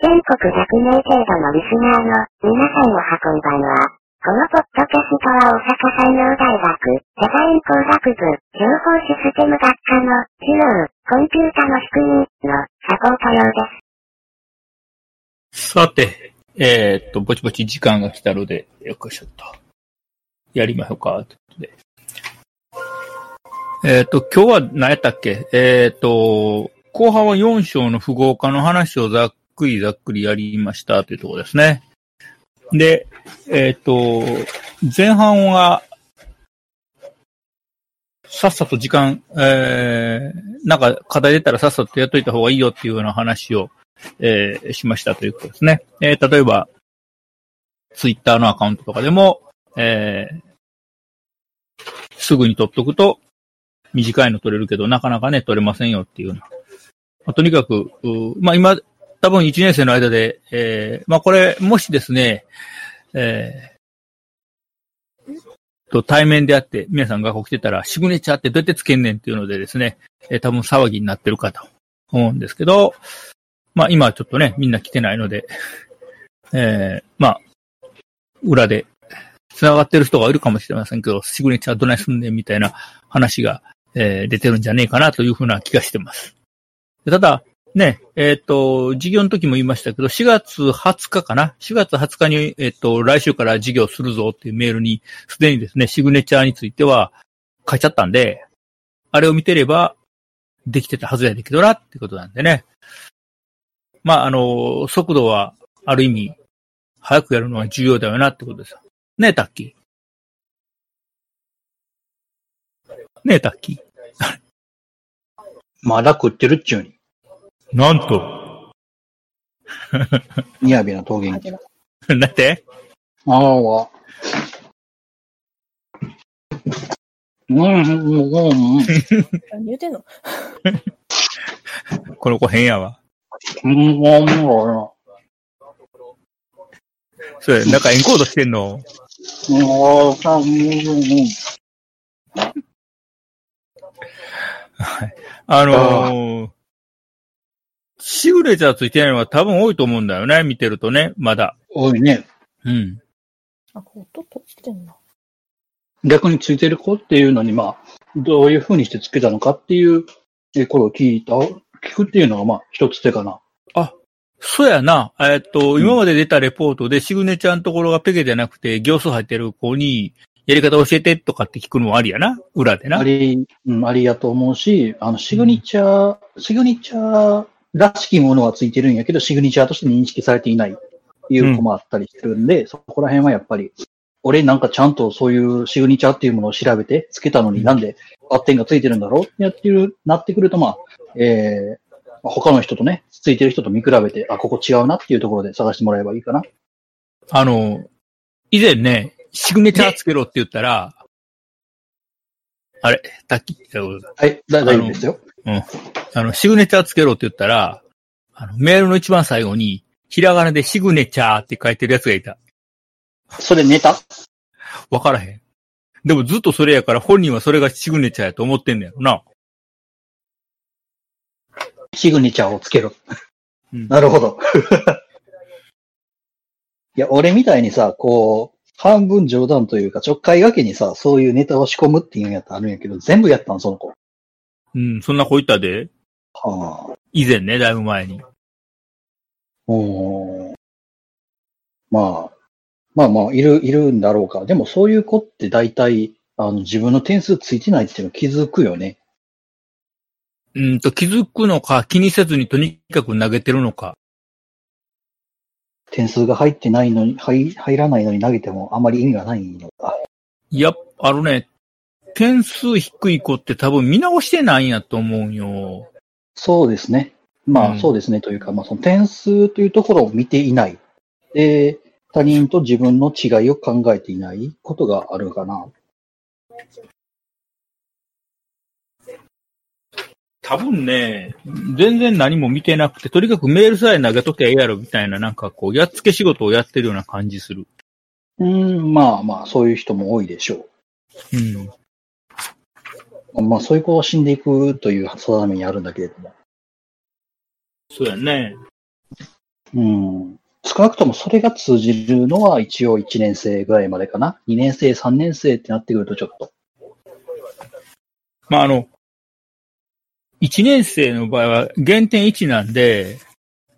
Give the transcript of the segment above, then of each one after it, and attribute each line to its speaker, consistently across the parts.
Speaker 1: 全国100名程度のリスナーの皆さんを運んばんは、このポッドキャストは大阪産業大学デザイン工学部情報システム学科の授業コンピュータの仕組みのサポート用です。
Speaker 2: さて、えーっと、ぼちぼち時間が来たので、よっこいしょっと。やりましょうか、ということで。えーっと、今日は何やったっけえーっと、後半は4章の符号化の話をざっくりざっくりやりましたというところですね。で、えーっと、前半は、さっさと時間、えー、なんか課題出たらさっさとやっといた方がいいよっていうような話を、えーしましたということですね。えー例えば、ツイッターのアカウントとかでも、えーすぐに取っとくと、短いの取れるけど、なかなかね、取れませんよっていうような。まあとにかく、うーまあ今、多分1年生の間で、えーまあこれ、もしですね、えーと対面であって、皆さん学校来てたら、シグネチャーってどうやってつけんねんっていうのでですね、えー多分騒ぎになってるかと思うんですけど、まあ今はちょっとね、みんな来てないので、 えー、まあ、裏で繋がってる人がいるかもしれませんけど、シグネチャーどないすんねんみたいな話が、えー出てるんじゃねえかなというふうな気がしてます。でただ、ね、えっ、と、授業の時も言いましたけど、4月20日かな ?4 月20日に、えっ、と、来週から授業するぞっていうメールに、すでにですね、シグネチャーについては書いちゃったんで、あれを見てれば、できてたはずやできどなってことなんでね。まあ、あの、速度は、ある意味、早くやるのは重要だよなってことですよ。ねえ、タッキー。ねえ、タッキ
Speaker 3: まだ食ってるっちゅうに。
Speaker 2: ー。なん と。
Speaker 3: みやびな桃源記。
Speaker 2: だって
Speaker 3: ああわ。うん、うん、うん、
Speaker 4: 何言うてんの
Speaker 2: この子変やわ。
Speaker 3: うん、うん、
Speaker 2: それ、なんかエンコードしてんの。あのー、シグネチャーついてないのは多分多いと思うんだよね。見てるとね、まだ。
Speaker 3: おいね。
Speaker 2: うん。
Speaker 4: あ、こう、音としてんな。
Speaker 3: 逆についてる子っていうのに、まあ、どういうふうにしてつけたのかっていうえことを聞いた、聞くっていうのが、まあ、一つ手かな。
Speaker 2: そうやな。えっと、
Speaker 3: ん
Speaker 2: 今まで出たレポートでシグネチャーのところがペケじゃなくて、行数入ってる子に、やり方教えてとかって聞くのもありやな。裏でな。
Speaker 3: あり、うん、ありやと思うし、あの、シグニチャー、シグニチャーらしきものはついてるんやけど、シグニチャーとして認識されていないっていう子もあったりするんで、そこら辺はやっぱり、俺なんかちゃんとそういうシグニチャーっていうものを調べてつけたのになんでバッテンがついてるんだろうってやってる、なってくると、まあ、えーまあ他の人とね、ついてる人と見比べて、あ、ここ違うなっていうところで探してもらえばいいかな。
Speaker 2: あの、以前ね、シグネチャーつけろって言ったら、あれ、タッキー、
Speaker 3: はい、だ大丈夫ですよ。
Speaker 2: あの、シグネチャーつけろって言ったら、あの、メールの一番最後に、ひらがなでシグネチャーって書いてるやつがいた。
Speaker 3: それネタ
Speaker 2: わからへん。でもずっとそれやから本人はそれがシグネチャーやと思ってんねやろな。
Speaker 3: シグニチャーをつけろ。
Speaker 2: うん
Speaker 3: なるほど。 いや、俺みたいにさ、こう、半分冗談というか、ちょっかいがけにさ、そういうネタを仕込むっていうんやったらあるんやけど、全部やったの、その子。
Speaker 2: うん、そんな子いたで。
Speaker 3: はあ。
Speaker 2: 以前ね、だいぶ前に。
Speaker 3: おーまあ、まあまあ、いる、いるんだろうか。でも、そういう子って大体、あの、自分の点数ついてないっていうの気づくよね。
Speaker 2: うんと、気づくのか、気にせずにとにかく投げてるのか。
Speaker 3: 点数が入ってないのに、入入らないのに投げてもあまり意味がないのか。
Speaker 2: いや、あのね、点数低い子って多分見直してないんやと思うんよ。
Speaker 3: そうですね。ま
Speaker 2: う
Speaker 3: あ、
Speaker 2: ん
Speaker 3: そうですね。というか、まあ、その点数というところを見ていない。で、他人と自分の違いを考えていないことがあるかな。
Speaker 2: 多分ね、全然何も見てなくて、とにかくメールさえ投げときゃええやろみたいな、なんかこう、やっつけ仕事をやってるような感じする。
Speaker 3: うん、まあまあ、そういう人も多いでしょ
Speaker 2: うん。
Speaker 3: う。まあ、そういう子は死んでいくという定めにあるんだけれども。
Speaker 2: そうやね。
Speaker 3: うん。少なくともそれが通じるのは一応1年生ぐらいまでかな。2年生、3年生ってなってくるとちょっと。
Speaker 2: まあ、あの、1年生の場合は減点1なんで、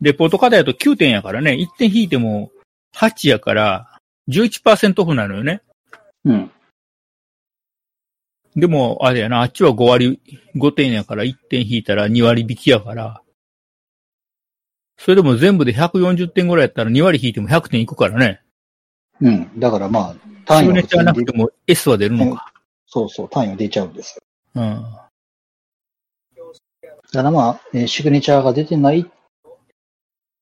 Speaker 2: レポート課題だと9点やからね、1点引いても8やから11%オフなのよね。
Speaker 3: うん。
Speaker 2: でも、あれやな、あっちは5割、5点やから1点引いたら2割引きやから、それでも全部で140点ぐらいやったら2割引いても100点いくからね。
Speaker 3: うん。だからまあ、
Speaker 2: シ
Speaker 3: 単位
Speaker 2: グ
Speaker 3: は
Speaker 2: ネチャーな
Speaker 3: 普
Speaker 2: く
Speaker 3: 通
Speaker 2: て
Speaker 3: に
Speaker 2: も S は出るのか。
Speaker 3: そうそう、単位は出ちゃうんですよ。
Speaker 2: うん。
Speaker 3: だからまあ、えーシグネチャーが出てない、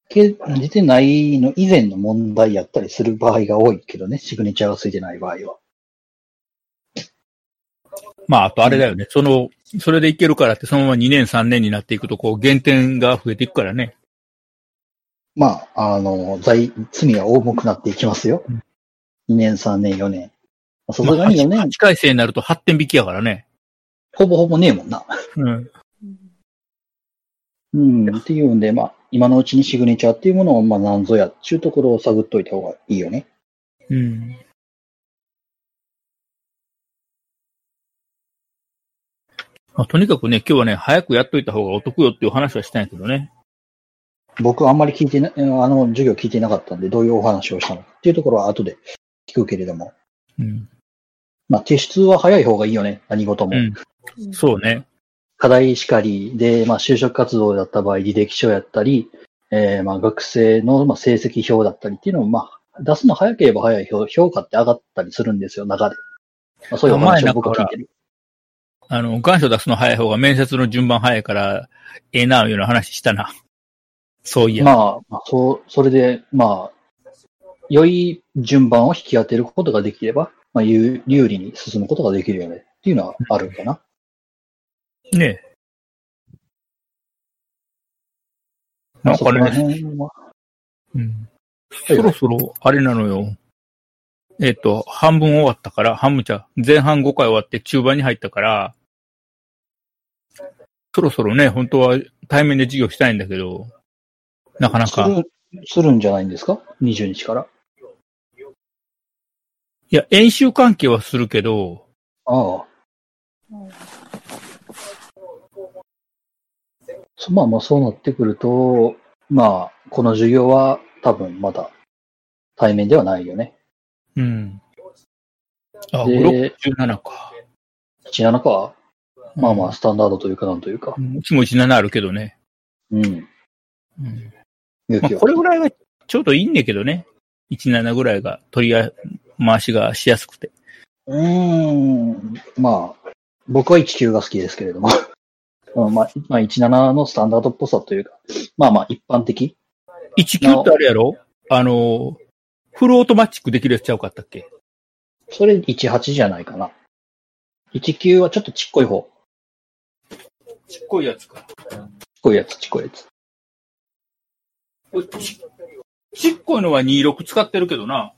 Speaker 3: け出てないの以前の問題やったりする場合が多いけどね、シグネチャーがついてない場合は。
Speaker 2: まあ、あとあれだよね。その、それでいけるからって、そのまま2年3年になっていくと、こう、減点が増えていくからね。
Speaker 3: まあ、あの、罪、罪は重くなっていきますよ。2年、3年、4年。まあさすがに4
Speaker 2: まあ
Speaker 3: 年
Speaker 2: 8、回生になると8点引きやからね。
Speaker 3: ほぼほぼねえもんな。
Speaker 2: うん。
Speaker 3: うん、っていうんで、まあ、今のうちにシグネチャーっていうものを、まあ、なんぞやっちゅうところを探っといた方がいいよね。
Speaker 2: うん。まあ、とにかくね、今日はね、早くやっといた方がお得よっていう話はしたんやけどね。
Speaker 3: 僕はあんまり聞いてな、あの、授業聞いてなかったんで、どういうお話をしたのかっていうところは後で聞くけれども。
Speaker 2: うん。
Speaker 3: まあ、提出は早い方がいいよね、何事も。
Speaker 2: うん
Speaker 4: うん
Speaker 2: そうね。
Speaker 3: 課題しかりで、まあ、就職活動だった場合、履歴書やったり、えーまあ、学生のまあ成績表だったりっていうのを、まあ、出すの早ければ早い評評価って上がったりするんですよ、中で。まあ、そういうお話を僕は聞いてる。
Speaker 2: あの、願書出すの早い方が面接の順番早いから、ええな、いうような話したな。そういや。
Speaker 3: まあ、まあ、そう、それで、まあ、良い順番を引き当てることができれば、まあ、有有利に進むことができるよねっていうのはあるかな。
Speaker 2: ねえ。なん
Speaker 3: そこ
Speaker 2: かね
Speaker 3: ら、辺は。
Speaker 2: うんそろそろ、あれなのよ。えっ、と、半分終わったから、半分ちゃう、前半5回終わって中盤に入ったから、そろそろね、本当は対面で授業したいんだけど、なかな
Speaker 3: す
Speaker 2: か。
Speaker 3: る、するんじゃないんですか ?20 日から。
Speaker 2: いや、演習関係はするけど、
Speaker 3: ああ。
Speaker 4: うん
Speaker 3: そまあまあそうなってくると、まあ、この授業は多分まだ対面ではないよね。
Speaker 2: うん。あ、
Speaker 3: で
Speaker 2: 5、6、17か。
Speaker 3: 17かは、
Speaker 2: うん
Speaker 3: まあまあスタンダードというかなんというか
Speaker 2: う、んうちも17あるけどね。
Speaker 3: うん、
Speaker 2: うん
Speaker 3: 勇
Speaker 2: ま
Speaker 3: 気
Speaker 2: あ、
Speaker 3: を。
Speaker 2: これぐらいがちょうどいいんだけどね。17ぐらいが取りあ回しがしやすくて。
Speaker 3: うーん、まあ、僕は1級が好きですけれども、 うんまあ、まあ17のスタンダードっぽさというか、まあまあ一般的。
Speaker 2: 1級ってあれやろあの、フルオートマチックできるやつちゃうかったっけ
Speaker 3: それ18じゃないかな。1級はちょっとちっこい方。
Speaker 2: ちっこいやつか。
Speaker 3: ちっこいやつ、ちっこいやつ。
Speaker 2: ちちっこいのは26使ってるけどな。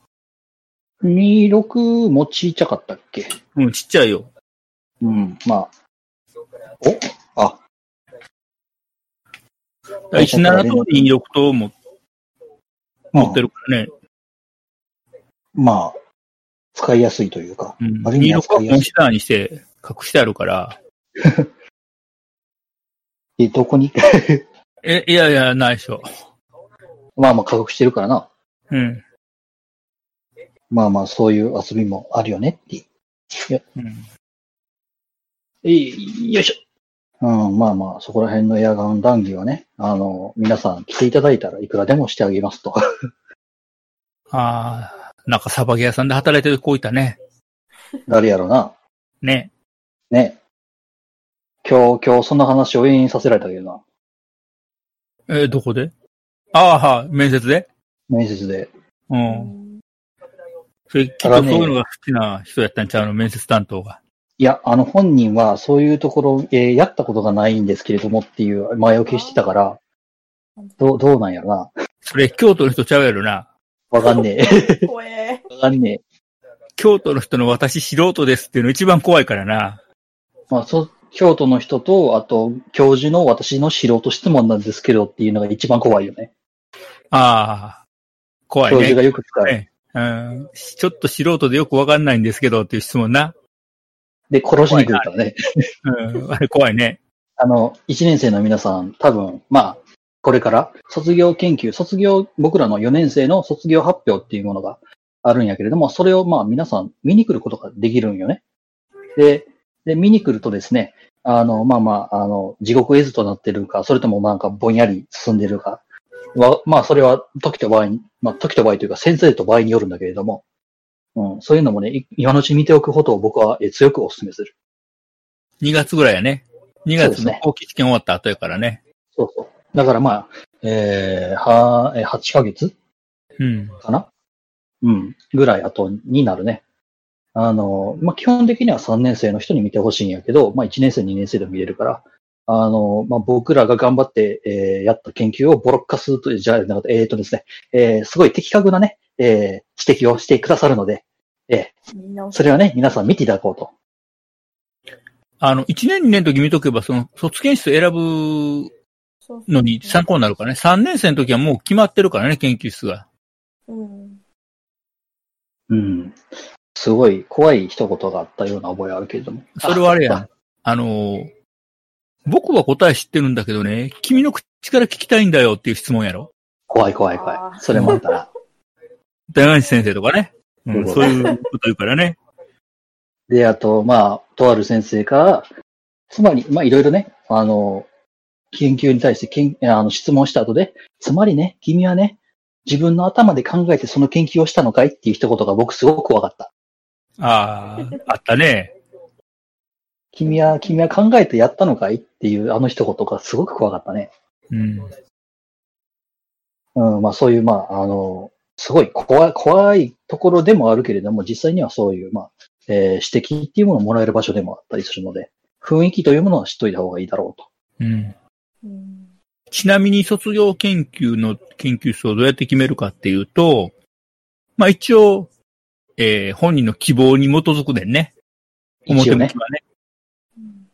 Speaker 3: 26もちいちゃかったっけ
Speaker 2: うん、ちっちゃいよ。
Speaker 3: うん、まあ。おあ、
Speaker 2: だから17と26とも持ってるからね。
Speaker 3: まあ、使いやすいというか。
Speaker 2: うん、
Speaker 3: ある意
Speaker 2: 26
Speaker 3: 味
Speaker 2: は
Speaker 3: 扱い
Speaker 2: コン
Speaker 3: やすい
Speaker 2: シダーにして隠してあるから。
Speaker 3: え、どこに
Speaker 2: え、いやいや、ないでしょ。
Speaker 3: まあまあ、科学してるからな。
Speaker 2: うん。
Speaker 3: まあまあ、そういう遊びもあるよねって。
Speaker 2: うん、
Speaker 3: えいよいしょ。うん、まあまあ、そこら辺のエアガン談義はね、あの、皆さん来ていただいたらいくらでもしてあげますと。
Speaker 2: ああ、なんかサバゲ屋さんで働いてる子いたね。
Speaker 3: 誰やろうな。
Speaker 2: ね。
Speaker 3: ね。今日、今日そんな話を延々させられたけどな。
Speaker 2: えーどこでああ、はい面接で
Speaker 3: 面接で。
Speaker 2: う。
Speaker 4: うんん
Speaker 2: それ、きっとそういうのが好きな人やったんちゃうの、面接担当が。
Speaker 3: いや、あの本人はそういうところ、えーやったことがないんですけれどもっていう前置きしてたから、どう、どうなんやろな。
Speaker 2: それ、京都の人ちゃうやろな。
Speaker 3: わかんねえ。
Speaker 4: 怖え。
Speaker 3: わかんねえ。
Speaker 2: 京都の人の私素人ですっていうの一番怖いからな。
Speaker 3: まあ、そ、京都の人と、あと、教授の私の素人質問なんですけどっていうのが一番怖いよね。
Speaker 2: ああ、怖い
Speaker 3: 教授
Speaker 2: ね。
Speaker 3: がよく使う。
Speaker 2: ねうん、ちょっと素人でよくわかんないんですけどっていう質問な。
Speaker 3: で、殺しに来るからね。
Speaker 2: うん、あれ怖いね。
Speaker 3: あの、1年生の皆さん、多分、まあ、これから、卒業研究、卒業、僕らの4年生の卒業発表っていうものがあるんやけれども、それをまあ皆さん見に来ることができるんよね。で、で見に来るとですね、あの、まあまあ、あの、地獄絵図となってるか、それともなんかぼんやり進んでるか、わまあそれは時と場合に、まあ時と場合というか先生と場合によるんだけれども、うん、そういうのもね、い今のうち見ておくことを僕はえ強くお勧めする。
Speaker 2: 2月ぐらいやね。2
Speaker 3: そうで
Speaker 2: 月
Speaker 3: す
Speaker 2: の
Speaker 3: ね
Speaker 2: 後期試験終わった後やからね。
Speaker 3: そうそう。だからまあ、えー、は、えー8ヶ月
Speaker 2: うん。
Speaker 3: かなうん。ぐらい後になるね。あの、まあ、基本的には3年生の人に見てほしいんやけど、まあ、1年生、2年生でも見れるから、あの、まあ、僕らが頑張って、えーやった研究をボロッカスと、じゃなくて、えー、とですね、えーすごい的確なね、えー指摘をしてくださるので、え
Speaker 4: 見直
Speaker 3: ー
Speaker 4: し
Speaker 3: それはね、皆さん見ていただこうと。
Speaker 2: あの、1年2年の時見とけば、その、卒検室選ぶ
Speaker 4: そう
Speaker 2: のに参考になるからね。3年生の時はもう決まってるからね、研究室が。
Speaker 4: うん。
Speaker 3: うん。すごい怖い一言があったような覚えはあるけれども。
Speaker 2: それはあれやん。あのー僕は答え知ってるんだけどね、君の口から聞きたいんだよっていう質問やろ。
Speaker 3: 怖い怖い怖い
Speaker 4: あ。ー
Speaker 3: それもあったら。
Speaker 2: 大内先生とかね。う
Speaker 3: そ
Speaker 2: ん、
Speaker 3: う
Speaker 2: そういうこと言うからね。
Speaker 3: で、あと、まあ、とある先生から、つまり、まあ、いろいろね、あの、研究に対してけんあの質問した後で、つまりね、君はね、自分の頭で考えてその研究をしたのかいっていう一言が僕すごく怖かった。
Speaker 2: ああ、あったね。
Speaker 3: 君は、君は考えてやったのかいっていうあの一言がすごく怖かったね。
Speaker 2: うん。
Speaker 3: うん、まあそういう、まあ、あの、すごい怖い、怖いところでもあるけれども、実際にはそういう、まあ、えー指摘っていうものをもらえる場所でもあったりするので、雰囲気というものは知っといた方がいいだろうと。
Speaker 2: うん。
Speaker 4: うん。
Speaker 2: ちなみに卒業研究の研究室をどうやって決めるかっていうと、まあ一応、えー本人の希望に基づくでね。
Speaker 3: 一
Speaker 2: 表
Speaker 3: 応
Speaker 2: 向
Speaker 3: ね
Speaker 2: き。はね。
Speaker 4: うん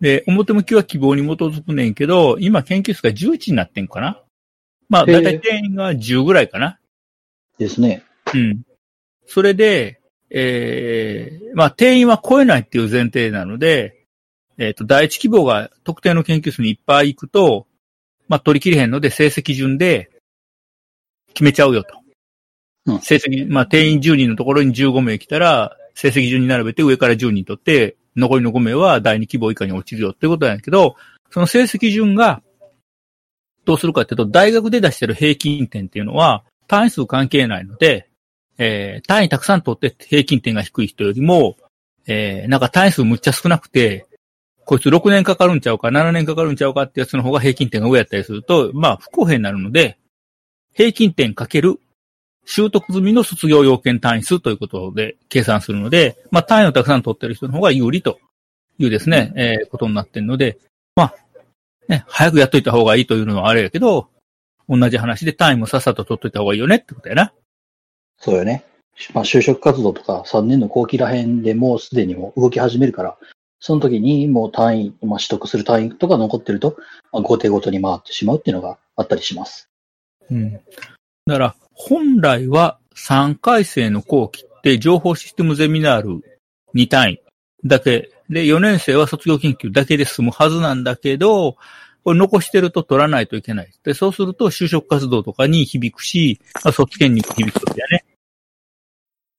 Speaker 2: で、表向きは希望に基づくねんけど、今研究室が11になってんかなまあ、
Speaker 3: へ
Speaker 2: だ
Speaker 3: え
Speaker 2: いたい定員が10ぐらいかな
Speaker 3: ですね。
Speaker 2: うん。それで、えー、まあ、定員は超えないっていう前提なので、えっ、と、第一希望が特定の研究室にいっぱい行くと、まあ、取り切れへんので、成績順で決めちゃうよと。
Speaker 3: うん
Speaker 2: 成績、まあ、定員10人のところに15名来たら、成績順に並べて上から10人取って、残りの5名は第二希望以下に落ちるよっていうことなんやけど、その成績順が、どうするかっていうと、大学で出してる平均点っていうのは、単位数関係ないので、えー単位たくさん取って平均点が低い人よりも、えーなんか単位数むっちゃ少なくて、こいつ6年かかるんちゃうか、7年かかるんちゃうかってやつの方が平均点が上やったりすると、まあ不公平になるので、平均点かける習得済みの卒業要件単位数ということで計算するので、まあ単位をたくさん取ってる人の方が有利というですね、えーことになってるので、まあ、ね、早くやっといた方がいいというのはあれやけど、同じ話で単位もさっさと取っといた方がいいよねってことやな。
Speaker 3: そうよね。まあ、就職活動とか3年の後期ら辺でもうすでにもう動き始めるから、その時にもう単位、まあ、取得する単位とか残ってると、まあ、後手ごとに回ってしまうっていうのがあったりします。
Speaker 2: うん。だから、本来は3回生の後期って情報システムゼミナール2単位だけで、4年生は卒業研究だけで済むはずなんだけど、これ残してると取らないといけない。で、そうすると就職活動とかに響くし、まあ、卒研にも響くときやね。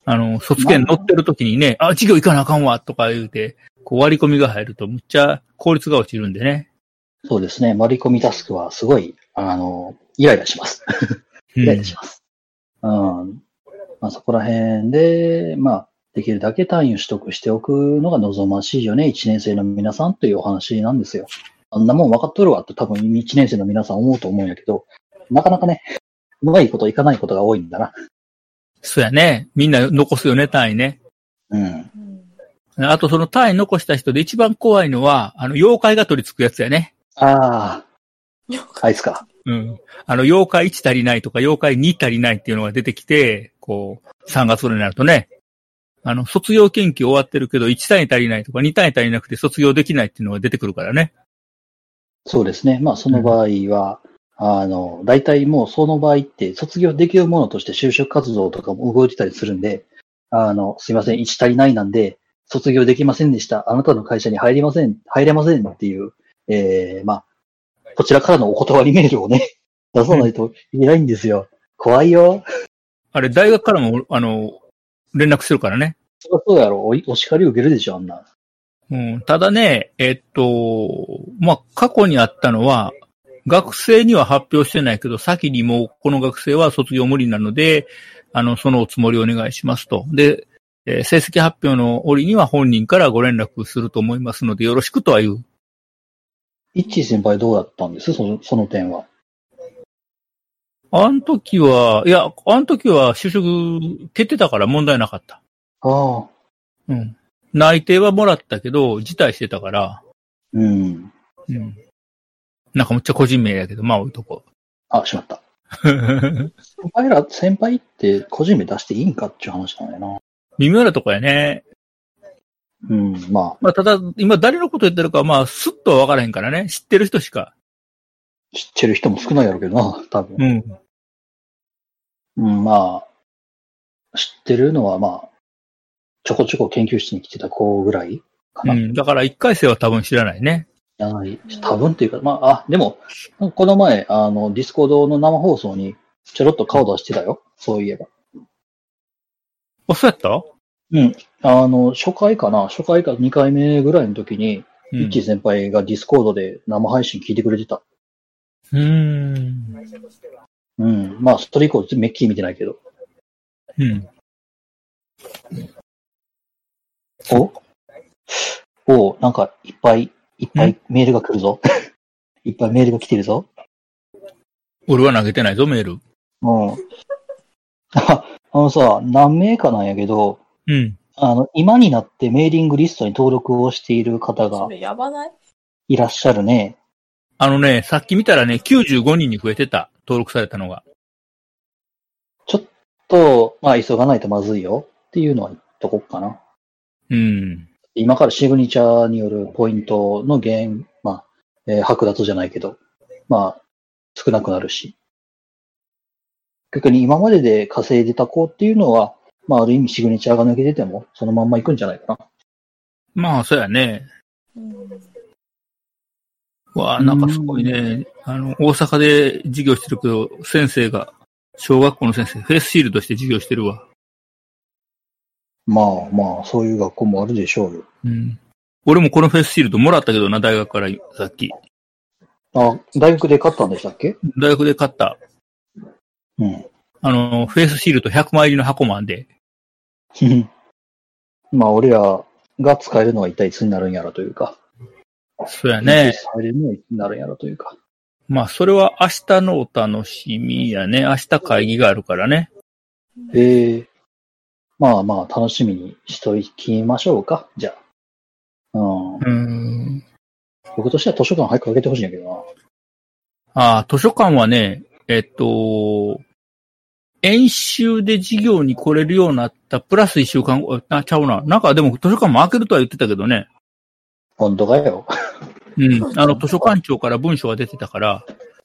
Speaker 2: あの、卒研乗ってるときにね、あ、授業行かなあかんわとか言うて、こう割り込みが入るとむっちゃ効率が落ちるんでね。
Speaker 3: そうですね。割り込みタスクはすごい、あの、イライラします。
Speaker 2: う
Speaker 3: イライ
Speaker 2: ん
Speaker 3: ラします。うん。まあ、そこら辺で、まあ、できるだけ単位を取得しておくのが望ましいよね。1年生の皆さんというお話なんですよ。あんなもん分かっとるわって多分1年生の皆さん思うと思うんやけど、なかなかね、うまいこといかないことが多いんだな。
Speaker 2: そうやね。みんな残すよね、単位ね。
Speaker 3: うん。
Speaker 4: うん。
Speaker 2: あとその単位残した人で一番怖いのは、あの、妖怪が取り付くやつやね。
Speaker 3: ああ、
Speaker 4: 了
Speaker 3: あ
Speaker 4: 解
Speaker 3: いつか。
Speaker 2: うん。あの、妖怪1足りないとか、妖怪2足りないっていうのが出てきて、こう、3月頃になるとね、あの、卒業研究終わってるけど、1単位足りないとか、2単位足りなくて卒業できないっていうのが出てくるからね。
Speaker 3: そうですね。まあ、その場合は、あの、大体もうその場合って、卒業できるものとして就職活動とかも動いてたりするんで、あの、すいません、1足りないなんで、卒業できませんでした。あなたの会社に入りません、入れませんっていう、えー、まあ、こちらからのお断りメールをね、 出さないといけないんですよ。怖いよ。
Speaker 2: あれ、大学からも、あの、連絡してるからね。
Speaker 3: そりゃそうやろ。おいお叱り受けるでしょ、あんな。
Speaker 2: うん、ただね、えっと、まあ、過去にあったのは、学生には発表してないけど、先にもうこの学生は卒業無理なので、あの、そのおつもりお願いしますと。で、えー成績発表の折には本人からご連絡すると思いますので、よろしくとは言う。
Speaker 3: イッチー先輩どうだったんですその、その点は。
Speaker 2: あの時は、いや、あの時は就職蹴ってたから問題なかった。
Speaker 3: ああ。
Speaker 2: うん。内定はもらったけど、辞退してたから、
Speaker 3: うん。
Speaker 2: うん。なんかめっちゃ個人名やけど、まあ置いとこ
Speaker 3: あ、しまった。
Speaker 2: う。
Speaker 3: お前ら、先輩って個人名出していいんかっていう話なんだよ
Speaker 2: 微妙なとこやね。
Speaker 3: な。うん、ま
Speaker 2: まあ、ただ、今誰のこと言ってるか、まあ、すっとは分からへんからね。知ってる人しか。
Speaker 3: あ、知ってる人も少ないやろうけどな、多分。
Speaker 2: ん。
Speaker 3: うん、まあ、知ってるのは、まあ、ちょこちょこ研究室に来てた子ぐらいか
Speaker 2: う
Speaker 3: な。
Speaker 2: ん。だから、一回生は多分知らないね。
Speaker 3: じゃない。多分っていうか、まあ、あ、でも、この前、あの、ディスコードの生放送に、ちょろっと顔出してたよ。そういえば。
Speaker 2: あ、そうやった
Speaker 3: あの、初回かな初回か2回目ぐらいの時に、
Speaker 2: う
Speaker 3: ミッキー先輩がディスコードで生配信聞いてくれてた。
Speaker 2: うん。
Speaker 3: うん。まあ、それ以降、メッキー見てないけど。
Speaker 2: うん。
Speaker 3: おおなんか、いっぱい、いっぱいメールが来るぞ。 いっぱいメールが来てるぞ。
Speaker 2: 俺は投げてないぞ、メール。
Speaker 3: うん。あのさ、何名かなんやけど、
Speaker 2: うん。
Speaker 3: あの、今になってメーリングリストに登録をしている方が
Speaker 4: それやばない
Speaker 3: いらっしゃるね。
Speaker 2: あのね、さっき見たらね、95人に増えてた。登録されたのが。
Speaker 3: と、まあ、急がないとまずいよっていうのは言っとこっかな。
Speaker 2: うん。
Speaker 3: 今からシグニチャーによるポイントの減、まあ、えー剥奪じゃないけど、まあ、少なくなるし。逆に今までで稼いでた子っていうのは、まあ、ある意味シグニチャーが抜けてても、そのまんま行くんじゃないかな。
Speaker 2: まあ、そうやね。
Speaker 4: うん
Speaker 2: わあ、なんかすごいね。あの、大阪で授業してるけど、先生が、小学校の先生、フェイスシールドして授業してるわ。
Speaker 3: まあまあ、そういう学校もあるでしょうよ。
Speaker 2: うん。俺もこのフェイスシールドもらったけどな、大学からさっき。
Speaker 3: あ、大学で勝ったんでしたっけ
Speaker 2: 大学で買った、
Speaker 3: うん。
Speaker 2: あの、フェイスシールド100枚入りの箱マンで。
Speaker 3: まあ、俺らが使えるのは一体いつになるんやろというか。
Speaker 2: そうやね。
Speaker 3: 使えるのはいつになるんやろというか。
Speaker 2: まあ、それは明日のお楽しみやね。明日会議があるからね。
Speaker 3: ええまあまあ、楽しみにしときましょうか。じゃあ。うん。
Speaker 2: うん。
Speaker 3: 僕としては図書館早く開けてほしいんやけど
Speaker 2: ああ、図書館はね、えっと、演習で授業に来れるようになった、プラス一週間後、あ、ちゃうな。なんかでも図書館も開けるとは言ってたけどね。
Speaker 3: な。本当かよ。
Speaker 2: うん。あの、図書館長から文章が出てたから。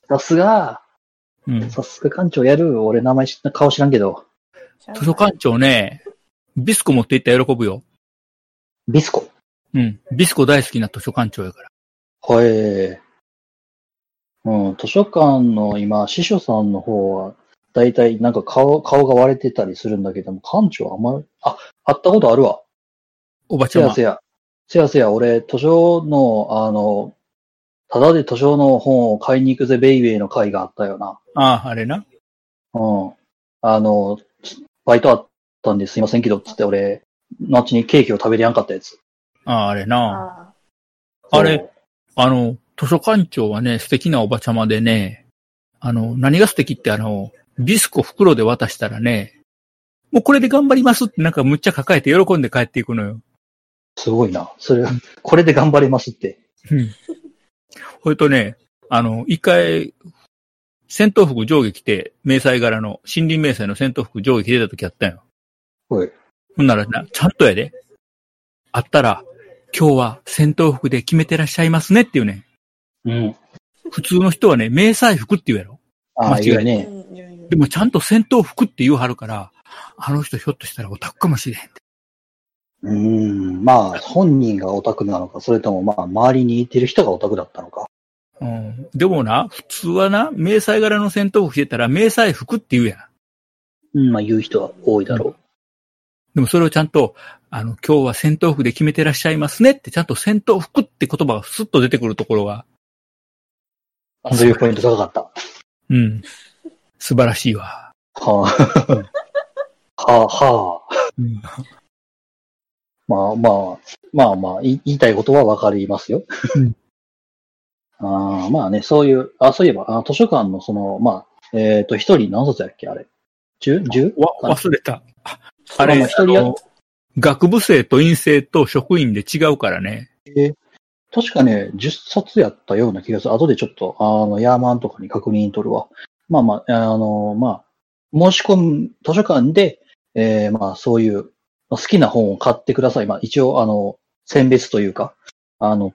Speaker 3: さすが、
Speaker 2: うん。
Speaker 3: さすが館長やる。俺名前知っ顔知らんけど。
Speaker 2: 図書館長ね、ビスコ持って行ったら喜ぶよ。
Speaker 3: ビスコ。
Speaker 2: うん。ビスコ大好きな図書館長やから。
Speaker 3: はい。うん、図書館の今、司書さんの方は、だいたいなんか顔、顔が割れてたりするんだけども、館長あんまり、あ、会ったことあるわ。
Speaker 2: おばち
Speaker 3: せ
Speaker 2: ゃま。
Speaker 3: やせや。せやせや、俺、図書の、あの、ただで図書の本を買いに行くぜ、ベイウェイの会があったよな。
Speaker 2: ああ、あれな。
Speaker 3: うん。あの、バイトあったんですいませんけど、つって俺、後にケーキを食べれやんかったやつ。
Speaker 2: ああ、あれな。
Speaker 4: あ
Speaker 2: あれあの、図書館長はね、素敵なおばちゃまでね、あの、何が素敵ってあの、ビスコ袋で渡したらね、もうこれで頑張りますってなんかむっちゃ抱えて喜んで帰っていくのよ。
Speaker 3: すごいな。それ、これで頑張れますって。
Speaker 2: うん。 ほいとね、あの、一回、戦闘服上下着て、迷彩柄の、森林迷彩の戦闘服上下着てた時あったんよ。
Speaker 3: はい。
Speaker 2: ほんならな、ちゃんとやで。あったら、今日は戦闘服で決めてらっしゃいますねっていうね。
Speaker 3: うん。
Speaker 2: 普通の人はね、迷彩服って言うやろ。
Speaker 3: あ
Speaker 2: 間
Speaker 3: あ、
Speaker 2: 違
Speaker 3: い
Speaker 2: いない
Speaker 3: やね。
Speaker 4: うんいやいや
Speaker 2: でもちゃんと戦闘服って言うはるから、あの人ひょっとしたらオタクかもしれへん。
Speaker 3: うーん。まあ、本人がオタクなのか、それともまあ、周りにいてる人がオタクだったのか。
Speaker 2: うん。でもな、普通はな、迷彩柄の戦闘服着てたら、迷彩服って言うやん。
Speaker 3: うん、まあ、言う人は多いだろ
Speaker 2: でもそれをちゃんと、あの、今日は戦闘服で決めてらっしゃいますねって、ちゃんと戦闘服って言葉がスッと出てくるところが、
Speaker 3: う。そういうポイント高かった。
Speaker 2: うん。素晴らしいわ。
Speaker 3: はあ。はあ、はあ。
Speaker 2: うん。
Speaker 3: まあまあ、まあまあ、い言いたいことはわかりますよ
Speaker 2: うん。
Speaker 3: あーまあね、そういう、あ、そういえば、あ図書館のその、まあ、えっ、と、一人何冊やっけあれ。十十
Speaker 2: わ、忘れた。ああれ、
Speaker 3: まあまあ一人や
Speaker 2: あの学部生と院生と職員で違うからね。
Speaker 3: 確かね、十冊やったような気がする。後でちょっと、あの、ヤーマンとかに確認取るわ。まあまあ、あの、まあ、申し込む図書館で、えーまあ、そういう、まあ好きな本を買ってください。まあ、一応、あの、選別というか、あの、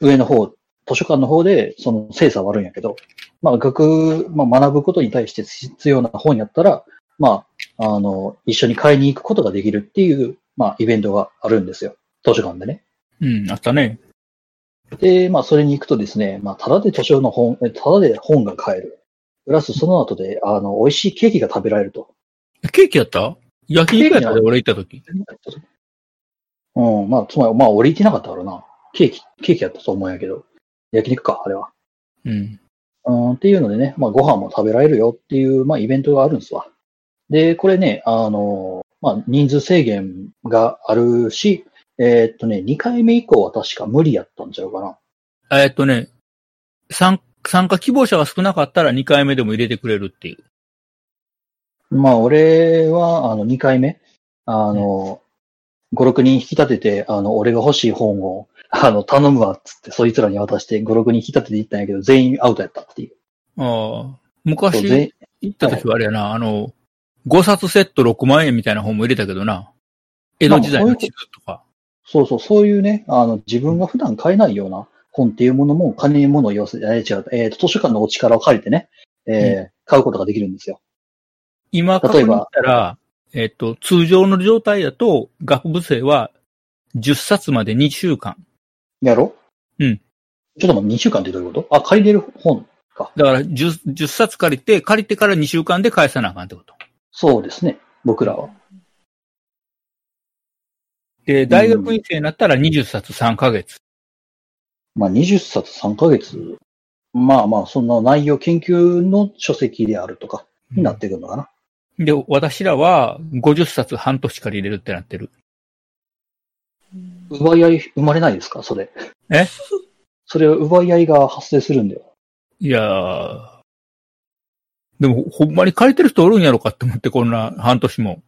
Speaker 3: 上の方、図書館の方で、その、精査はあるんやけど、まあ、学、まあ、学ぶことに対して必要な本やったら、まあ、あの、一緒に買いに行くことができるっていう、まあ、イベントがあるんですよ。図書館でね。
Speaker 2: うん、あったね。
Speaker 3: で、まあ、それに行くとですね、まあ、ただで図書の本、えただで本が買える。プラス、その後で、あの、美味しいケーキが食べられると。
Speaker 2: ケーキやった焼肉やったで俺行った時。
Speaker 3: うん、まあ、つまり、まあ、俺行ってなかったからな。ケーキ、ケーキやったと思うんやけど。焼肉か、あれは。
Speaker 2: うん。
Speaker 3: うん、っていうのでね、まあ、ご飯も食べられるよっていう、まあ、イベントがあるんですわ。で、これね、あの、まあ、人数制限があるし、えーっとね、2回目以降は確か無理やったんちゃうかな。
Speaker 2: えっとね、参参加希望者が少なかったら2回目でも入れてくれるっていう。
Speaker 3: まあ、俺は、あの、2回目、あの、5、6人引き立てて、あの、俺が欲しい本を、あの、頼むわ、っつって、そいつらに渡して、5、6人引き立てて行ったんやけど、全員アウトやったっていう。
Speaker 2: ああ。
Speaker 3: そう
Speaker 2: 昔、
Speaker 3: 全員
Speaker 2: 行った時はあれやな、あの、5冊セット6万円みたいな本も入れたけどな。江戸時代の地図とか。
Speaker 3: そうそう、そういうね、あの、自分が普段買えないような本っていうものも、金物を要するに、え違う、えーと、図書館のお力を借りてね、えー買うことができるんですよ。
Speaker 2: 今確認したら、えっと、通常の状態だと、学部生は10冊まで2週間。
Speaker 3: やろ
Speaker 2: うん
Speaker 3: ちょっと待って、2週間ってどういうことあ、借りれる本。
Speaker 2: だから 10, 10冊借りて、借りてから2週間で返さなあかんってこと。
Speaker 3: そうですね、僕らは。
Speaker 2: で、大学院生になったら20冊3ヶ月。
Speaker 3: まあ、20冊3ヶ月。まあまあ、そんな内容研究の書籍であるとか、になってくるのかな。
Speaker 2: で、私らは50冊半年借りれるってなってる。
Speaker 4: うん
Speaker 3: 奪い合い生まれないですかそれ。
Speaker 2: え
Speaker 3: それは奪い合いが発生するんだよ。
Speaker 2: いやー。でも、ほんまに借りてる人おるんやろかって思って、こんな半年も。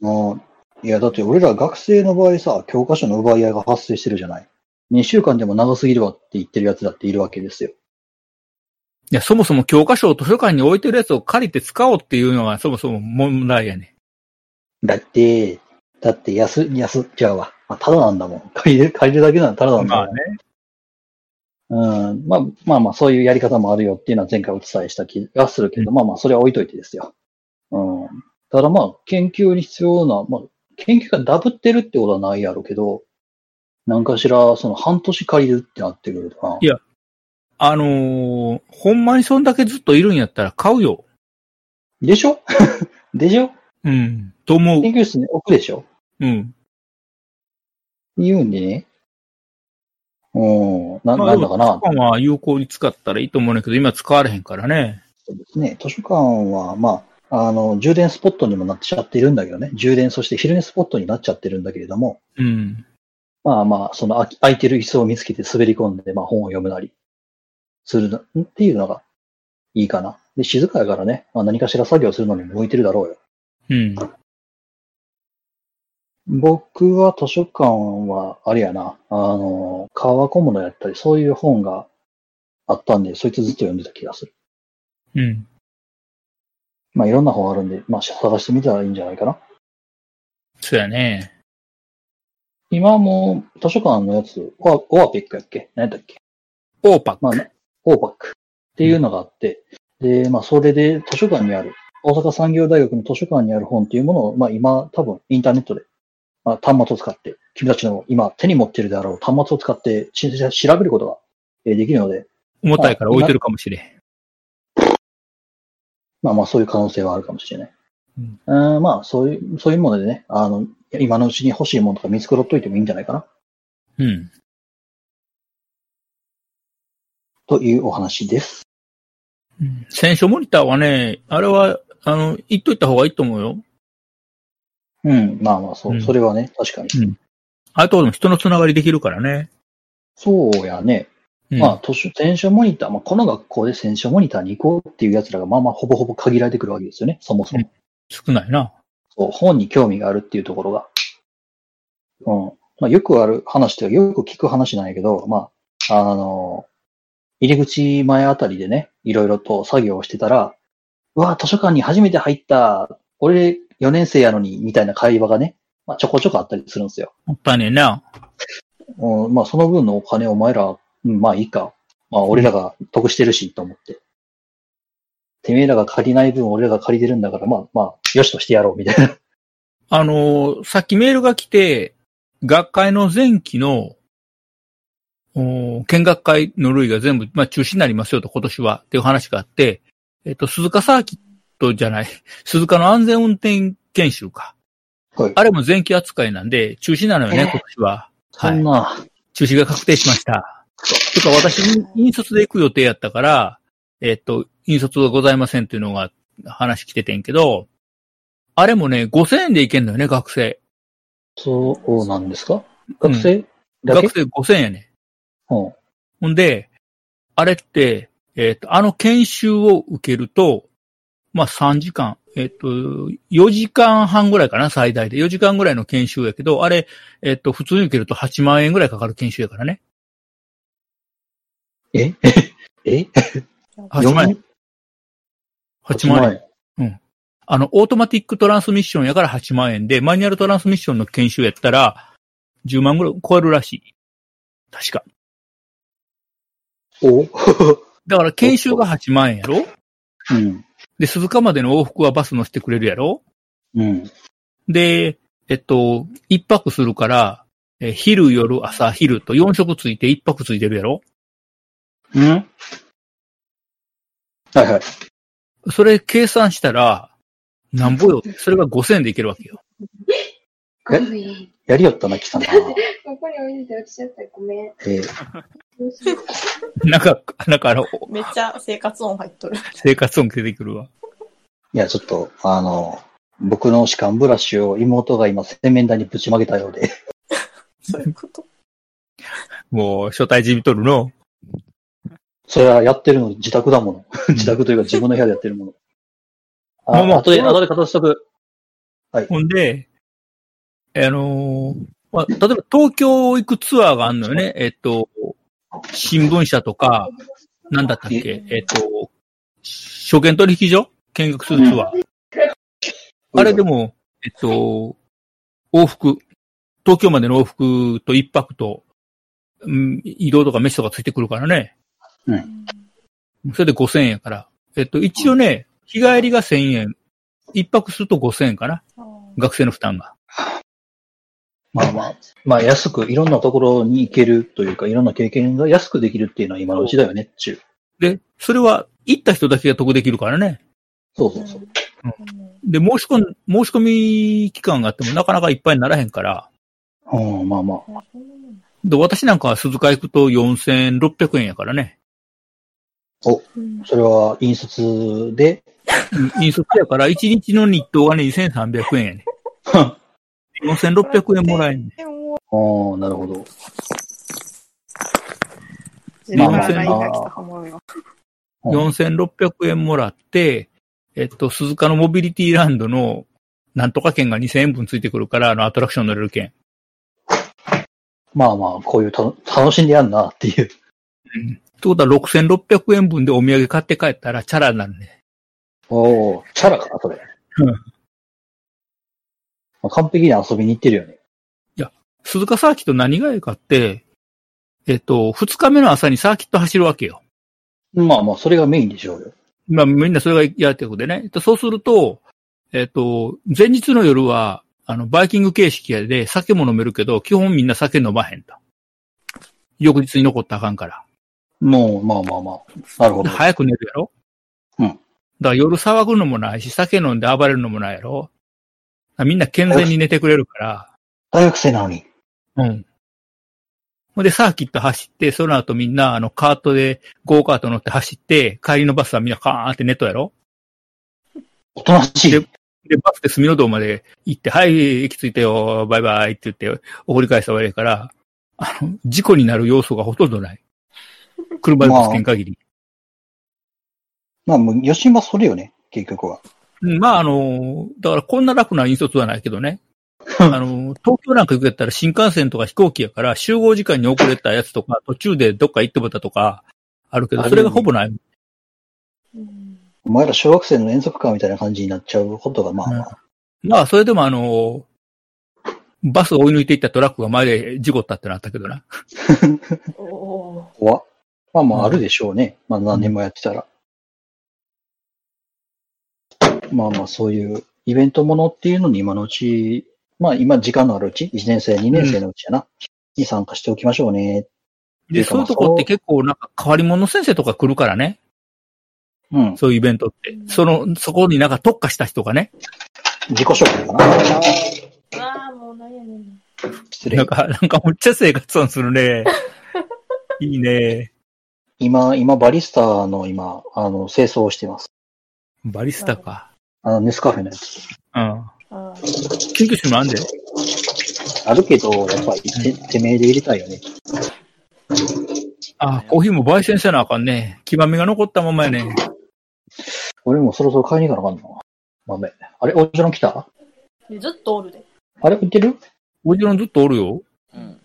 Speaker 3: もういや、だって俺ら学生の場合さ、教科書の奪い合いが発生してるじゃない。2週間でも長すぎるわって言ってるやつだっているわけですよ。
Speaker 2: いや、そもそも教科書を図書館に置いてるやつを借りて使おうっていうのがそもそも問題やね。
Speaker 3: だって、だって安、安っちゃうわ。まあ、ただなんだもん。借りる、借りるだけならただなんだもん。
Speaker 2: まあね。
Speaker 3: うんまあまあまあ、そういうやり方もあるよっていうのは前回お伝えした気がするけど、まあまあ、それは置いといてですよ。うん。ただまあ、研究に必要な、まあ、研究がダブってるってことはないやろうけど、なんかしら、その半年借りるってなってくるとか
Speaker 2: いやあのー、ほんまにそんだけずっといるんやったら買うよ。
Speaker 3: でしょ でしょ
Speaker 2: うん。と思う
Speaker 3: 研。究室に置くでしょ
Speaker 2: うん。
Speaker 3: 言うんでね。うん、な、
Speaker 2: まあ
Speaker 3: なんだかな
Speaker 2: 図。書館は有効に使ったらいいと思うねんだけど、今使われへんからね。
Speaker 3: そうですね。図書館は、まあ、あの、充電スポットにもなっちゃってるんだけどね。充電、そして昼寝スポットになっちゃってるんだけれども、
Speaker 2: うん。
Speaker 3: まあまあ、その空き空いてる椅子を見つけて滑り込んで、まあ本を読むなりするなっていうのがいいかな。で、静かやからね、まあ何かしら作業するのに向いてるだろうよ。
Speaker 2: うん。
Speaker 3: 僕は図書館は、あれやな、あの、川小物やったり、そういう本があったんで、そいつずっと読んでた気がする。
Speaker 2: うん。
Speaker 3: まあいろんな本あるんで、まあ探してみたらいいんじゃないかな。
Speaker 2: そうやね。
Speaker 3: 今も図書館のやつ、オアオアペックやっけ何やったっけ
Speaker 2: オーパック。
Speaker 3: まあ、オーパック。っていうのがあって、で、まあ、それで図書館にある、大阪産業大学の図書館にある本っていうものを、まあ、今、多分、インターネットで、まあ、端末を使って、君たちの今、手に持ってるであろう端末を使って、ち調べることがえーできるので、
Speaker 2: 重たいから置いてるかもしれん。
Speaker 3: まあまあそういう可能性はあるかもしれない。
Speaker 2: うん
Speaker 3: うん、まあそういう、そういうものでね、あの、今のうちに欲しいものとか見繕っといてもいいんじゃないかな、
Speaker 2: うん。
Speaker 3: というお話です。
Speaker 2: うん選書モニターはね、あれは、あの、言っといた方がいいと思うよ。
Speaker 3: うん、まあまあそう、
Speaker 2: うん
Speaker 3: それはね、確かに。
Speaker 2: うんあと、人のつながりできるからね。
Speaker 3: そうやね。
Speaker 2: うん、
Speaker 3: まあ、図書、選書モニター、まあ、この学校で選書モニターに行こうっていう奴らが、まあまあ、ほぼほぼ限られてくるわけですよね、そもそも。
Speaker 2: 少ないな。
Speaker 3: そう、本に興味があるっていうところが。うん。まあ、よくある話というか、よく聞く話なんやけど、まあ、あの、入り口前あたりでね、いろいろと作業をしてたら、うわ、図書館に初めて入った、俺4年生やのに、みたいな会話がね、まあ、ちょこちょこあったりするんですよ。
Speaker 2: もったいねえな。
Speaker 3: うん、まあ、その分のお金をお前ら、うん、まあいいか。まあ、俺らが得してるし、と思って。てめえらが借りない分、俺らが借りてるんだから、まあまあ、よしとしてやろう、みたいな。
Speaker 2: あのー、さっきメールが来て、学会の前期の、おー見学会の類が全部、まあ、中止になりますよと、今年は、っていう話があって、えっと、鈴鹿サーキットじゃない、 鈴鹿の安全運転研修か。
Speaker 3: はい
Speaker 2: あれも前期扱いなんで、中止なのよね、
Speaker 3: えー
Speaker 2: 今年は。
Speaker 3: そ
Speaker 2: はい
Speaker 3: ん。な、
Speaker 2: 中止が確定しました。てか私、引率で行く予定やったから、えっと、引率がございませんっていうのが話来ててんけど、あれもね、5000円で行けんのよね、学生。
Speaker 3: そうなんですか学生だけ
Speaker 2: 学生5000円やね。
Speaker 3: うん。
Speaker 2: ほんで、あれって、えっ、と、あの研修を受けると、まあ3時間、えっ、と、4時間半ぐらいかな、最大で。4時間ぐらいの研修やけど、あれ、えっ、と、普通に受けると8万円ぐらいかかる研修やからね。
Speaker 3: ええ
Speaker 2: 8万円。8万円。
Speaker 3: 円。
Speaker 2: あの、オートマティックトランスミッションやから8万円で、マニュアルトランスミッションの研修やったら、10万ぐらい超えるらしい。確か。
Speaker 3: お
Speaker 2: だから研修が8万円やろ
Speaker 3: うん。
Speaker 2: で、鈴鹿までの往復はバス乗せてくれるやろ
Speaker 3: うん。
Speaker 2: で、えっと、一泊するから、え昼、夜、朝、昼と4食ついて一泊ついてるやろ
Speaker 3: うんはいはい。
Speaker 2: それ計算したら、なんぼよ。それが5000円でいけるわけよ。
Speaker 4: ごめん。
Speaker 3: やりよったな、 貴様。
Speaker 4: ここに置いてて落ちちゃった。ごめん。
Speaker 3: えー
Speaker 4: どうしよう
Speaker 2: なんか、なんかあの、
Speaker 5: めっちゃ生活音入っとる。
Speaker 2: 生活音出てくるわ。
Speaker 3: いや、ちょっと、あの、僕の歯間ブラシを妹が今、洗面台にぶちまけたようで。
Speaker 5: そういうこと。
Speaker 2: もう、初対じみとるの。
Speaker 3: それはやってるの自宅だもの。 自宅というか自分の部屋でやってるもの。
Speaker 2: まあまあ
Speaker 3: あ、後で、
Speaker 2: そう
Speaker 3: 後で片しとく。
Speaker 2: ほんで、あのーまあ、例えば東京行くツアーがあるのよね。えっと、新聞社とか、なんだったっけ、えっと、証券取引所見学するツアー。あれでも、えっと、往復、東京までの往復と一泊と、うん、移動とか飯とかついてくるからね。それで5000円やから。えっと、一応ね、日帰りが1000円。一泊すると5000円かな。学生の負担が。
Speaker 3: まあまあ、まあ安く、いろんなところに行けるというか、いろんな経験が安くできるっていうのは今のうちだよね、っちゅう。
Speaker 2: で、それは行った人だけが得できるからね。
Speaker 3: そうそうそう。
Speaker 2: で、申し込み、申し込み期間があってもなかなかいっぱいにならへんから。
Speaker 3: うん、まあまあ。
Speaker 2: で、私なんかは鈴鹿行くと4600円やからね。
Speaker 3: それは、引率で、
Speaker 2: うん引率やから1日の日当がね2300円やね。
Speaker 3: あ
Speaker 2: 4600円もらえんね。
Speaker 5: でも、
Speaker 3: あ、なるほど。
Speaker 5: 自分から LINE が来たかもよ。
Speaker 3: うん
Speaker 2: 4600円もらって、えっと、鈴鹿のモビリティランドのなんとか券が2000円分ついてくるから、あのアトラクション乗れる券。
Speaker 3: まあまあ、こういうたの楽しんでやんなっていう。
Speaker 2: ってことは6600円分でお土産買って帰ったらチャラになるね。
Speaker 3: おお、チャラかな、それ。
Speaker 2: うん
Speaker 3: まあ、完璧に遊びに行ってるよね。
Speaker 2: 鈴鹿サーキット何がいいかって、えっと、二日目の朝にサーキット走るわけよ。
Speaker 3: まあまあ、それがメインでしょうよ。
Speaker 2: まあ、みんなそれが嫌ってことでね。でそうすると、えっ、と、前日の夜は、あの、バイキング形式やで、酒も飲めるけど、基本みんな酒飲まへんと。翌日に残ったらあかんから。
Speaker 3: もう、まあまあまあ。なるほ
Speaker 2: で
Speaker 3: ど。
Speaker 2: 早く寝るやろ
Speaker 3: うん
Speaker 2: だから夜騒ぐのもないし、酒飲んで暴れるのもないやろだからみんな健全に寝てくれるから。
Speaker 3: 大学生なのに。
Speaker 2: うん。ほんで、サーキット走って、その後みんな、あの、カートで、ゴーカート乗って走って、帰りのバスはみんなカーンってネットやろ
Speaker 3: おとなし
Speaker 2: で
Speaker 3: い。
Speaker 2: で、バスで隅の道まで行って、はい、駅着いたよ、バイバイって言って、送り返したわけやから、あの、事故になる要素がほとんどない。車でぶつけん限り。
Speaker 3: まあ、もう、余震はそれよね、結局は。
Speaker 2: うんまあ、あの、だからこんな楽な引率はないけど ね。あの、東京なんか行くやったら新幹線とか飛行機やから、集合時間に遅れたやつとか、途中でどっか行ってもたとか、あるけど、それがほぼない。
Speaker 5: うん
Speaker 3: お前ら小学生の遠足感みたいな感じになっちゃうことが、まあまあ。
Speaker 2: まあ、それでもあの、バスを追い抜いていったトラックが前で事故ったってなったけどな。
Speaker 5: おー
Speaker 3: 怖っまあま
Speaker 2: うん
Speaker 3: あ、あるでしょうね。まあ、何年もやってたら。まあまあ、そういうイベントものっていうのに今のうち、まあ今時間のあるうち、1年生、2年生のうちやな、に参加しておきましょうね。
Speaker 2: で、そういうとこって結構なんか変わり者の先生とか来るからね。
Speaker 3: うん。
Speaker 2: そういうイベントって。その、そこになんか特化した人がね。
Speaker 3: 自己紹介かな。
Speaker 5: ああ、もうなんやねん。
Speaker 3: 失
Speaker 2: な
Speaker 3: 礼
Speaker 2: ん。か、なんかむっちゃ生活をする ね。いいね。
Speaker 3: 今、今、バリスタの今、あの、清掃をしてます。
Speaker 2: バリスタか。
Speaker 3: あの、ネスカフェのやつ。
Speaker 2: うん。
Speaker 5: ああ、
Speaker 2: 緊急室もあんで。
Speaker 3: あるけど、やっぱり、て、てめえで入れたいよね。
Speaker 2: あ、コーヒーも焙煎せなあかんね。黄ばみが残ったままやね。
Speaker 3: 俺もそろそろ買いに行かなあかんな。豆。あれ、おじゃん来た
Speaker 5: でずっとおるで。
Speaker 3: あれ、行ってる
Speaker 2: おじろんずっとおるよ。
Speaker 6: うん。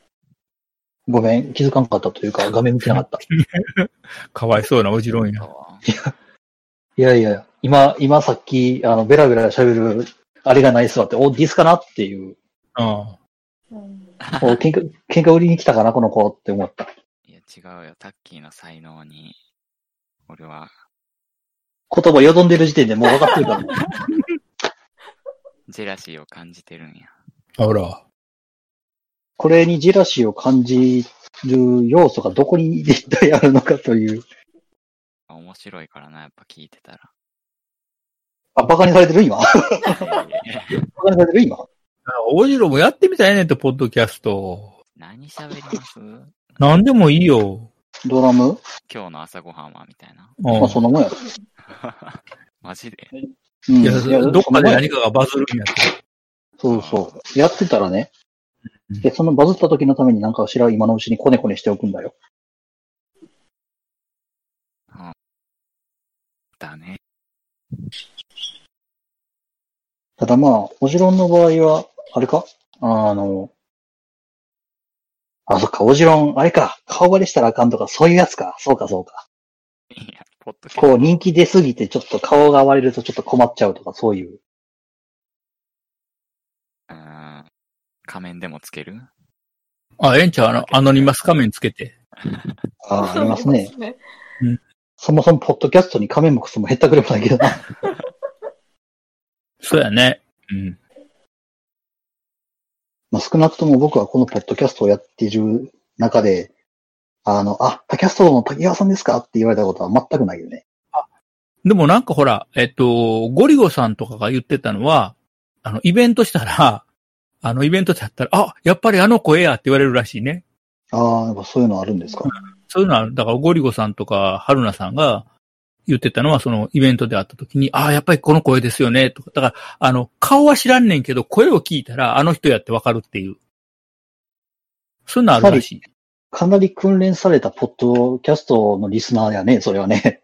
Speaker 3: ごめん、気づかんかったというか、画面見てなかった。
Speaker 2: かわいそうなおじろんやな。
Speaker 3: いやいや、今、今さっき、あの、ベラベラ喋る、あれがないっすわって、お、ディスかなっていう、
Speaker 2: うん。
Speaker 5: うん
Speaker 3: お、喧嘩、 喧嘩売りに来たかな、この子って思った。
Speaker 6: いや、違うよ。タッキーの才能に、俺は、
Speaker 3: 言葉よどんでる時点でもう分かってるから、
Speaker 6: ジェラシーを感じてるんや。
Speaker 2: あら。
Speaker 3: これにジェラシーを感じる要素がどこに一体あるのかという。
Speaker 6: 面白いからな、やっぱ聞いてたら。
Speaker 3: あ、バカにされてる今バ
Speaker 6: いやいやいや
Speaker 3: カにされてる今
Speaker 2: おじろんもやってみたいねんと、ポッドキャスト。
Speaker 6: 何喋ります
Speaker 2: なんでもいいよ。
Speaker 3: ドラム、
Speaker 6: 今日の朝ごはんはみたいな。
Speaker 2: うん
Speaker 3: まあ、そんなもんや。
Speaker 6: マジで
Speaker 3: うん。
Speaker 2: いや、どっかで何
Speaker 3: か。
Speaker 2: かがバズるんやって。
Speaker 3: そうそう。やってたらね。
Speaker 2: うん
Speaker 3: で、そのバズった時のためになんかしら今のうちにコネコネしておくんだよ。
Speaker 6: だね。
Speaker 3: ただまあ、おじろんの場合は、あれかあの、あ、そっか、おじろん、あれか、顔バレしたらあかんとか、そういうやつか。そうか、そうか。
Speaker 6: いや、ポッドキャ
Speaker 3: こう、
Speaker 6: スト。
Speaker 3: 人気出すぎて、ちょっと顔が割れるとちょっと困っちゃうとか、そういう。
Speaker 6: うん仮面でもつける
Speaker 2: あ、ええんちゃうあの、アノニマス仮面つけて。
Speaker 3: ああ、ありますね。。
Speaker 5: ね
Speaker 3: そもそも、ポッドキャストに仮面もクソもへったくれもないけどな。
Speaker 2: そうやね。うん。
Speaker 3: まあ、少なくとも僕はこのポッドキャストをやっている中で、あの、あ、タキャストの滝川さんですかって言われたことは全くないよね。
Speaker 2: でもなんかほら、えっと、ゴリゴさんとかが言ってたのは、あの、イベントしたら、 あの、イベントだったら、あ、やっぱりあの声やって言われるらしいね。
Speaker 3: ああ、やっぱそういうのあるんですか。
Speaker 2: そういうのは、だからゴリゴさんとか、春菜さんが言ってたのは、そのイベントで会った時に、ああ、やっぱりこの声ですよね、とか。だから、あの、顔は知らんねんけど、声を聞いたら、あの人やってわかるっていう。そういうのあるらしい。
Speaker 3: かなり訓練されたポッドキャストのリスナーやね、それはね。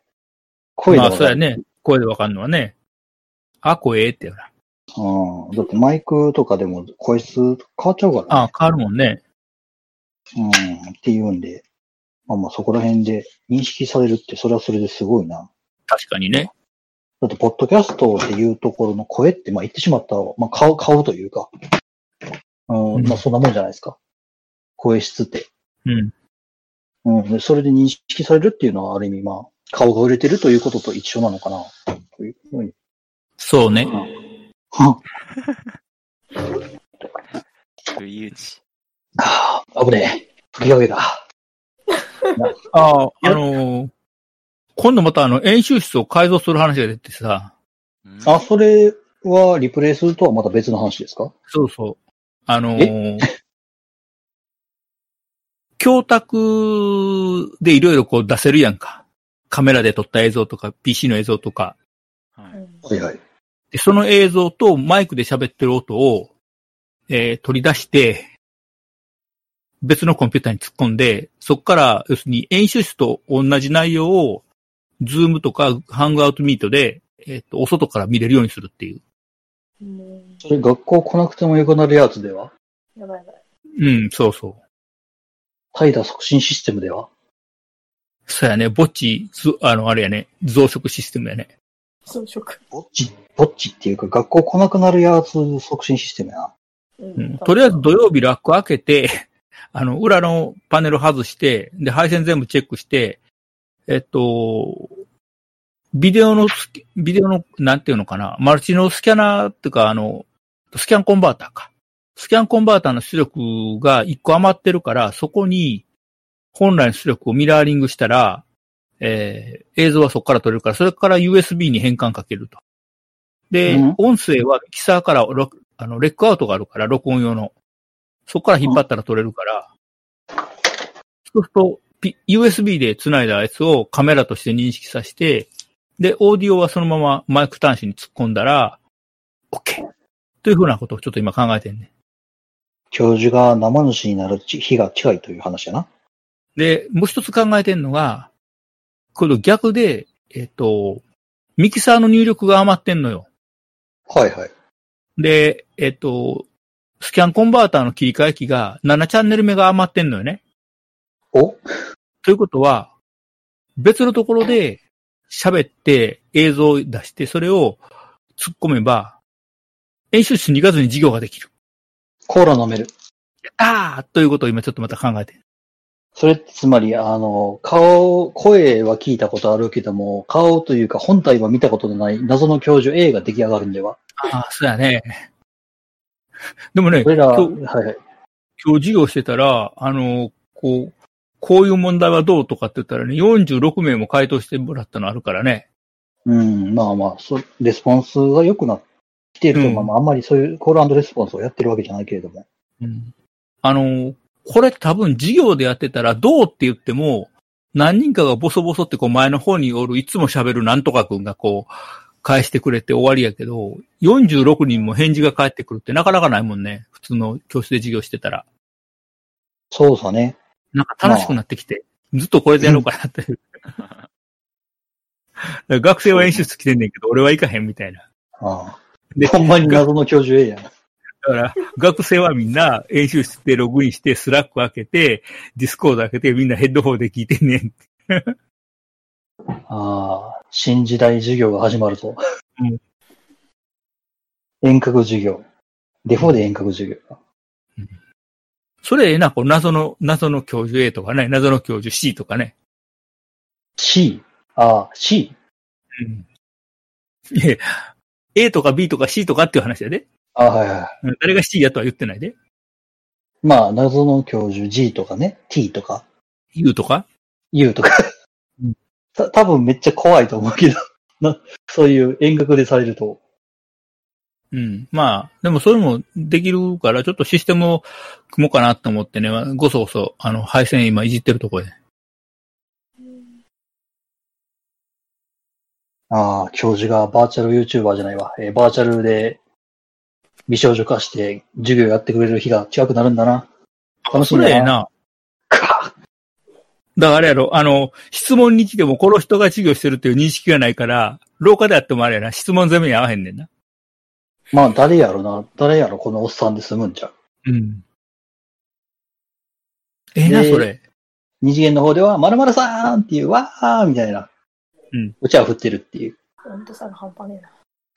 Speaker 3: 声だ
Speaker 2: ま
Speaker 3: か
Speaker 2: あ、
Speaker 3: ら
Speaker 2: そうや。ね。声でわかるのはね。あ、声ってやな。
Speaker 3: うん。だってマイクとかでも声質変わっちゃうから、ね。
Speaker 2: ああ、変わるもんね。
Speaker 3: うん。っていうんで、まあまあそこら辺で認識されるって、それはそれですごいな。
Speaker 2: 確かにね。
Speaker 3: だって、ポッドキャストっていうところの声って、まあ言ってしまったら、まあ顔、顔というか、う
Speaker 2: うん
Speaker 3: ん、まあそんなもんじゃないですか。声質って。
Speaker 2: うん。
Speaker 3: うん。でそれで認識されるっていうのは、ある意味、まあ、顔が売れてるということと一緒なのかな、というふうに。
Speaker 2: そうね。
Speaker 3: は
Speaker 6: 不意打ち。
Speaker 3: ああ、危ねえ。吹き上げだ。
Speaker 2: ああ、あのー今度またあの、演習室を改造する話が出てさ、
Speaker 6: うん
Speaker 3: あ、それはリプレイするとはまた別の話ですか
Speaker 2: そうそう。あのー教託でいろいろこう出せるやんか。カメラで撮った映像とか、PC の映像とか。
Speaker 6: は
Speaker 5: う
Speaker 6: い。
Speaker 5: ん
Speaker 3: はいはい。
Speaker 2: で、その映像とマイクで喋ってる音を、えー取り出して、別のコンピューターに突っ込んで、そこから、要するに演習室と同じ内容を、ズームとかハングアウトミートで、えっ、と、お外から見れるようにするっていう。
Speaker 5: もう
Speaker 3: それ学校来なくてもよくなるやつでは
Speaker 5: やばいやばい。
Speaker 2: うん、そうそう。
Speaker 3: 怠惰促進システムでは
Speaker 2: そうやね、ぼっち、ずあの、あれやね、増殖システムやね。
Speaker 5: 装飾。
Speaker 3: ぼっち、ぼっちっていうか学校来なくなるやつ促進システムやな。
Speaker 5: う
Speaker 2: うん、とりあえず土曜日ラック開けて、 あの、裏のパネル外して、で、配線全部チェックして、えっと、ビデオのスキ、ビデオの、なんていうのかな、マルチのスキャナーっていうか、あの、スキャンコンバーターか。スキャンコンバーターの出力が1個余ってるから、そこに本来の出力をミラーリングしたら、えー映像はそこから撮れるから、それから USB に変換かけると。で、
Speaker 3: うん
Speaker 2: 音声はミキサーからロあの、レックアウトがあるから、録音用の。そこから引っ張ったら撮れるから、そうすると、P- USB で繋いだやつをカメラとして認識させて、で、オーディオはそのままマイク端子に突っ込んだら、OK! というふうなことをちょっと今考えてんね。
Speaker 3: 教授が生主になる日が近いという話やな。
Speaker 2: で、もう一つ考えてんのが、この逆で、えっと、ミキサーの入力が余ってんのよ。
Speaker 3: はいはい。
Speaker 2: で、えっと、スキャンコンバーターの切り替え機が7チャンネル目が余ってんのよね。
Speaker 3: お
Speaker 2: ということは、別のところで喋って映像を出して、それを突っ込めば、演習室に行かずに授業ができる。
Speaker 3: コーラ飲める。
Speaker 2: やったーということを今ちょっとまた考えてる。
Speaker 3: それってつまり、あの、顔、声は聞いたことあるけども、顔というか本体は見たことのない謎の教授 A が出来上がるんでは
Speaker 2: ああ、そうやね。でもね、
Speaker 3: これら、は
Speaker 2: 今日
Speaker 3: いはい。
Speaker 2: 今日授業してたら、あの、こう、こういう問題はどうとかって言ったらね、46名も回答してもらったのあるからね。
Speaker 3: うん、まあまあ、そレスポンスが良くなってきていると、
Speaker 2: うん
Speaker 3: まあまあ、あんまりそういうコールレスポンスをやってるわけじゃないけれども。
Speaker 2: うん。あの、これ多分授業でやってたらどうって言っても、何人かがボソボソってこう前の方におる、いつも喋るなんとかくんがこう、返してくれて終わりやけど、46人も返事が返ってくるってなかなかないもんね。普通の教室で授業してたら。
Speaker 3: そうさね。
Speaker 2: なんか楽しくなってきて、ずっとこれでやろうかなっていう。だから 学生は演出来てんねんけど、俺は行かへんみたいな。
Speaker 3: あ
Speaker 2: で
Speaker 3: あほんまに謎の教授 A やな。
Speaker 2: だから、学生はみんな演習室でログインして、スラック開けて、ディスコード開けて、みんなヘッドホンで聞いてんねん。
Speaker 3: ああ、新時代授業が始まると。
Speaker 2: うん
Speaker 3: 遠隔授業。デフォで遠隔授業。
Speaker 2: それええな、こう謎の、謎の教授 A とかね、謎の教授 C とかね。
Speaker 3: C。ああ、C。
Speaker 2: うん。いや A とか B とか C とかっていう話やで。
Speaker 3: ああ、はいは
Speaker 2: うん誰が C やとは言ってないで。
Speaker 3: い。まあ、謎の教授 G とかね、T とか、
Speaker 2: U とか
Speaker 3: U とか
Speaker 2: うん。
Speaker 3: た多分めっちゃ怖いと思うけど、なそういう遠隔でされると。
Speaker 2: うん。まあ、でもそれもできるから、ちょっとシステムを組もうかなと思ってね、ごそごそ、あの、配線今いじってるとこで。
Speaker 3: ああ、教授がバーチャル YouTuber じゃないわ。えーバーチャルで未少女化して授業やってくれる日が近くなるんだな。楽し
Speaker 2: そ
Speaker 3: み
Speaker 2: れええ
Speaker 3: だな。
Speaker 2: な。だからあれやろ、あの、質問に来てもこの人が授業してるっていう認識がないから、廊下であってもあれやな、質問攻めに合わへんねんな。
Speaker 3: まあ、誰やろな。誰やろ、このおっさんで済むんちゃう。
Speaker 2: うん。ええな、
Speaker 3: で
Speaker 2: それ。
Speaker 3: 二次元の方では、まるさーんっていう、わーみたいな。
Speaker 2: うん。
Speaker 3: うちは振ってるっていう。
Speaker 5: 温度差が半端ねえ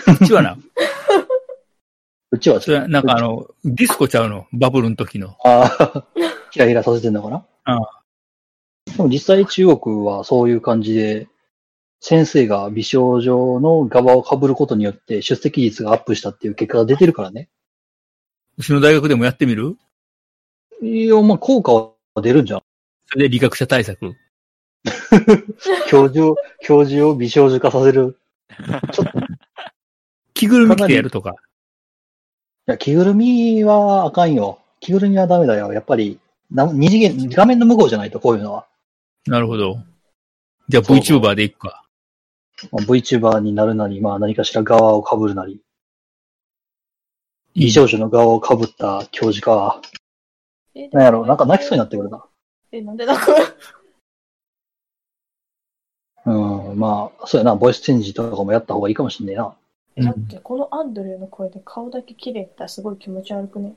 Speaker 5: な。
Speaker 2: うちはな、
Speaker 3: うちは
Speaker 2: それはなんかあの、ディスコちゃうの、バブルの時の。
Speaker 3: ああ、 ひらひらさせてんのかな
Speaker 2: あ
Speaker 3: でも実際中国はそういう感じで、先生が美少女の側を被ることによって出席率がアップしたっていう結果が出てるからね。
Speaker 2: うちの大学でもやってみる
Speaker 3: いや、まあ、効果は出るんじゃん。
Speaker 2: それで理学者対策。
Speaker 3: 教授を、教授を美少女化させる。
Speaker 2: 着ぐるみ着てやるとか。
Speaker 3: いや、着ぐるみはあかんよ。着ぐるみはダメだよ。やっぱり、な二次元、画面の向こうじゃないと、こういうのは。
Speaker 2: なるほど。じゃあ
Speaker 3: そうそう
Speaker 2: VTuber でいくか。
Speaker 3: まあ VTuber になるなり、まあ何かしら側を被るなり、
Speaker 2: いい
Speaker 3: 美少女の側を被った教授か。
Speaker 5: え
Speaker 3: なんやろ、なんか泣きそうになってくるな。
Speaker 5: え、なんで泣く
Speaker 3: うん、まあ、そうやな、ボイスチェンジとかもやった方がいいかもしんねえな。
Speaker 2: うん
Speaker 5: だって、このアンドレーの声で顔だけ綺麗ってすごい気持ち悪くね。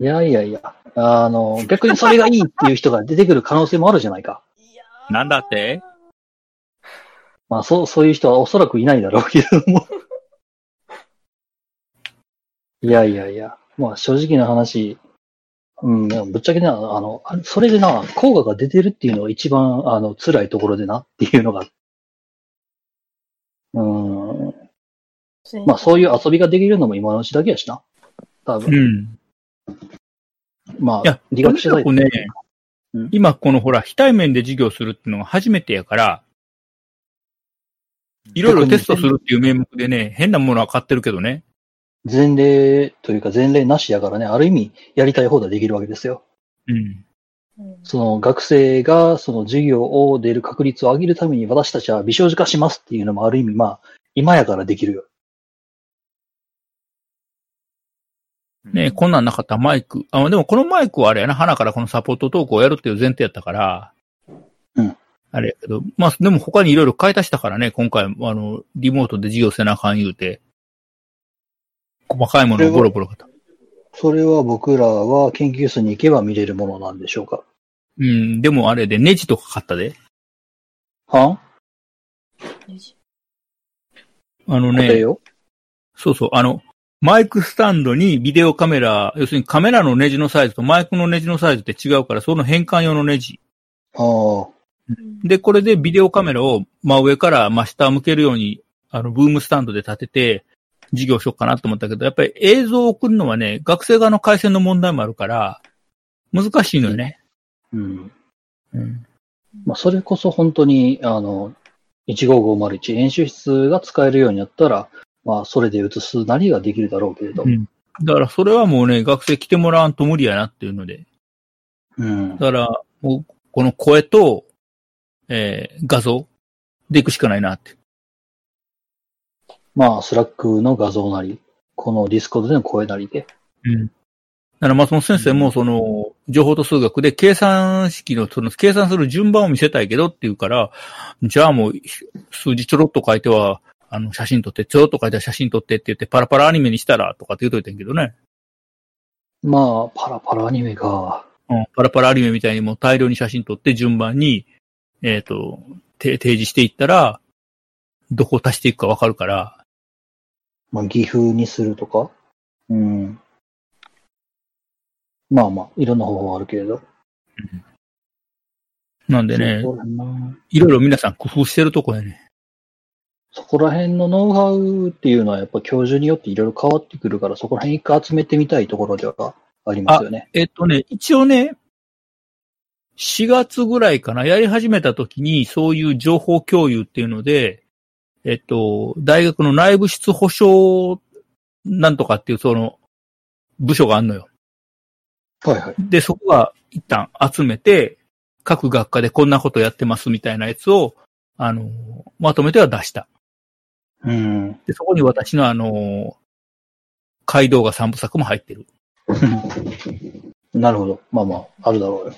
Speaker 3: いやいやいや、あの、逆にそれがいいっていう人が出てくる可能性もあるじゃないか。
Speaker 5: いやー
Speaker 2: なんだって
Speaker 3: まあ、そう、そういう人はおそらくいないだろうけれど も。いやいやいや、まあ正直な話、うん、でもぶっちゃけな、あの、あそれでな、効果が出てるっていうのが一番、あの、辛いところでなっていうのが、うん、まあそういう遊びができるのも今のうちだけやしな。多
Speaker 2: う
Speaker 3: 分、
Speaker 2: ん。
Speaker 3: ま
Speaker 2: い
Speaker 3: あ
Speaker 2: や、、
Speaker 3: 理
Speaker 2: と
Speaker 3: 学
Speaker 2: に
Speaker 3: 者
Speaker 2: かくね、
Speaker 3: うん
Speaker 2: 今このほら、非対面で授業するっていうのが初めてやから、いろいろテストするっていう名目でね、変なものは買ってるけどね。
Speaker 3: 前例というか前例なしやからね、ある意味やりたい放題できるわけですよ。
Speaker 2: うん。
Speaker 5: うん
Speaker 3: その学生がその授業を出る確率を上げるために私たちは美少女化しますっていうのもある意味まあ、今やからできるよ。
Speaker 2: ねこんなんなかったらマイク。あ、でもこのマイクはあれやな、花からこのサポートトークをやるっていう前提やったから。
Speaker 3: うん。
Speaker 2: あれやけど。まあ、でも他にいろいろ買い足したからね、今回、あの、リモートで授業せなあかん言うて。細かいものをボロボロ買った。
Speaker 3: それは僕らは研究室に行けば見れるものなんでしょうか
Speaker 2: うん、でもあれでネジとか買ったで。
Speaker 3: は
Speaker 2: あの
Speaker 3: ん答え
Speaker 2: ね、
Speaker 3: よ。
Speaker 2: そうそう、あの、マイクスタンドにビデオカメラ、要するにカメラのネジのサイズとマイクのネジのサイズって違うから、その変換用のネジ。
Speaker 3: ああ。
Speaker 2: で、これでビデオカメラを真上から真下向けるように、あの、ブームスタンドで立てて、授業しようかなと思ったけど、やっぱり映像を送るのはね、学生側の回線の問題もあるから、難しいのよね。
Speaker 3: うん。
Speaker 2: うん。
Speaker 3: まあ、それこそ本当に、あの、15501演習室が使えるようになったら、まあ、それで映すなりができるだろうけれど。
Speaker 2: うんだからそれはもうね、学生来てもらわんと無理やなっていうので。
Speaker 3: うん。
Speaker 2: だから、もう、この声と、えー画像でいくしかないなって。
Speaker 3: まあ、スラックの画像なり、このディスコードでの声なりで。
Speaker 2: うん。だから松本先生も、その、情報と数学で計算式の、その、計算する順番を見せたいけどって言うから、じゃあもう、数字ちょろっと書いては、あの、写真撮って、ちょろっと書いては写真撮ってって言って、パラパラアニメにしたら、とかって言うといてんけどね。
Speaker 3: まあ、パラパラアニメか。
Speaker 2: うん。パラパラアニメみたいにもう大量に写真撮って、順番に、えっ、と、て提示していったら、どこを足していくかわかるから、
Speaker 3: まあ、岐阜にするとか。うん。まあまあ、いろんな方法はあるけれど。
Speaker 2: なんでね
Speaker 3: そ、こら辺ない
Speaker 2: ろいろ皆さん工夫してるとこやね。
Speaker 3: そこら辺のノウハウっていうのはやっぱ教授によっていろいろ変わってくるから、そこら辺一回集めてみたいところではありますよね。
Speaker 2: えっとね、一応ね、4月ぐらいかな、やり始めた時に、そういう情報共有っていうので、えっと、大学の内部室保障なんとかっていう、その、部署があんのよ。
Speaker 3: はいはい。
Speaker 2: で、そこは一旦集めて、各学科でこんなことやってますみたいなやつを、あの、まとめては出した。
Speaker 3: うん。
Speaker 2: で、そこに私のあの、街道が三部作も入ってる。
Speaker 3: なるほど。まあまあ、あるだろうよ。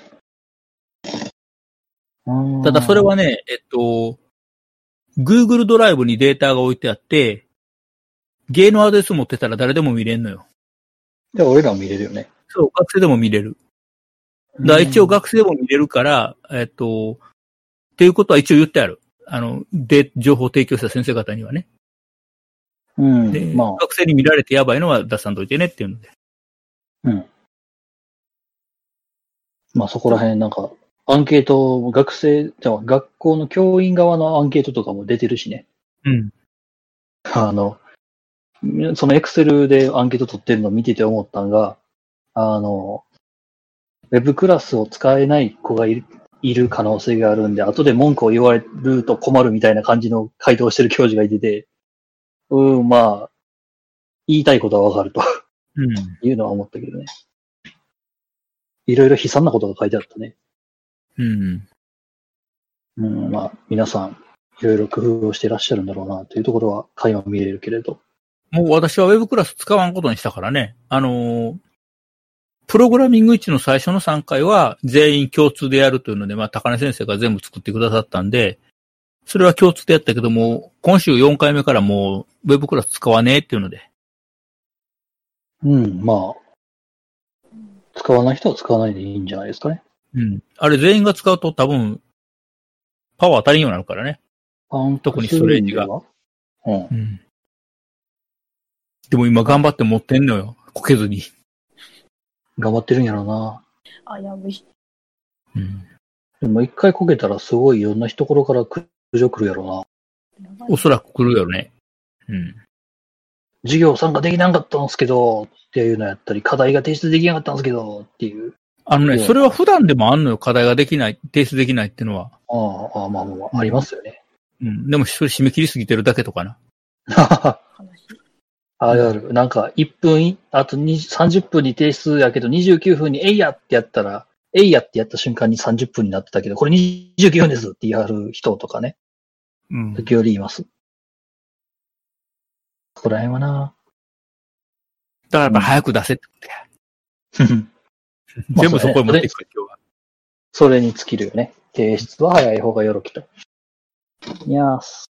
Speaker 3: うん
Speaker 2: ただそれ、はね、えっと、Google ドライブにデータが置いてあって、芸能アドレス持ってたら誰でも見れんのよ。
Speaker 3: じゃあ俺らも見れるよね。
Speaker 2: そう、学生でも見れる。だから一応学生でも見れるから、えっと、っていうことは一応言ってある。あの、で、情報提供した先生方にはね。
Speaker 3: うん
Speaker 2: で、
Speaker 3: まあ、
Speaker 2: 学生に見られてやばいのは出さんといてねっていうので。
Speaker 3: まあそこら辺なんか、アンケート、学生、じゃあ学校の教員側のアンケートとかも出てるしね。
Speaker 2: うん。
Speaker 3: あの、そのエクセルでアンケート取ってるの見てて思ったんが、あの、ウェブクラスを使えない子がいるいる可能性があるんで、後で文句を言われると困るみたいな感じの回答をしてる教授がいてて、うん、まあ、言いたいことはわかると
Speaker 2: うん。
Speaker 3: いうのは思ったけどね。いろいろ悲惨なことが書いてあったね。
Speaker 2: うん。
Speaker 3: うん、まあ、皆さん、いろいろ工夫をしてらっしゃるんだろうな、というところは垣間見れるけれど。
Speaker 2: もう私はウェブクラス使わんことにしたからね。あのープログラミング1の最初の3回は全員共通でやるというので、まあ、高根先生が全部作ってくださったんで、それは共通でやったけども、今週4回目からもうウェブクラス使わねえっていうので、
Speaker 3: うん、まあ、使わない人は使わないでいいんじゃないですかね。
Speaker 2: うん。あれ全員が使うと多分、パワー足りんようになるからね。特にストレージが
Speaker 3: パンクする意味では。
Speaker 2: うん。でも今頑張って持ってんのよ。こけずに。
Speaker 3: うん、頑張ってるんやろうな。
Speaker 5: あ、やぶい。
Speaker 2: うん。
Speaker 3: でも一回こけたらすごいいろんなところから苦情来るやろうな。
Speaker 5: やばい
Speaker 2: おそらく来るよね。うん。
Speaker 3: 授業参加できなかったんですけど、っていうのやったり、課題が提出できなかったんですけど、っていう。
Speaker 2: あのね、
Speaker 3: うん
Speaker 2: それは普段でもあんのよ。課題ができない、提出できないっていうのは。
Speaker 3: ああ、ああまあまあ、ありますよね。
Speaker 2: うん。でも、それ締め切りすぎてるだけとかな。
Speaker 3: あ
Speaker 5: 話。
Speaker 3: るある。なんか、1分い、あと20 30分に提出やけど、29分にえいやってやったら、えいやってやった瞬間に30分になってたけど、これ29分ですって言い張る人とかね、
Speaker 2: うん。
Speaker 3: 時折います。そこら辺はな、
Speaker 2: だからやっぱ早く出せってことや。
Speaker 3: まあ
Speaker 2: 全部そこへ持っていくから、今日は。
Speaker 3: それに尽きるよね。提出は早い方がよろきと。いやーす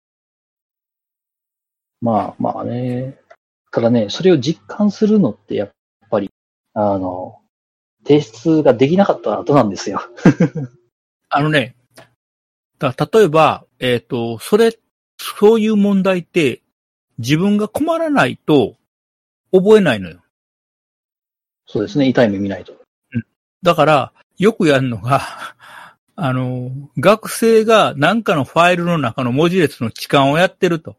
Speaker 3: まあまあね。ただね、それを実感するのってやっぱり、あの、提出ができなかった後なんですよ。
Speaker 2: あのね、だから例えば、えっ、と、それ、そういう問題って、自分が困らないと、覚えないのよ。
Speaker 3: そうですね。痛い目見ないと。
Speaker 2: だから、よくやるのが、 あの、学生が何かのファイルの中の文字列の置換をやってると。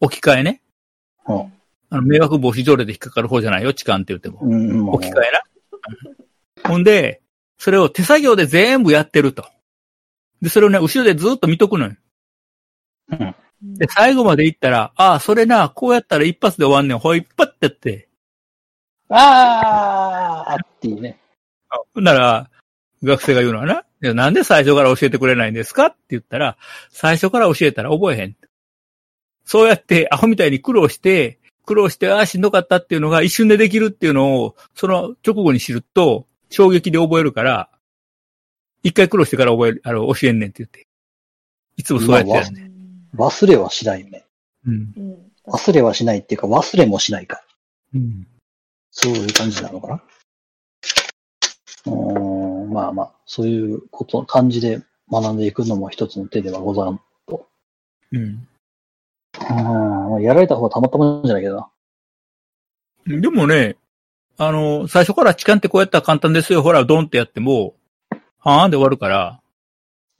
Speaker 2: 置き換えね。
Speaker 3: うん
Speaker 2: あの、迷惑防止条例で引っかかる方じゃないよ、置換って言っても。
Speaker 3: うん、まあ
Speaker 2: 置き換えな。ほんで、それを手作業で全部やってると。で、それをね、後ろでずっと見とくのよ。
Speaker 5: うん
Speaker 2: で、最後まで行ったら、ああ、それな、こうやったら一発で終わんねん、ほい、パッてやって。
Speaker 3: あーっていうね。
Speaker 2: ほんなら、学生が言うのはな、いやなんで最初から教えてくれないんですかって言ったら、最初から教えたら覚えへん。そうやって、アホみたいに苦労して、苦労して、ああ、しんどかったっていうのが一瞬でできるっていうのを、その直後に知ると、衝撃で覚えるから、一回苦労してから覚える、あの、教えんねんって言って。いつもそうやってやる。
Speaker 5: う
Speaker 3: 忘れはしないよね。
Speaker 2: うん。
Speaker 5: んうん。
Speaker 3: 忘れはしないっていうか、忘れもしないか。
Speaker 2: うん。
Speaker 3: そういう感じなのかな。うーん、まあまあ、そういうこと、感じで学んでいくのも一つの手ではござらん。う
Speaker 2: うん。
Speaker 3: ーんまあ、やられた方がたまったもんじゃないけどな。
Speaker 2: でもね、あの、最初から痴漢ってこうやったら簡単ですよ、ほら、ドンってやっても、はーんで終わるから、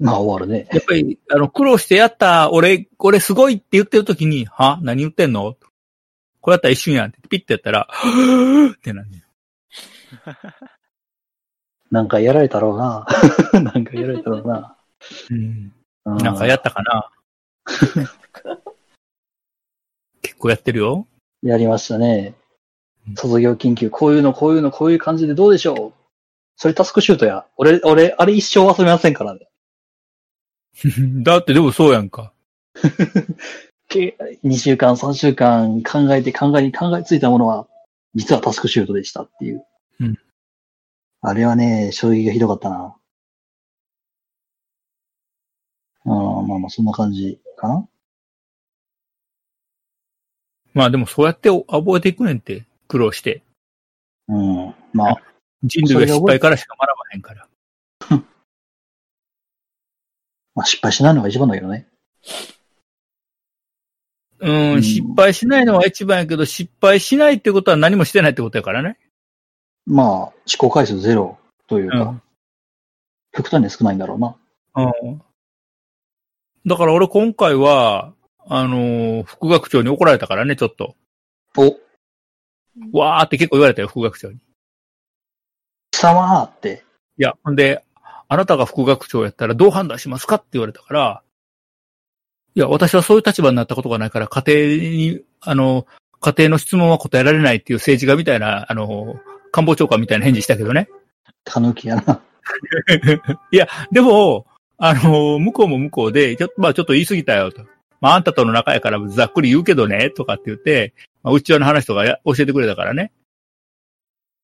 Speaker 3: まあ終わるね。
Speaker 2: やっぱり、あの、苦労してやった、俺、俺すごいって言ってる時に、は何言ってんのこうやったら一瞬やんって、ピッてやったら、はーってなんねん
Speaker 3: なんかやられたろうな。 なんかやられたろうな。う
Speaker 2: なんかやったかな結構やってるよ。
Speaker 3: やりましたね
Speaker 2: うん。
Speaker 3: 卒業研究、こういうの、こういうの、こういう感じでどうでしょうそれタスクシュートや。俺、俺、あれ一生忘れませんからね。
Speaker 2: だってでもそうやんか。
Speaker 3: け2週間、3週間考えて考えに考えついたものは、実はタスクシュートでしたっていう。
Speaker 2: うん
Speaker 3: あれはね、衝撃がひどかったな。あまあまあ、そんな感じかな。
Speaker 2: まあでもそうやって覚えていくねんって、苦労して。
Speaker 3: うん。まあ、
Speaker 2: 人類は失敗からしか学ばへんから。
Speaker 3: まあ、失敗しないのが一番だけどね。
Speaker 2: う、
Speaker 3: うんん
Speaker 2: 失敗しないのは一番やけど、失敗しないってことは何もしてないってことやからね。
Speaker 3: まあ、試行回数ゼロという
Speaker 2: う
Speaker 3: か、
Speaker 2: ん。
Speaker 3: 極端に少ないんだろうな。
Speaker 2: うん。だから俺今回は、あのー副学長に怒られたからね、ちょっと。
Speaker 3: お、貴
Speaker 2: わーって結構言われたよ、副学長に。い
Speaker 3: 様って。
Speaker 2: や、ほんで、あなたが副学長やったらどう判断しますかって言われたから、いや、私はそういう立場になったことがないから、家庭に、あの、家庭の質問は答えられないっていう政治家みたいな、あの、官房長官みたいな返事したけどね。
Speaker 3: たぬきやな。
Speaker 2: いや、でも、あの、向こうも向こうで、ちょっと、まあちょっと言い過ぎたよと。まああんたとの仲やからざっくり言うけどね、とかって言って、まあ、うちわの話とかや教えてくれたからね。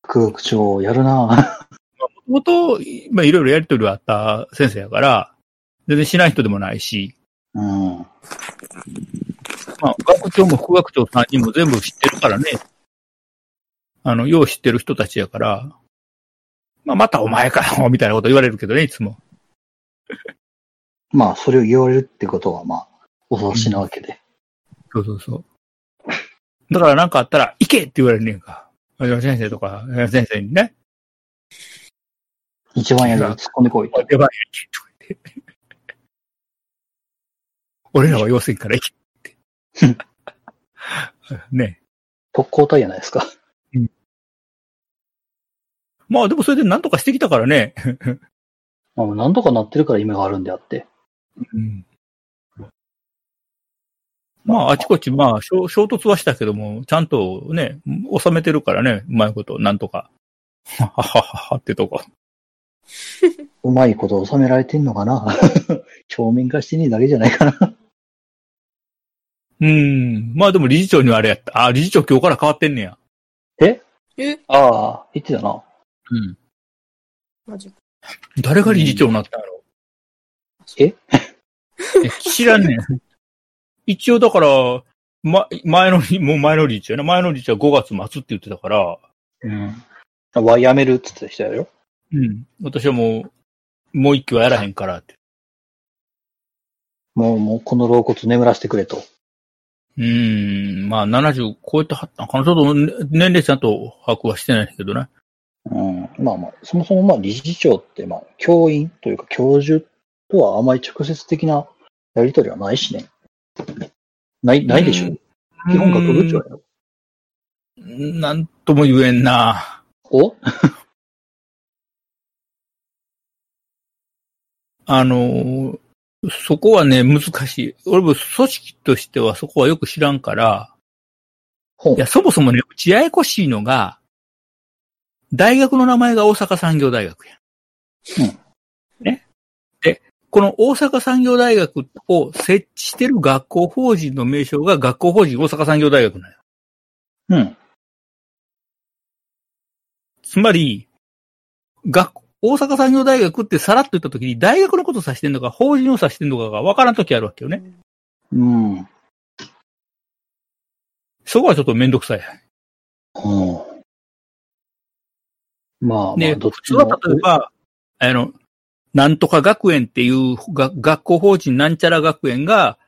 Speaker 3: 副学長やるな。
Speaker 2: もともと、まあいろいろやりとりはあった先生やから、全然しない人でもないし、
Speaker 3: うん。
Speaker 2: まあ学長も副学長さん人も全部知ってるからね。あの、よう知ってる人たちやから、まあまたお前かよ、みたいなこと言われるけどね、いつも。
Speaker 3: まあ、それを言われるってことは、まあ、恐ろしいなわけで。
Speaker 2: そうそうそう。だからなんかあったら、行けって言われるねんか。先生とか、先生にね。
Speaker 3: 一番やるよ突っ込んでこいと。
Speaker 2: やばい、とか言って。俺らは要請から行けって。 ね。
Speaker 3: 特攻隊やないですか。
Speaker 2: まあでもそれで何とかしてきたからね。
Speaker 3: まあ、何とかなってるから夢があるんであって。
Speaker 2: まああちこち、まあ衝衝突はしたけども、ちゃんとね、収めてるからね、うまいこと、なんとか。ははははってとこ。
Speaker 3: うまいこと収められてんのかな 表面化してねえだけじゃないかな。
Speaker 2: うん。まあでも理事長にはあれやった。あ、理事長今日から変わってんねや。
Speaker 5: え
Speaker 3: ああ、言ってたな。
Speaker 2: うん。
Speaker 5: マジか。
Speaker 2: 誰が理事長になったんやろ、
Speaker 3: え
Speaker 2: え知らん ねん。一応だから、ま、前の日、もう前の理事長やな。前の理事長は5月末って言ってたから、
Speaker 3: うん。はやめるって言ってた人やよ。
Speaker 2: うん。私はもう、もう一期はやらへんからって。
Speaker 3: もう、もう、この老骨眠らせてくれと。
Speaker 2: うーん。まあ、70超えてはったんかな。ちょっとね年齢ちゃんと把握はしてないけどね。
Speaker 3: うん。まあまあ、そもそもまあ理事長って、まあ、教員というか教授とはあまり直接的なやりとりはないしね。ない、ないでしょ。基本学部長やろ。
Speaker 2: うんなんとも言えんな。
Speaker 3: お
Speaker 2: あのーそこはね、難しい。俺も組織としてはそこはよく知らんから、
Speaker 3: ほう
Speaker 2: いや、そもそもね、うちややこしいのが、大学の名前が大阪産業大学や。ね。で、この大阪産業大学を設置してる学校法人の名称が学校法人大阪産業大学なんよ。
Speaker 3: うん。
Speaker 2: つまり、学、大阪産業大学ってさらっと言った時に大学のこと指してんのか法人を指してんのかがわからん時あるわけよね。
Speaker 3: うん。うん。
Speaker 2: そこはちょっとめんどくさい。
Speaker 3: まあま
Speaker 2: で、
Speaker 3: あ、どっ
Speaker 2: 普
Speaker 3: ち
Speaker 2: 通は
Speaker 3: も。
Speaker 2: 例えば、あの、なんとか学園っていうが学校法人なんちゃら学園が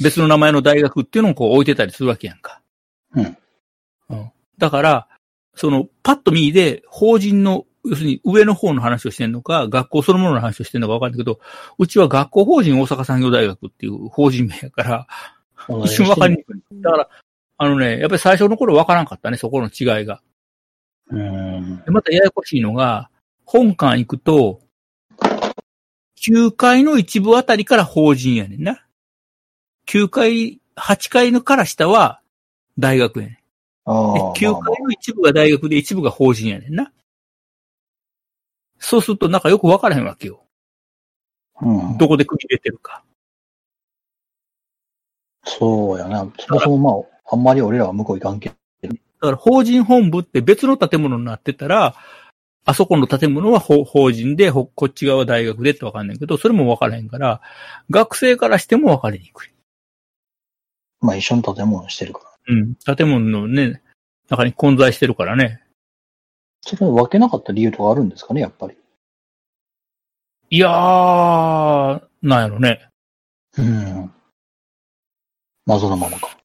Speaker 2: 別の名前の大学っていうのをこう置いてたりするわけやんか。
Speaker 3: うん。
Speaker 2: うん。だから、そのパッと見で法人の、要するに上の方の話をしてんのか、学校そのものの話をしてんのかわかんないけど、うちは学校法人大阪産業大学っていう法人名やから、
Speaker 3: 同
Speaker 2: 一
Speaker 3: じにして
Speaker 2: 瞬わかりにくい。だから、あのね、やっぱり最初の頃わからんかったね、そこの違いが。
Speaker 3: うん。
Speaker 2: でまたややこしいのが、本館行くと、9階の一部あたりから法人やねんな。9階、8階のから下は大学やね
Speaker 3: あ
Speaker 2: ん。
Speaker 3: あ
Speaker 2: で9階の一部が大学で一部が法人やねんな。そうするとなんかよくわからへんわけよ。
Speaker 3: まあまあうん。
Speaker 2: どこで区切れてるか。
Speaker 3: そうやな。そもそもまあ、あんまり俺らは向こう行かんけど。
Speaker 2: だから法人本部って別の建物になってたら、あそこの建物は法法人で、ほこっち側は大学でってわかんないけど、それもわからへんから、学生からしてもわかりにくい。
Speaker 3: まあ一緒に建物してるから。
Speaker 2: うん。建物のね、中に混在してるからね。
Speaker 3: それ分けなかった理由とかあるんですかね、やっぱり。
Speaker 2: いやー、なんやろね。
Speaker 3: うん。謎のままか。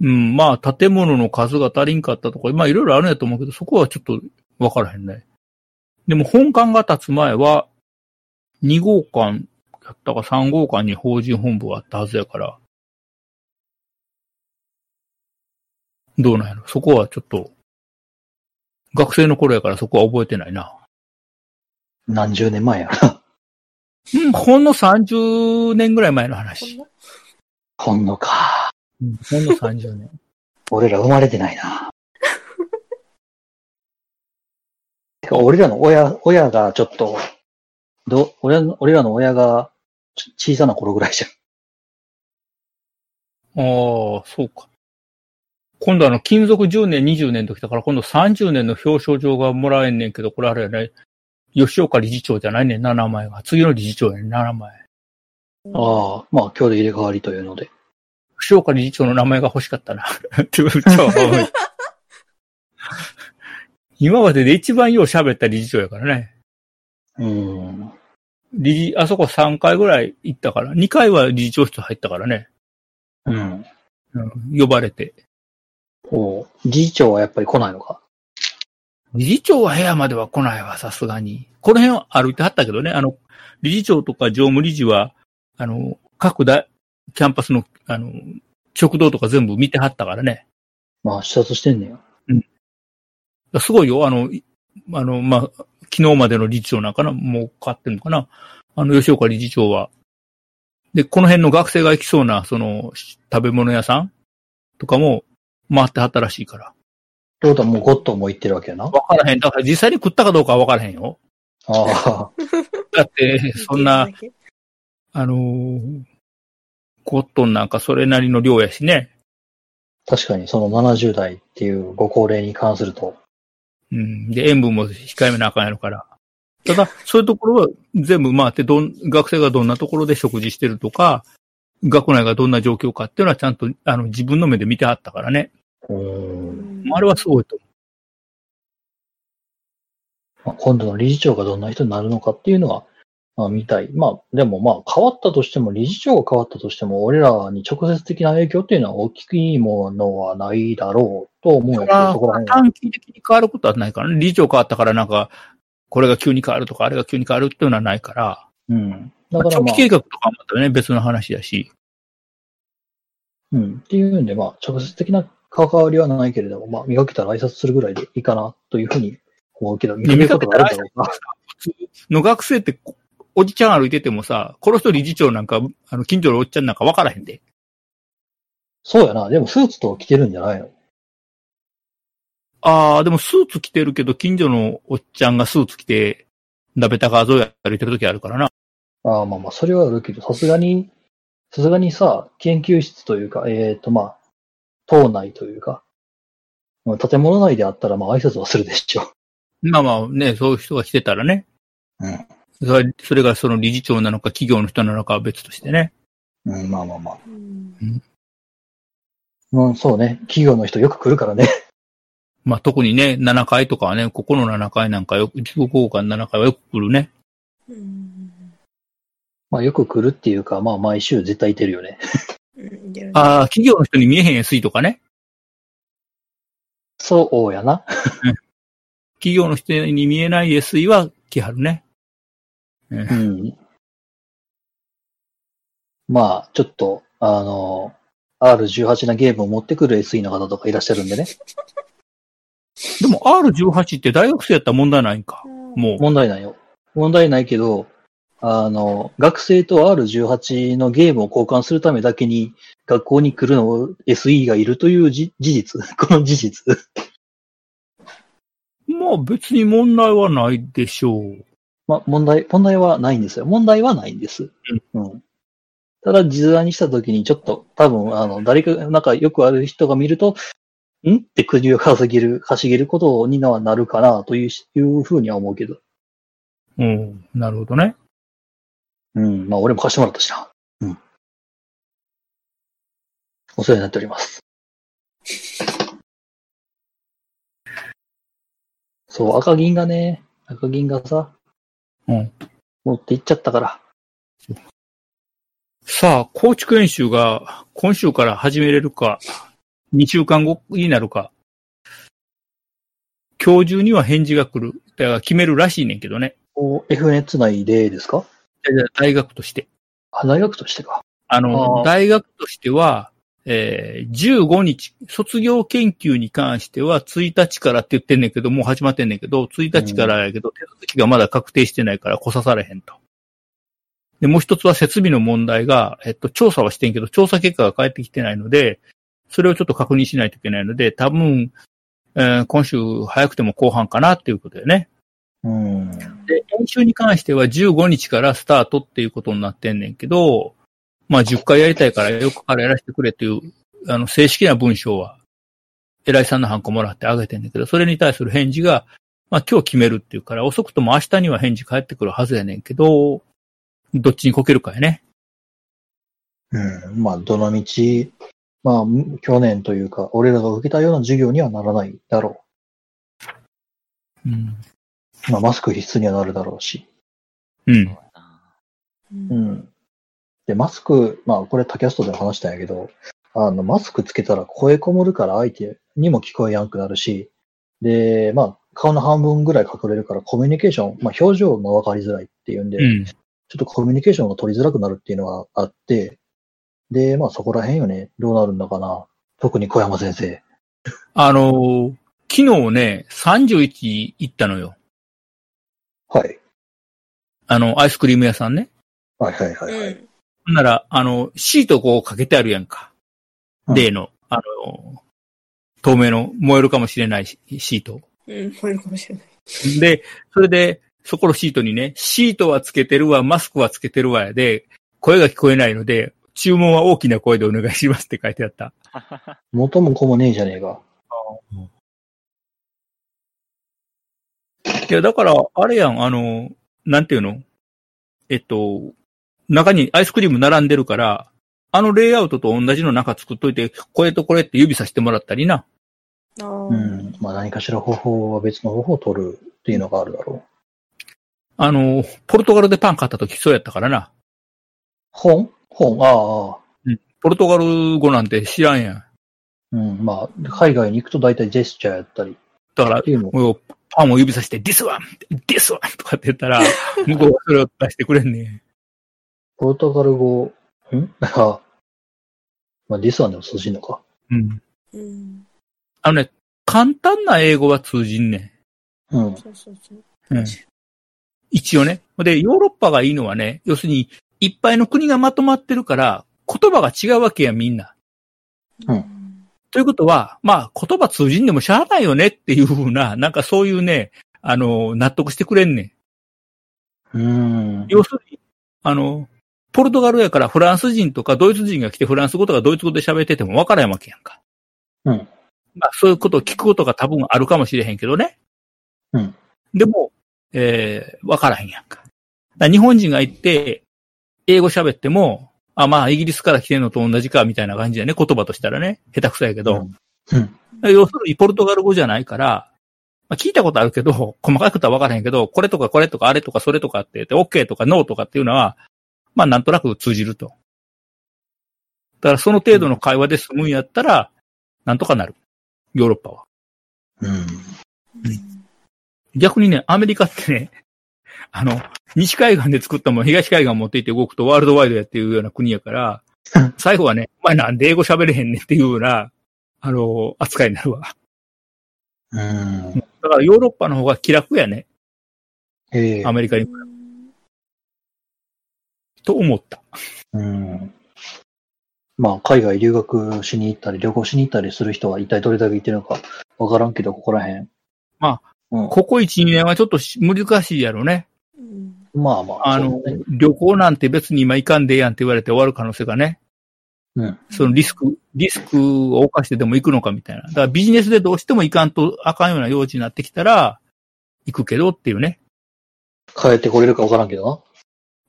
Speaker 2: うん、まあ、建物の数が足りんかったとか、まあ、いろいろあるんやと思うけど、そこはちょっとわからへんね。でも、本館が建つ前は、 2号館やったか3号館に法人本部があったはずやから、どうなんやろそこはちょっと、学生の頃やからそこは覚えてないな。
Speaker 3: 何十年前や ら。
Speaker 2: うん、ほんの30年ぐらい前の
Speaker 5: こん
Speaker 2: 話。
Speaker 5: な
Speaker 3: ほんのか。
Speaker 2: うんほんの30年。
Speaker 3: 俺ら生まれてないな。 てか、俺らの親、親がちょっと、ど、俺の俺らの親がち小さな頃ぐらいじゃん。
Speaker 2: ああ、そうか。今度あの、勤続10年、20年ときたから、今度30年の表彰状がもらえんねんけど、これあれやね。吉岡理事長じゃないねんな、名前が。次の理事長やねんな、名前。
Speaker 3: ああ、まあ今日で入れ替わりというので。
Speaker 2: 吉岡理事長の名前が欲しかったな。って言っちゃうわ俺 今までで一番よう喋った理事長やからね。
Speaker 3: うん。
Speaker 2: 理事、あそこ3回ぐらい行ったから、2回は理事長室入ったからね。
Speaker 3: うん。
Speaker 2: うん、呼ばれて。
Speaker 3: おう理事長はやっぱり来ないのか。
Speaker 2: 理事長は部屋までは来ないわ、さすがに。この辺は歩いてはったけどね、あの、理事長とか常務理事は、あの、各大、キャンパスの、あの、食堂とか全部見てはったからね。
Speaker 3: まあ視察してんねや。
Speaker 2: すごいよ、あの、いあの、まあ、昨日までの理事長なんかな、もう変わってんのかな。あの、吉岡理事長は。で、この辺の学生が行きそうな、その、し食べ物屋さんとかも回ってはったらしいから。
Speaker 3: ってことはもうゴッドンも行ってるわけやな。あ
Speaker 2: わからへん。だから実際に食ったかどうかはわからへんよ。
Speaker 3: あ。
Speaker 2: だって、そんな、
Speaker 5: 聞いてるだ
Speaker 2: あのーコットンなんかそれなりの量やしね。
Speaker 3: 確かにその70代っていうご高齢に関すると。
Speaker 2: うん。で、塩分も控えめなあかんやろから。ただ、そういうところは全部回って、どん、学生がどんなところで食事してるとか、学内がどんな状況かっていうのはちゃんと、あの、自分の目で見てあったからね。
Speaker 3: う
Speaker 5: け
Speaker 3: ん。
Speaker 5: うん
Speaker 2: あれはすごいと思
Speaker 3: まあ、今度の理事長がどんな人になるのかっていうのは、まあ、見たい。まあ、でもまあ、変わったとしても、理事長が変わったとしても、俺らに直接的な影響っていうのは大きいものはないだろうと思うんや
Speaker 2: う。
Speaker 3: けど、そこら辺は。
Speaker 2: 短期的に変わることはないからね。理事長変わったからなんか、これが急に変わるとか、あれが急に変わるっていうのはないから。
Speaker 3: うん。だから
Speaker 2: 長
Speaker 3: まあ
Speaker 2: 期、計画とかはまたね、別の話だし。
Speaker 3: うん。っていうんで、まあ、直接的な関わりはないけれども、まあ、磨けたら挨拶するぐらいでいいかなというふうに思うけど、
Speaker 2: 見か
Speaker 3: こ
Speaker 2: け
Speaker 3: と
Speaker 2: た
Speaker 3: が
Speaker 2: ら
Speaker 3: あるだろうか。
Speaker 2: 普通の学生ってこ、おじちゃん歩いててもさ、この人理事長なんか、あの、近所のおっちゃんなんか分からへんで。
Speaker 3: そうやな。でも、スーツとか着てるんじゃないの
Speaker 2: ああ、でもスーツ着てるけど、近所のおっちゃんがスーツ着て、だべた川沿い歩いてる時あるからな。
Speaker 3: ああ、まあまあ、それはあるけど、さすがに、さすがにさ、研究室というか、えっ、とまあ、党内というか、まあ、建物内であったら、まあ、挨拶はするでしょ
Speaker 2: まあまあね、そういう人が来てたらね。
Speaker 3: う。
Speaker 2: それそれがその理事長なのか企業の人なのかは別としてね。
Speaker 3: うん。うん、まあまあまあ。
Speaker 5: うん
Speaker 3: うん、そうね。企業の人よく来るからね。
Speaker 2: まあ特にね、7階とかはね、ここの7階なんかよく、中国交換7階はよく来るね。
Speaker 5: うん
Speaker 3: まあ、よく来るっていうか、まあ、毎週絶対いてるよね。
Speaker 5: うんいけるね
Speaker 2: ああ、企業の人に見えへんやすいとかね。
Speaker 3: そうやな。
Speaker 2: 企業の人に見えない SE は来はるね。うん
Speaker 3: うん。まあ、ちょっと、あの、R18 なゲームを持ってくる SE の方とかいらっしゃるんでね。
Speaker 2: でも R18 って大学生やったら問題ないんか。もう。
Speaker 3: 問題ないよ。問題ないけど、あの、学生と R18 のゲームを交換するためだけに、学校に来るのを SE がいるというじ事実。 この事実。
Speaker 2: まあ別に問題はないでしょう。
Speaker 3: まあ、問題、問題はないんですよ。問題はないんです。うん。ただ、実話にしたときに、ちょっと、多分、あの、誰か、なんかよくある人が見ると、んって首をかしげる、かしげることにはなるかな、というし、いうふうには思うけど。
Speaker 2: うん。なるほどね。
Speaker 3: うん。まあ、俺も貸してもらったしな。うん。お世話になっております。そう、赤銀がね、赤銀がさ、
Speaker 2: うん。
Speaker 3: 持って行っちゃったから。
Speaker 2: さあ、構築演習が今週から始めれるか、2週間後になるか、今日中には返事が来る、だから決めるらしいねんけどね。
Speaker 3: お F 熱内でですか
Speaker 2: やいや大学として。
Speaker 3: あ、大学としてか。
Speaker 2: あの、
Speaker 3: あー
Speaker 2: 大学としては、えー、15日、卒業研究に関しては、1日からって言ってんねんけど、もう始まってんねんけど、1日からやけど、手続きがまだ確定してないから来さされへんと。で、もう一つは設備の問題が、えっと、調査はしてんけど、調査結果が返ってきてないので、それをちょっと確認しないといけないので、多分、えー今週早くても後半かなっていうことだよね。
Speaker 3: うん。
Speaker 2: で、練習に関しては15日からスタートっていうことになってんねんけど、まあ10回やりたいからよくからやらせてくれっていう、あの、正式な文章は、偉いさんのハンコもらってあげてんだけど、それに対する返事が、まあ今日決めるっていうから、遅くとも明日には返事返ってくるはずやねんけど、どっちにこけるかやね。
Speaker 3: うん。まあ、どの道、まあ、む去年というか、俺らが受けたような授業にはならないだろ
Speaker 2: うん。
Speaker 3: う。まあ、マスク必須にはなるだろうし。
Speaker 2: うん。
Speaker 5: うん
Speaker 3: うん。で、マスク、まあ、これ、タキャストでも話したんやけど、あの、マスクつけたら声こもるから相手にも聞こえやんくなるし、で、まあ、顔の半分ぐらい隠れるからコミュニケーション、まあ、表情もわかりづらいっていうんで、
Speaker 2: うん。
Speaker 3: ちょっとコミュニケーションが取りづらくなるっていうのがあって、で、まあそこら辺よね、どうなるんだかな。特に小山先生。
Speaker 2: あのー昨日ね、31行ったのよ。
Speaker 3: はい。
Speaker 2: あの、アイスクリーム屋さんね。
Speaker 3: はいはいはいはい。
Speaker 7: ん。
Speaker 2: ほんなら、あの、シートこうかけてあるやんか。
Speaker 3: うん
Speaker 2: 例の、あの、透明の燃えるかもしれないシシート。
Speaker 7: うん、燃えるかもしれない。
Speaker 2: で、それで、そこのシートにね、シートはつけてるわ、マスクはつけてるわやで、声が聞こえないので、注文は大きな声でお願いしますって書いてあった。
Speaker 3: 元も子もねえじゃねえか。
Speaker 2: いや、だから、あれやん、あの、なんていうのえっと、中にアイスクリーム並んでるから、あのレイアウトと同じの中作っといて、これとこれって指さしてもらったりな。
Speaker 7: あ
Speaker 3: う
Speaker 7: ー
Speaker 3: ん。まあ何かしら方法は別の方法を取るっていうのがあるだろう。
Speaker 2: あの、ポルトガルでパン買った時そうやったからな。
Speaker 3: 本本ああ。
Speaker 2: ポルトガル語なんて知らんやん。
Speaker 3: うん。まあ、海外に行くと大体ジェスチャーやったり
Speaker 2: だから
Speaker 3: っ、ていうの。
Speaker 2: もうパンを指さして、this one! this one! とかって言ったら、向こうがそれを出してくれんねん。
Speaker 3: ポルトガル語、ん あまあ、ディスワンでも通じんのか。
Speaker 2: うん。
Speaker 7: うん。
Speaker 2: あのね、簡単な英語は通じんねん。
Speaker 3: うん。
Speaker 7: そうそうそう。。
Speaker 2: うん一応ね。で、ヨーロッパがいいのはね、要するに、いっぱいの国がまとまってるから、言葉が違うわけや、みんな。
Speaker 3: うん
Speaker 2: ということは、まあ、言葉通じんでもしゃあないよねっていうふうな、なんかそういうね、あの、納得してくれんねん。
Speaker 3: うん。
Speaker 2: 要するに、あの、ポルトガルやからフランス人とかドイツ人が来てフランス語とかドイツ語で喋ってても分からんわけやんか。
Speaker 3: うん。
Speaker 2: まあそういうことを聞くことが多分あるかもしれへんけどね。
Speaker 3: うん。
Speaker 2: でも、えー、分からへんやんか。だから日本人が行って、英語喋っても、あ、まあ、イギリスから来てんのと同じか、みたいな感じだよね。言葉としたらね。下手くそやけど。要するに、ポルトガル語じゃないから、まあ、聞いたことあるけど、細かくとは分からへんけど、これとかこれとかあれとかそれとかって言って、OK とか NO とかっていうのは、まあなんとなく通じると。だからその程度の会話で済むんやったら、なんとかなる。ヨーロッパは。
Speaker 3: うん。
Speaker 2: 逆にね、アメリカってね、 あの、西海岸で作ったもの、東海岸持っていって動くとワールドワイドやっていうような国やから、最後はね、お前なんで英語喋れへんねんっていうような、あの、扱いになるわ。
Speaker 3: うん。
Speaker 2: だからヨーロッパの方が気楽やね。
Speaker 3: ええ
Speaker 2: アメリカに。と思った。
Speaker 3: うんまあ、海外留学しに行ったり、旅行しに行ったりする人は一体どれだけいてるのかわからんけど、ここら辺。
Speaker 2: ま
Speaker 3: あ、うん、
Speaker 2: ここ1、2年はちょっとし難しいやろね。
Speaker 7: うん。
Speaker 3: まあまあ。
Speaker 2: あ
Speaker 3: そ
Speaker 2: の
Speaker 3: うだね、
Speaker 2: 旅行なんて別に今行かんでええやんって言われて終わる可能性がね。
Speaker 3: うん。
Speaker 2: そのリスク、リスクを犯してでも行くのかみたいな。だからビジネスでどうしても行かんとあかんような用事になってきたら、行くけどっていうね。
Speaker 3: 帰ってこれるかわからんけど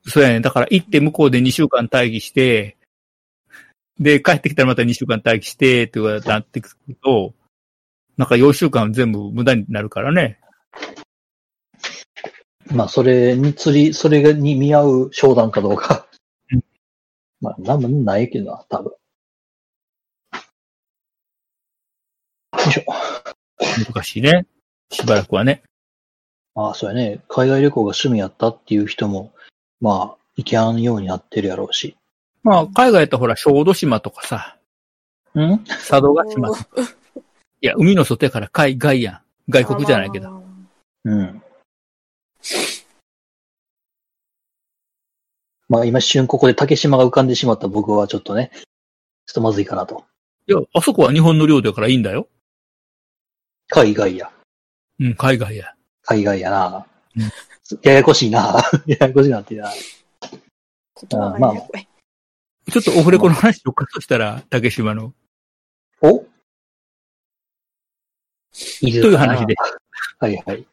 Speaker 2: そうやね。だから行って向こうで2週間待機して、で、帰ってきたらまた2週間待機して、ってことになってくると、なんか4週間全部無駄になるからね。
Speaker 3: な。まあ、それに釣り、それに見合う商談かどうか
Speaker 2: うん。
Speaker 3: まあ、なんもないけどな、多分。よいしょ。
Speaker 2: 難しいね。しばらくはね。
Speaker 3: まあ、そうやね。海外旅行が趣味やったっていう人も、まあ、行き合うようになってるやろうし。
Speaker 2: まあ、海外やったらほら、小豆島とかさ、
Speaker 3: うん
Speaker 2: 佐渡島とか。いや、海の外やから海外やん。外国じゃないけど。。
Speaker 3: うん。まあ今一瞬ここで竹島が浮かんでしまった僕はちょっとね、ちょっとまずいかなと。
Speaker 2: いや、あそこは日本の領土やからいいんだよ。
Speaker 3: 海外や。
Speaker 2: うん、海外や。
Speaker 3: 海外やな
Speaker 2: うん。
Speaker 3: ややこしいな。 ややこしいなってな。
Speaker 7: 言葉がややこい。
Speaker 2: ちょっとオフレコの話をかとしたら、竹島の。
Speaker 3: おい
Speaker 2: という話で。
Speaker 3: はいはい。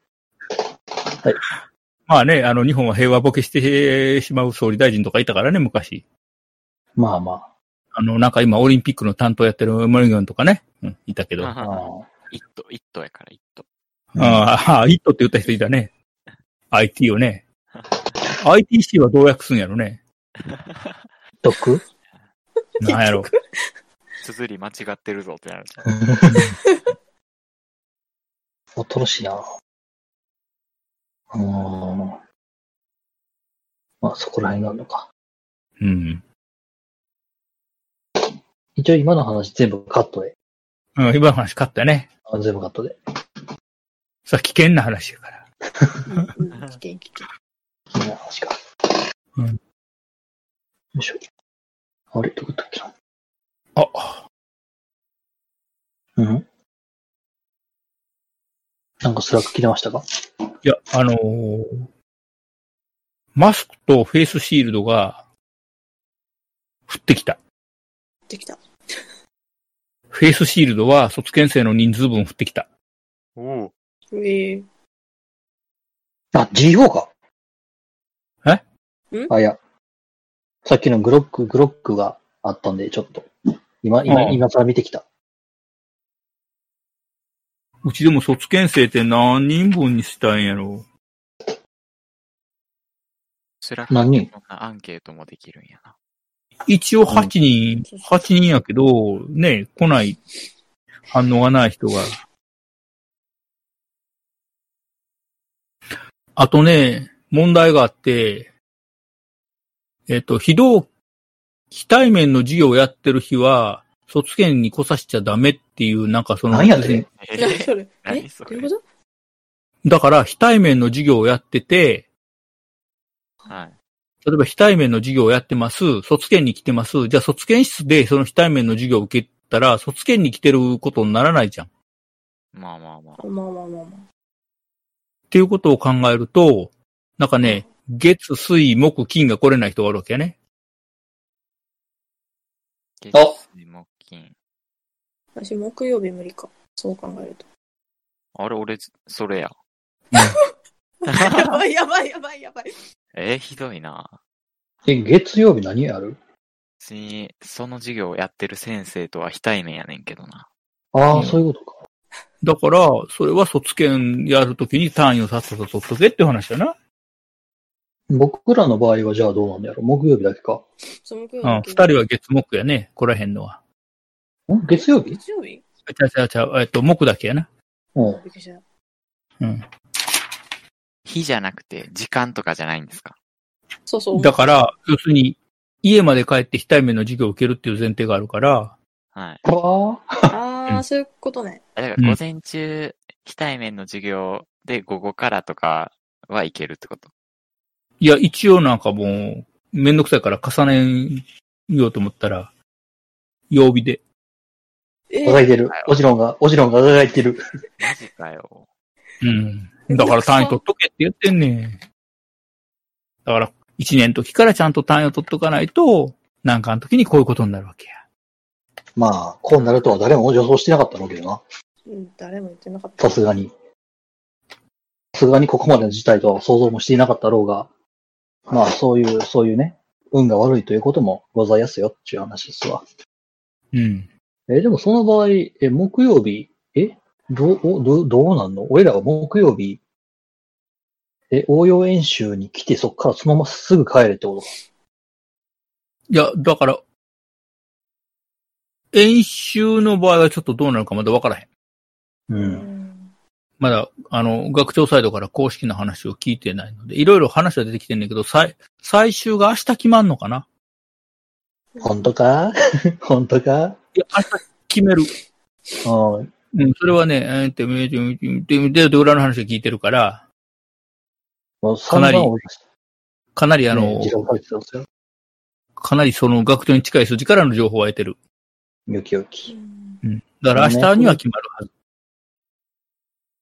Speaker 2: まあね、あの、日本は平和ボケしてしまう総理大臣とかいたからね、昔。
Speaker 3: まあまあ。
Speaker 2: あの、なんか今オリンピックの担当やってるマリギョンとかね、うん、いたけど。あ
Speaker 3: あ
Speaker 6: あ
Speaker 3: ー
Speaker 6: 一頭、一頭やから一頭。
Speaker 2: あ、あイットって言った人いたね。IT をね。ITC はどう訳すんやろね。
Speaker 3: 毒
Speaker 2: なんやろ。
Speaker 6: 綴り間違ってるぞってなる。
Speaker 3: 恐ろしいな。うーん。まあそこら辺なのか。
Speaker 2: うん。
Speaker 3: 一応今の話全部カットで。
Speaker 2: うん、今の話勝ったね。
Speaker 3: あ全部カットで。
Speaker 2: さ、危険な話やから。
Speaker 7: うんうん危険危険。
Speaker 3: 今の話か。
Speaker 2: うん
Speaker 3: よいしょ。あれ、どこだったっけな。
Speaker 2: あ、
Speaker 3: うんなんかスラック切れましたか
Speaker 2: いや、あのーマスクとフェイスシールドが降ってきた。
Speaker 7: できた。
Speaker 2: フェイスシールドは卒検生の人数分降ってきた。
Speaker 6: おお。
Speaker 7: ええ。
Speaker 3: あ、G4 か。
Speaker 7: ん
Speaker 3: あ、いや。さっきのグロック、グロックがあったんで、ちょっと。今、今、
Speaker 2: うん
Speaker 3: 今から見てきた。
Speaker 2: うちでも卒検生って何人分にしたんやろ
Speaker 6: スラッ
Speaker 3: 何人
Speaker 6: クいろんなアンケートもできるんやな。
Speaker 2: 一応8人、8人やけど、ね、来ない、反応がない人が。あとね、問題があって、えっと、非同、非対面の授業をやってる日は、卒検に来させちゃダメっていう、なんかその、
Speaker 3: 何やってん
Speaker 6: え
Speaker 7: 何それえ
Speaker 6: 何そ
Speaker 7: ど
Speaker 6: れ
Speaker 7: ういうこと
Speaker 2: だから非対面の授業をやってて、
Speaker 6: はい。
Speaker 2: 例えば非対面の授業をやってます、卒検に来てます、じゃあ卒検室でその非対面の授業を受けたら、卒検に来てることにならないじゃん。っ
Speaker 6: まあまあまあ。
Speaker 7: まあまあまあま
Speaker 2: ていうことを考えると、なんかね、月、水、木、金が来れない人がおるわけやね。
Speaker 6: 月水木金。
Speaker 7: あ。私、木曜日無理か。そう考えると。
Speaker 6: あれ、俺、それや。
Speaker 7: やばいやばいやばいやばい。
Speaker 6: えー、ひどいな。
Speaker 3: え、月曜日何やる
Speaker 6: 別に、その授業をやってる先生とは非対面やねんけどな。
Speaker 3: ああ、
Speaker 2: うん
Speaker 3: そういうことか。
Speaker 2: だから、それは卒検やるときに単位をさっさと取っとけっていう話だな。
Speaker 3: 僕らの場合はじゃあどうなんだろう木曜日だけか。
Speaker 7: その木曜
Speaker 2: うん、
Speaker 7: 日。
Speaker 2: 二人は月、木やね。こらへんのは。
Speaker 3: ん月曜日
Speaker 7: 月曜日
Speaker 2: ちゃうちゃうちゃう、えっと、木だけやな。
Speaker 3: うん。
Speaker 7: びっくりした。
Speaker 2: うん。
Speaker 6: 日じゃなくて、時間とかじゃないんですか。
Speaker 7: そうそう。
Speaker 2: だから、要するに、家まで帰って非対面の授業を受けるっていう前提があるから、
Speaker 6: はい。
Speaker 3: ああ、
Speaker 7: ああ、そういうことね。
Speaker 6: だか
Speaker 2: うん
Speaker 6: ら、午前中、非対面の授業で午後からとかはいけるってこと。
Speaker 2: いや、一応なんかもう、めんどくさいから重ねようと思ったら、曜日で。
Speaker 7: え
Speaker 3: 輝いてる。オジロンが、オジロンが輝いてる。
Speaker 6: マジかよ。
Speaker 2: うん。だから単位取っとけって言ってんねん。だから、一年の時からちゃんと単位を取っとかないと、なんかの時にこういうことになるわけや。
Speaker 3: まあ、こうなるとは誰も予想してなかったのけどな。
Speaker 7: うん、誰も言ってなかった。
Speaker 3: さすがに。さすがにここまでの事態とは想像もしていなかったろうが、まあ、そういう、そういうね、運が悪いということもございやすよっていう話ですわ。
Speaker 2: うん。
Speaker 3: え、でもその場合、え、木曜日、え、どう、おどうどうなんの俺らは木曜日、え、応用演習に来て、そっからそのまますぐ帰れってことか。
Speaker 2: いや、だから、演習の場合はちょっとどうなるかまだわからへん。
Speaker 3: う。
Speaker 7: うんん。
Speaker 2: まだ、あの、学長サイドから公式な話を聞いてないので、いろいろ話は出てきてんだけど、最、最終が明日決まんのかな
Speaker 3: 本当か 本当か
Speaker 2: いや、明日決める。
Speaker 3: うん。
Speaker 2: うん、それはね、えーって、見て、見て、見て、見て、裏の話を聞いてるから、
Speaker 3: もう
Speaker 2: かなり
Speaker 3: 3番を出して
Speaker 2: かなりあの
Speaker 3: ね、、自動化してますよ。
Speaker 2: かなりその学長に近い筋からの情報を得てる。
Speaker 3: よきよき。
Speaker 2: うん。だから明日には決まるはず。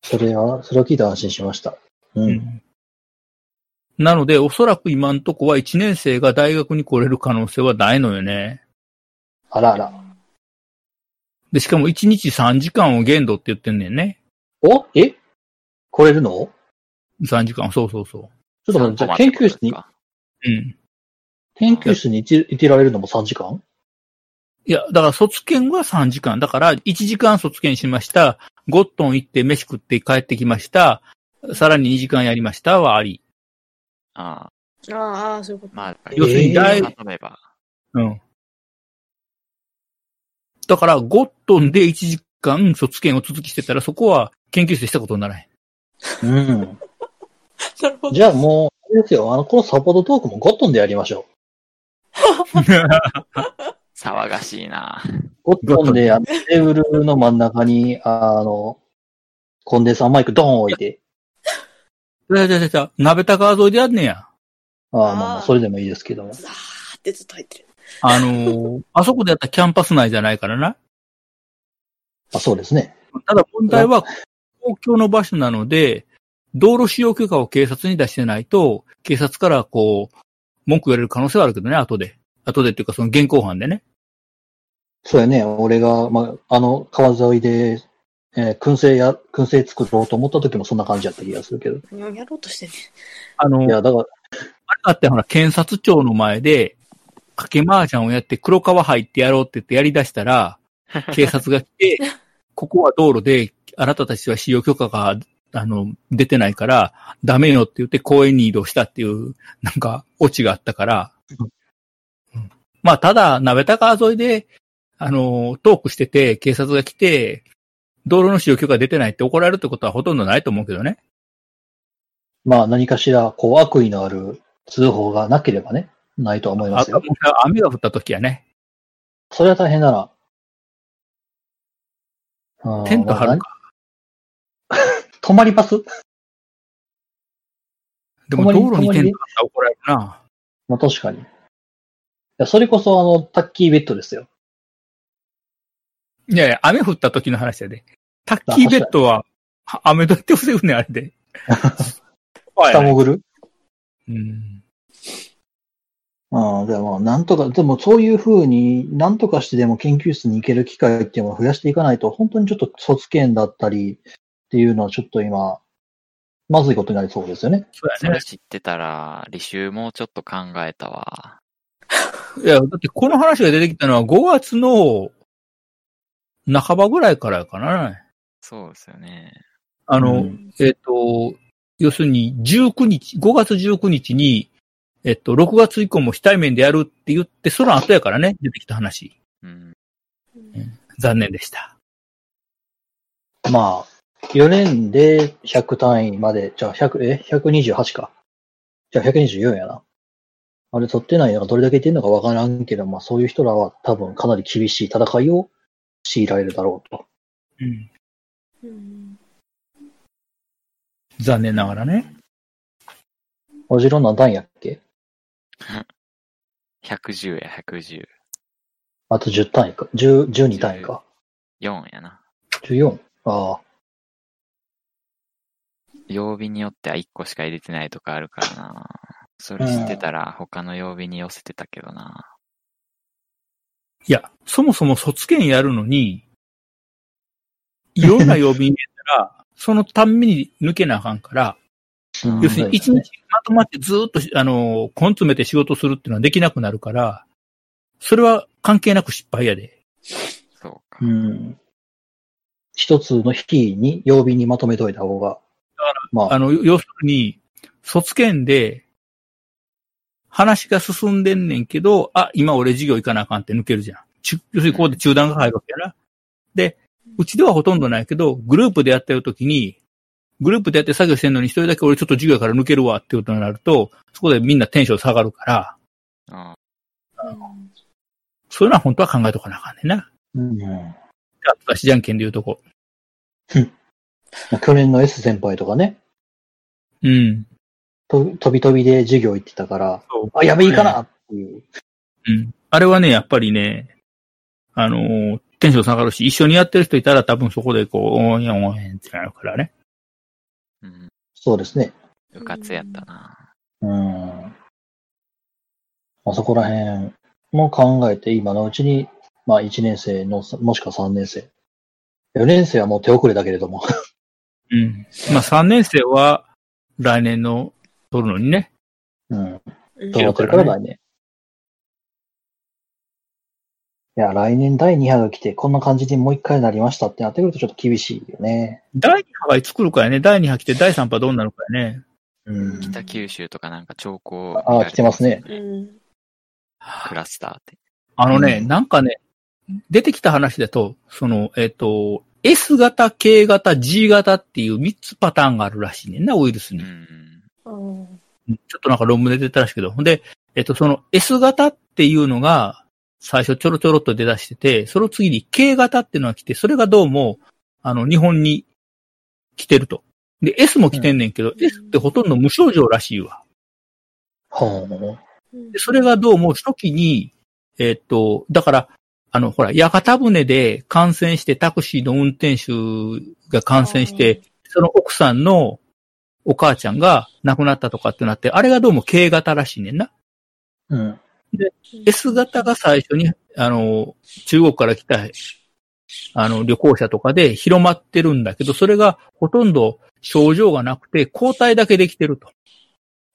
Speaker 3: それは、それを聞いて安心しました。うん。
Speaker 2: なので、おそらく今んとこは1年生が大学に来れる可能性はないのよね。
Speaker 3: あらあら。
Speaker 2: で、しかも1日3時間を限度って言ってんねんね。
Speaker 3: おえ来れるのちょ
Speaker 2: 3時間、そうそうそ
Speaker 3: っと待って、じゃあ研究室に、
Speaker 2: う。うん。
Speaker 3: 研究室にいていてられるのも3時間
Speaker 2: いや、だから卒検は3時間。だから1時間卒検しました。ゴットン行って飯食って帰ってきました。さらに2時間やりましたはあり。
Speaker 6: あ
Speaker 7: あ
Speaker 6: あ、
Speaker 7: あああ、そういうこと。
Speaker 6: まあ、
Speaker 2: 要するにだい
Speaker 6: まとめば。
Speaker 2: うん。だから、ゴットンで1時間卒検を続きしてたら、そこは研究室でしたことにならへん。
Speaker 3: うん。
Speaker 7: なるほど。
Speaker 3: じゃあもう、あれですよ、あの、このサポートトークもゴットンでやりましょ
Speaker 6: 騒がしいな。
Speaker 3: う。ゴットンで、あの、テーブルの真ん中に、あの、コンデンサーマイクドーン置いて、
Speaker 2: じゃじゃじゃ鍋田川沿いでやんねや。
Speaker 3: あの、まあそれでもいいですけども。
Speaker 7: ザーってずっと入ってる。
Speaker 2: あのー あそこでやったらキャンパス内じゃないからな。
Speaker 3: あ、そうですね。
Speaker 2: ただ問題は公共の場所なので、道路使用許可を警察に出してないと、警察からこう、文句言われる可能性はあるけどね、後で。後でっていうかその現行犯でね。
Speaker 3: そうやね、俺が、まあ、あの、川沿いで、えー燻製や、燻製作ろうと思った時もそんな感じやった気がするけど。
Speaker 7: 何をやろうとしてんね
Speaker 2: あの
Speaker 3: いや、だから、
Speaker 2: あれだってほら、検察庁の前で、賭け麻雀をやって黒川入ってやろうって言ってやり出したら、警察が来て、ここは道路で、あなたたちは使用許可が、あの、出てないから、ダメよって言って公園に移動したっていう、なんか、オチがあったから。うんまあ、ただ、鍋田川沿いで、あの、トークしてて、警察が来て、道路の使用許可出てないって怒られるってことはほとんどないと思うけどね。
Speaker 3: まあ何かしら、こう悪意のある通報がなければね、ないとは思いま
Speaker 2: あ
Speaker 3: すよ。
Speaker 2: 雨が降った時はね。
Speaker 3: それは大変だな。うん
Speaker 2: テント張る
Speaker 3: まあ何 泊まります
Speaker 2: でも
Speaker 3: 泊まり
Speaker 2: 道路にテントあったら怒られるな。
Speaker 3: まあ確かに。いやそれこそあの、タッキーベッドですよ。
Speaker 2: いやいや、雨降った時の話やで。タッキーベッドは、は雨どうやって防ぐねん、あれで。怖いよ
Speaker 3: 下
Speaker 2: ね
Speaker 3: 潜る
Speaker 2: うん。
Speaker 3: うん、でも、なんとか、でもそういうふうに、なんとかしてでも研究室に行ける機会っていうのを増やしていかないと、本当にちょっと卒検だったりっていうのはちょっと今、まずいことになりそうですよね。
Speaker 2: そう
Speaker 6: そ
Speaker 2: やね
Speaker 6: れ。知ってたら、履修もうちょっと考えたわ。
Speaker 2: いや、だってこの話が出てきたのは5月の半ばぐらいからやからね。
Speaker 6: そうですよね。
Speaker 2: あの、
Speaker 3: うん
Speaker 2: えっ、と、要するに19日、5月19日に、えっと、6月以降も非対面でやるって言って、その後やからね、出てきた話。
Speaker 6: うん。
Speaker 7: ん。
Speaker 2: 残念でした。
Speaker 3: まあ、4年で100単位まで、じゃあ100、え、128か。じゃあ124やな。あれ取ってないのがどれだけいってんのかわからんけど、まあそういう人らは多分かなり厳しい戦いを強いられるだろうと。
Speaker 2: うん。
Speaker 7: うん
Speaker 2: 残念ながらね。
Speaker 3: おじろん何単位やっけ
Speaker 6: 110や、110。
Speaker 3: あと10単位か。10、12単位か。
Speaker 6: 4やな。
Speaker 3: 14? ああ。
Speaker 6: 曜日によっては1個しか入れてないとかあるからな。それ知ってたら、他の曜日に寄せてたけどな。
Speaker 2: いや、そもそも卒検やるのに、いろんな曜日に入れた ら、そのたんびに抜けなあかんから、
Speaker 6: うん
Speaker 2: 要するに一日まとまってずーっと、あの、根詰めて仕事するっていうのはできなくなるから、それは関係なく失敗やで。
Speaker 6: そうか
Speaker 3: う。ん。一つの日に、曜日にまとめといた方が。まあ、
Speaker 2: あの、要するに、卒検で、話が進んでんねんけど、あ、今俺授業行かなあかんって抜けるじゃん。ちゅ要するにここで中断が入るわけやな。で、うちではほとんどないけど、グループでやってるときに、グループでやって作業してんのに一人だけ俺ちょっと授業から抜けるわってことになると、そこでみんなテンション下がるから、
Speaker 6: あ
Speaker 2: そういうのは本当は考えとかなあかんねんな。
Speaker 3: うんま
Speaker 2: あとだしじゃんけんで言うとこ。
Speaker 3: あ去年の S 先輩とかね、
Speaker 2: うん。
Speaker 3: と飛び飛びで授業行ってたから、あ、やべ、行かなっていう。
Speaker 2: うん。あれはね、やっぱりね、あのーテンション下がるし、一緒にやってる人いたら多分そこでこう、おんやおんやんってなるからね。
Speaker 6: ーうん。
Speaker 3: そうですね。
Speaker 6: うかつやったな。
Speaker 3: うん。まあ、そこら辺も考えて、今のうちに、まあ1年生の、もしくは3年生。4年生はもう手遅れだけれども。
Speaker 2: うん。まあ3年生は来年の取るのにね。
Speaker 3: うん。
Speaker 7: うん
Speaker 3: と思ってるから来年。いや、来年第2波が来て、こんな感じにもう一回なりましたってなってくるとちょっと厳しいよね。
Speaker 2: 第2波がいつ来るかやね。第2波来て第3波どうなるかやね。
Speaker 3: うん。
Speaker 6: 北九州とかなんか兆候。
Speaker 3: ああ来てますね。
Speaker 7: うん。
Speaker 6: クラスターって。
Speaker 2: あのね、
Speaker 3: うん
Speaker 2: なんかね、出てきた話だと、その、えっ、と、S 型、K 型、G 型っていう3つパターンがあるらしいねんな、ウイルス
Speaker 6: う
Speaker 2: に。
Speaker 6: ん。
Speaker 7: うん
Speaker 2: ちょっとなんか論文で出てたらしいけど、ほんで、えっと、その S 型っていうのが、最初ちょろちょろっと出だしてて、その次に K 型っていうのが来て、それがどうも、あの、日本に来てると。で、S も来てんねんけど、S ってほとんど無症状らしいわ。
Speaker 3: ほう。
Speaker 2: で、それがどうも初期に、えっと、だから、あの、ほら、屋形船で感染して、タクシーの運転手が感染して、、その奥さんのお母ちゃんが亡くなったとかってなって、あれがどうも K 型らしいねんな。
Speaker 3: うん。
Speaker 2: S 型が最初に、あの、中国から来た、あの、旅行者とかで広まってるんだけど、それがほとんど症状がなくて、抗体だけできてると。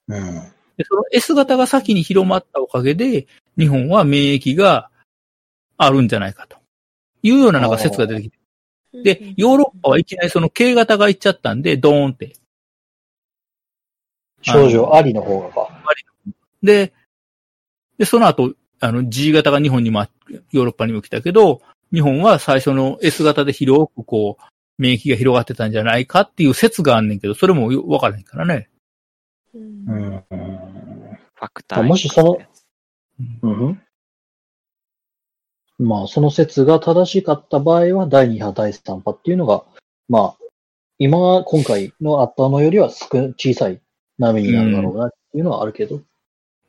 Speaker 3: うん。
Speaker 2: でその S 型が先に広まったおかげで、日本は免疫があるんじゃないかと。いうようななんか説が出てきて。
Speaker 7: うん
Speaker 2: で、ヨーロッパはいきなりその K 型がいっちゃったんで、ドーンって。
Speaker 3: 症状ありの方がか。
Speaker 2: で、で、その後、あの、G 型が日本にもあ、ヨーロッパにも来たけど、日本は最初の S 型で広くこう、免疫が広がってたんじゃないかっていう説があんねんけど、それもよわからへんからね。
Speaker 7: うん
Speaker 3: うん。
Speaker 6: ファクター。
Speaker 3: もしその、うん。まあ、その説が正しかった場合は、第2波、第3波っていうのが、まあ、今、今回のあったのよりは少小さい波になるだろうなっていうのはあるけど。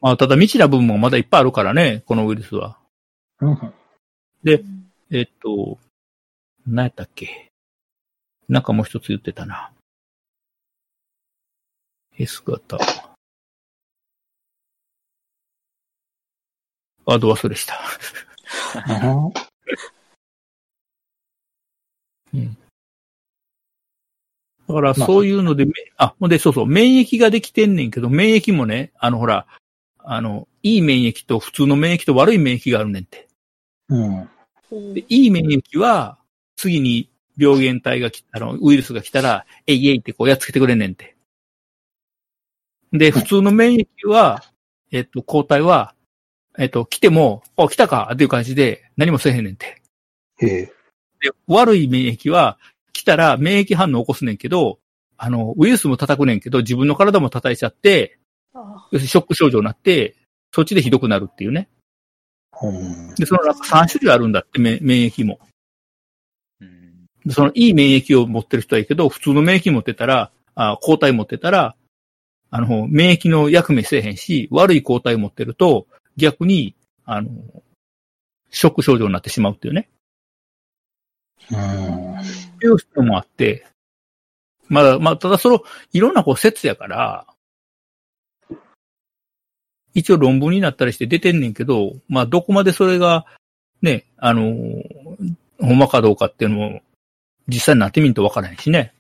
Speaker 2: まあ、ただ未知な部分もまだいっぱいあるからね、このウイルスは。
Speaker 3: うん。
Speaker 2: えっと、何やったっけなんかもう一つ言ってたな。S 型。あ、ど忘れした。だから、
Speaker 3: まあ
Speaker 2: そういうので、めあ、ほんで、そうそう、免疫ができてんねんけど、免疫もね、あの、ほら、あの、いい免疫と普通の免疫と悪い免疫があるねんって。
Speaker 3: うん。
Speaker 7: うん
Speaker 2: で、いい免疫は、次に病原体が来あの、ウイルスが来たら、えいえいってこうやっつけてくれんねんって。で、普通の免疫は、えっと、抗体は、えっと、来ても、あ、来たかっていう感じで、何もせえへんねんって。
Speaker 3: へえ。
Speaker 2: で、悪い免疫は、来たら免疫反応を起こすねんけど、あの、ウイルスも叩くねんけど、自分の体も叩いちゃって、
Speaker 5: あ
Speaker 2: 要するにショック症状になって、そっちでひどくなるっていうね。
Speaker 3: うん。
Speaker 2: で、その中3種類あるんだって、免免疫も。
Speaker 6: うん。
Speaker 2: でそのいい免疫を持ってる人はいいけど、普通の免疫持ってたら、あ抗体持ってたら、あの、免疫の役目せえへんし、悪い抗体持ってると、逆に、あの、ショック症状になってしまうっていうね。
Speaker 3: うん。
Speaker 2: っていう人もあって、まだ、まあ、ただその、いろんなこう説やから、一応論文になったりして出てんねんけど、まあ、どこまでそれが、ね、あのー、ほんまかどうかっていうのも、実際になってみんとわからへんしね。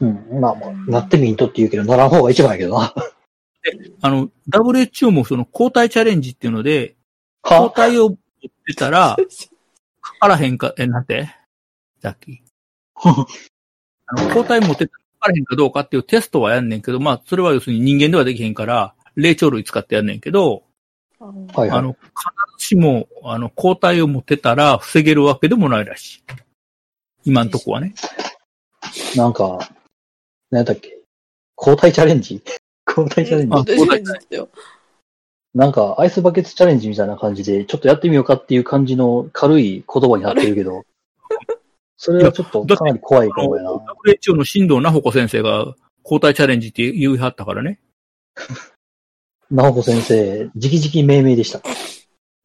Speaker 3: うん。まあ、もうなってみんとって言うけど、ならん方が一番やけどな。
Speaker 2: あの、WHO もその抗体チャレンジっていうので、抗
Speaker 3: は
Speaker 2: 体を持ってたら、かからへんか、え、なんてさっ き。あの、抗体持ってたらかからへんかどうかっていうテストはやんねんけど、まあ、それは要するに人間ではできへんから、霊長類使ってやんねんけど、
Speaker 5: あ
Speaker 3: はい
Speaker 2: あ
Speaker 3: はい。
Speaker 2: の、必ずしも、あの、抗体を持ってたら防げるわけでもないらしい。今んとこはね。
Speaker 3: なんか、何だっけ交代チャレンジ 交代チャレン
Speaker 2: あ
Speaker 3: ジ
Speaker 7: どうしようになってよ
Speaker 3: なんか、アイスバケツチャレンジみたいな感じで、ちょっとやってみようかっていう感じの軽い言葉になってるけど、それはちょっとかなり怖いかもやな。
Speaker 2: WHO の新藤奈穂子先生が交代チャレンジって言い張ったからね。
Speaker 3: なおこ先生、直々命名 でした。
Speaker 2: い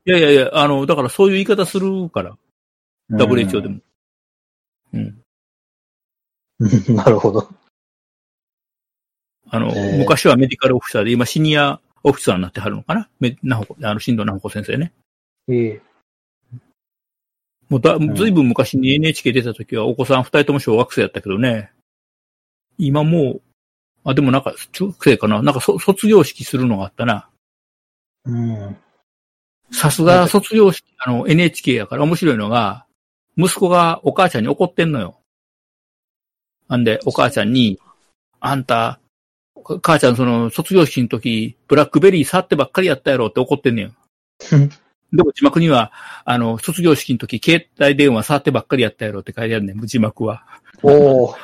Speaker 2: やいやいや、あの、だからそういう言い方するから、WHO でも。うん。
Speaker 3: うん。 なるほど。
Speaker 2: あの、
Speaker 3: えー
Speaker 2: 昔はメディカルオフィサーで、今シニアオフィサーになってはるのかなめ、なほこ、あの、新藤なほこ先生ね。
Speaker 3: ええ
Speaker 2: もうだ
Speaker 3: ん、
Speaker 2: ずいぶん昔に NHK 出た時はお子さん二人とも小学生やったけどね。今もう、あ、でもなんか、中学生かななんかそ、卒業式するのがあったな。
Speaker 3: うん。
Speaker 2: さすが卒業式、あの、NHK やから面白いのが、息子がお母ちゃんに怒ってんのよ。なんで、お母ちゃんに、あんた、か母ちゃんその卒業式の時、ブラックベリー触ってばっかりやったやろって怒ってんねん。でも字幕には、あの、卒業式の時、携帯電話触ってばっかりやったやろって書いてあるねん、字幕は。
Speaker 3: おお、
Speaker 2: おい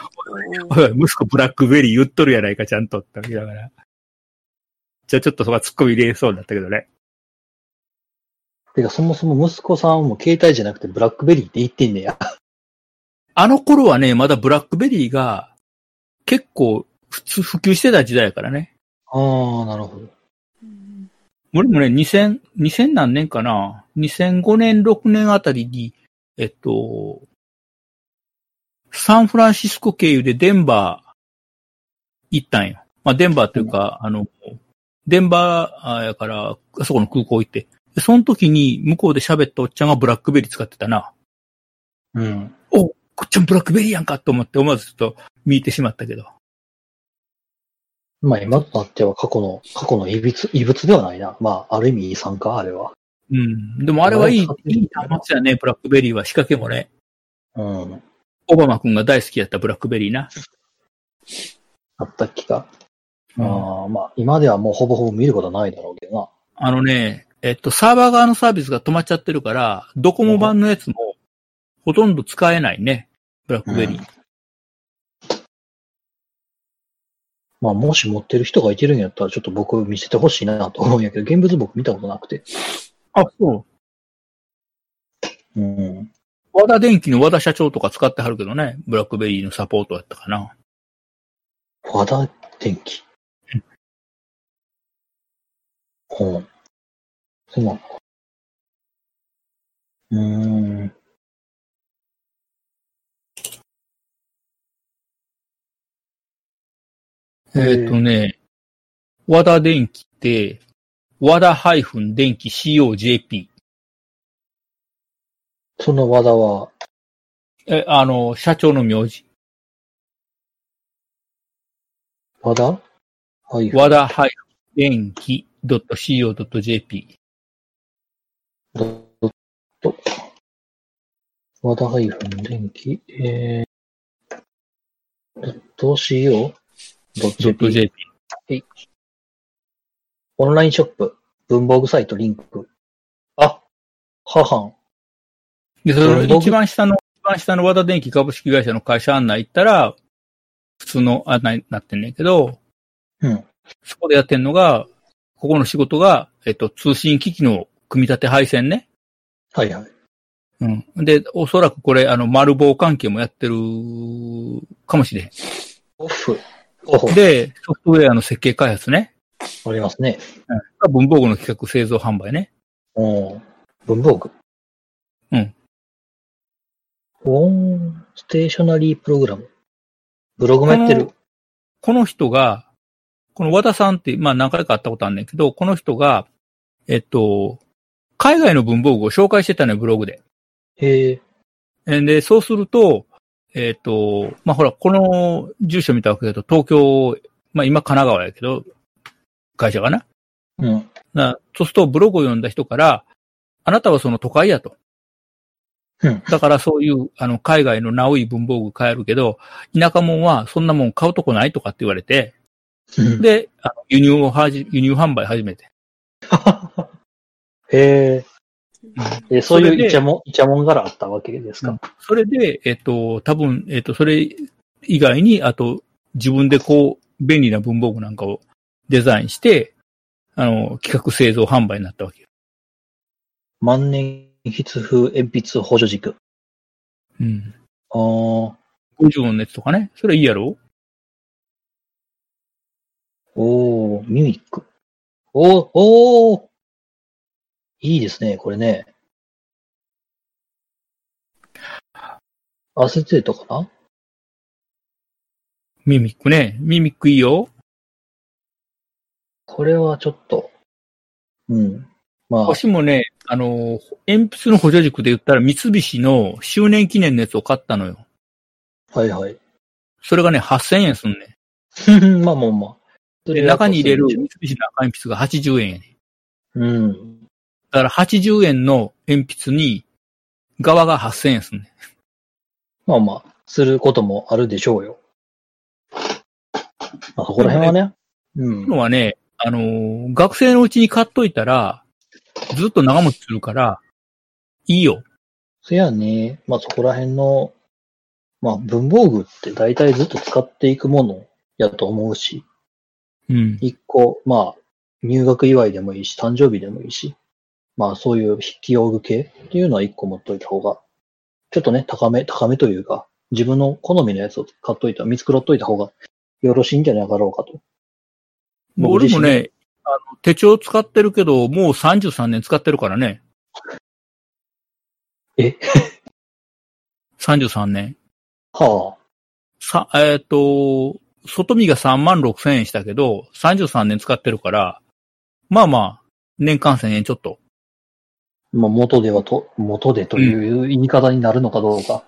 Speaker 2: 息子ブラックベリー言っとるやないか、ちゃんとって言いながら。じゃあちょっとそこは突っ込み入れそうだったけどね。
Speaker 3: てか、そもそも息子さんも携帯じゃなくてブラックベリーって言ってんねや。
Speaker 2: あの頃はね、まだブラックベリーが結構普通普及してた時代やからね。
Speaker 3: ああ、なるほど。
Speaker 7: うん
Speaker 2: 俺もね、2000、2000何年かな ?2005 年、6年あたりに、えっと、サンフランシスコ経由でデンバー行ったんよ。まあ、デンバーというか、あの、デンバーやから、あそこの空港行って。でその時に向こうで喋ったおっちゃんがブラックベリー使ってたな。
Speaker 3: うん。
Speaker 2: こっちもブラックベリーやんかと思って思わずちょっと見入ってしまったけど。
Speaker 3: まあ今となっては過去の、過去の異物、異物ではないな。まあ、ある意味遺産か、あれは。
Speaker 2: うん。でもあれはいい、
Speaker 3: これ
Speaker 2: いい端末やね、ブラックベリーは。仕掛けもね。
Speaker 3: うん。
Speaker 2: オバマ君が大好きやったブラックベリーな。
Speaker 3: あったっけか。ああまあ、今ではもうほぼほぼ見ることはないだろうけどな。
Speaker 2: あのね、えっと、サーバー側のサービスが止まっちゃってるから、ドコモ版のやつも、ほとんど使えないね。ブラックベリー。
Speaker 3: まあ、もし持ってる人がいてるんやったら、ちょっと僕見せてほしいなと思うんやけど、現物僕見たことなくて。
Speaker 2: あ、そう。
Speaker 3: うん。
Speaker 2: 和田電機の和田社長とか使ってはるけどね。ブラックベリーのサポートやったかな。
Speaker 3: 和田電機。うん。そうなのか。うーん。
Speaker 2: え
Speaker 3: ー
Speaker 2: っとね、和田電機って、和田電機 COJP。
Speaker 3: その和田は、
Speaker 2: え、あの、社長の名字。
Speaker 3: 和田はい。
Speaker 2: 和田電機 .co.jp。
Speaker 3: ドット。和田ハイフン電気。えー、ドット CO? ドット JP。
Speaker 2: .jp。
Speaker 3: オンラインショップ。文房具サイトリンク。あ、母。
Speaker 2: で、その
Speaker 3: 文房具
Speaker 2: 一番下の、一番下の和田電機株式会社の会社案内行ったら、普通の案内になってんねんけど、
Speaker 3: うん。
Speaker 2: そこでやってんのが、ここの仕事が、えっと、通信機器の組み立て配線ね。
Speaker 3: はいはい。
Speaker 2: うん。で、おそらくこれ、あの、丸棒関係もやってるかもしれへ
Speaker 3: オフ。オフ
Speaker 2: ん。。で、ソフトウェアの設計開発ね。
Speaker 3: ありますね。
Speaker 2: 文房具の企画製造販売ね。
Speaker 3: うん。文房具。
Speaker 2: うん。
Speaker 3: オンステーショナリープログラム。ブログもやってる。
Speaker 2: この人が、この和田さんって、まあ何回か会ったことあるんだけど、この人が、えっと、海外の文房具を紹介してたのよ、ブログで。
Speaker 3: へえ。
Speaker 2: えで、そうすると、えっと、まあほら、この住所見たわけだと、東京、まあ今神奈川やけど、会社かな。
Speaker 3: うん。
Speaker 2: なそうすると、ブログを読んだ人から、あなたはその都会やと。
Speaker 3: うん
Speaker 2: だからそういう、あの、海外のナウい文房具買えるけど、田舎もんはそんなもん買うとこないとかって言われて、で、あの輸入をはじ、輸入販売始めて。
Speaker 3: へえ。え、そ
Speaker 2: そ
Speaker 3: う
Speaker 2: れ
Speaker 3: いう
Speaker 2: で
Speaker 3: イチャモン、イチャモン柄あったわけですか。
Speaker 2: それで、えっと、多分、えっと、それ、以外に、あと、自分でこう、便利な文房具なんかをデザインして、あの、企画製造販売になったわけよ。
Speaker 3: 万年筆風鉛筆補助軸。
Speaker 2: うん。
Speaker 3: あー
Speaker 2: 50音のやつとかね。それいいやろ
Speaker 3: おー、ミュージック。おー、おーいいですね、これね。アセテートかな
Speaker 2: ミミックね。ミミックいいよ。
Speaker 3: これはちょっと。うん。まあ
Speaker 2: わ、しもね、あの、鉛筆の補助軸で言ったら三菱の周年記念のやつを買ったのよ。
Speaker 3: はいはい。
Speaker 2: それがね、8000円すんね。
Speaker 3: まあまあまあ。とり
Speaker 2: で
Speaker 3: あえず
Speaker 2: 中に入れる三菱の赤鉛筆が80円やね。
Speaker 3: うん。
Speaker 2: だから80円の鉛筆に側が8000円すんね。
Speaker 3: まあまあ、することもあるでしょうよ。まあ、そこら辺はね。うん。
Speaker 2: のはね、あのー学生のうちに買っといたら、ずっと長持ちするから、いいよ。
Speaker 3: そやね。まあそこら辺の、まあ文房具って大体ずっと使っていくものやと思うし、
Speaker 2: うん。
Speaker 3: 一個、まあ入学祝いでもいいし、誕生日でもいいし、まあそういう筆記用具系っていうのは一個持っといた方が、ちょっとね、高め、高めというか、自分の好みのやつを買っといた、見繕っといた方がよろしいんじゃなかろうかと。僕
Speaker 2: 俺
Speaker 3: 自
Speaker 2: も
Speaker 3: 身
Speaker 2: ね、あの手帳使ってるけど、もう33年使ってるからね。
Speaker 3: え
Speaker 2: ?33 年。
Speaker 3: はあ、
Speaker 2: さ、えっ、と、外見が3万6千円したけど、33年使ってるから、まあまあ、年間1000円ちょっと。
Speaker 3: まあ元ではと、元でという言い方になるのかどうか。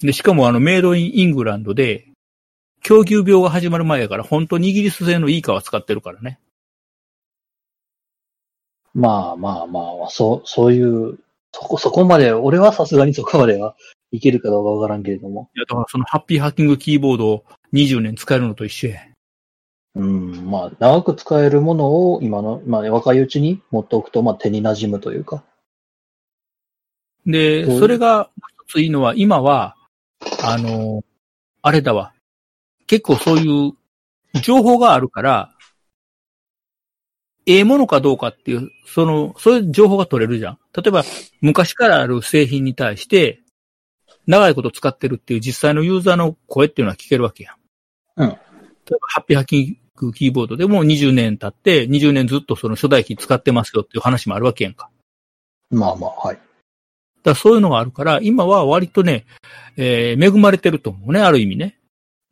Speaker 2: で、しかもあの、メイドインイングランドで、狂牛病が始まる前やから、本当にイギリス製のいい革使ってるからね。
Speaker 3: まあまあまあ、そう、そういう、そこ、そこまで、俺はさすがにそこまではいけるかどうかわからんけれども。
Speaker 2: いや、だからそのハッピーハッキングキーボードを20年使えるのと一緒や。
Speaker 3: うん、まあ、長く使えるものを今の、まあ、若いうちに持っておくと、まあ、手に馴染むというか。
Speaker 2: で
Speaker 3: う、ん
Speaker 2: それが一ついいのは、今は、あの、あれだわ。結構そういう情報があるから、ええものかどうかっていう、その、そういう情報が取れるじゃん。例えば、昔からある製品に対して、長いこと使ってるっていう実際のユーザーの声っていうのは聞けるわけやん。
Speaker 3: うん
Speaker 2: 例えば、ハッピーハッキングキーボードでも20年経って、20年ずっとその初代機使ってますよっていう話もあるわけやんか。
Speaker 3: まあまあ、はい。
Speaker 2: だからそういうのがあるから、今は割とね、えー恵まれてると思うね、ある意味ね。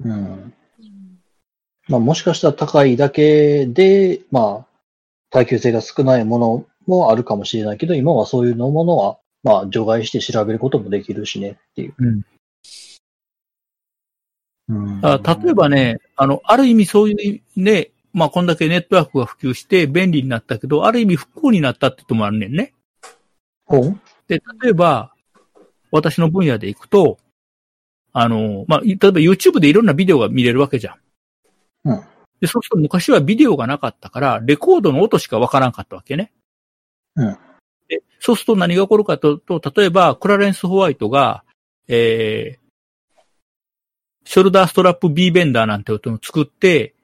Speaker 3: うん。まあ、もしかしたら高いだけで、まあ、耐久性が少ないものもあるかもしれないけど、今はそういうのものは、まあ、除外して調べることもできるしねっていう。
Speaker 2: うん
Speaker 3: うん。
Speaker 2: だから例えばね、あの、ある意味そういうね、まあ、こんだけネットワークが普及して便利になったけど、ある意味不幸になったってこともあるねんね。
Speaker 3: 本、
Speaker 2: で、例えば、私の分野でいくと、あの、まあ、例えば YouTube でいろんなビデオが見れるわけじゃん。
Speaker 3: うん。
Speaker 2: で、そうすると昔はビデオがなかったから、レコードの音しかわからんかったわけね。
Speaker 3: うん。
Speaker 2: で、そうすると何が起こるかというと、例えば、クラレンス・ホワイトが、えー、ショルダーストラップ B ベンダーなんて音を作って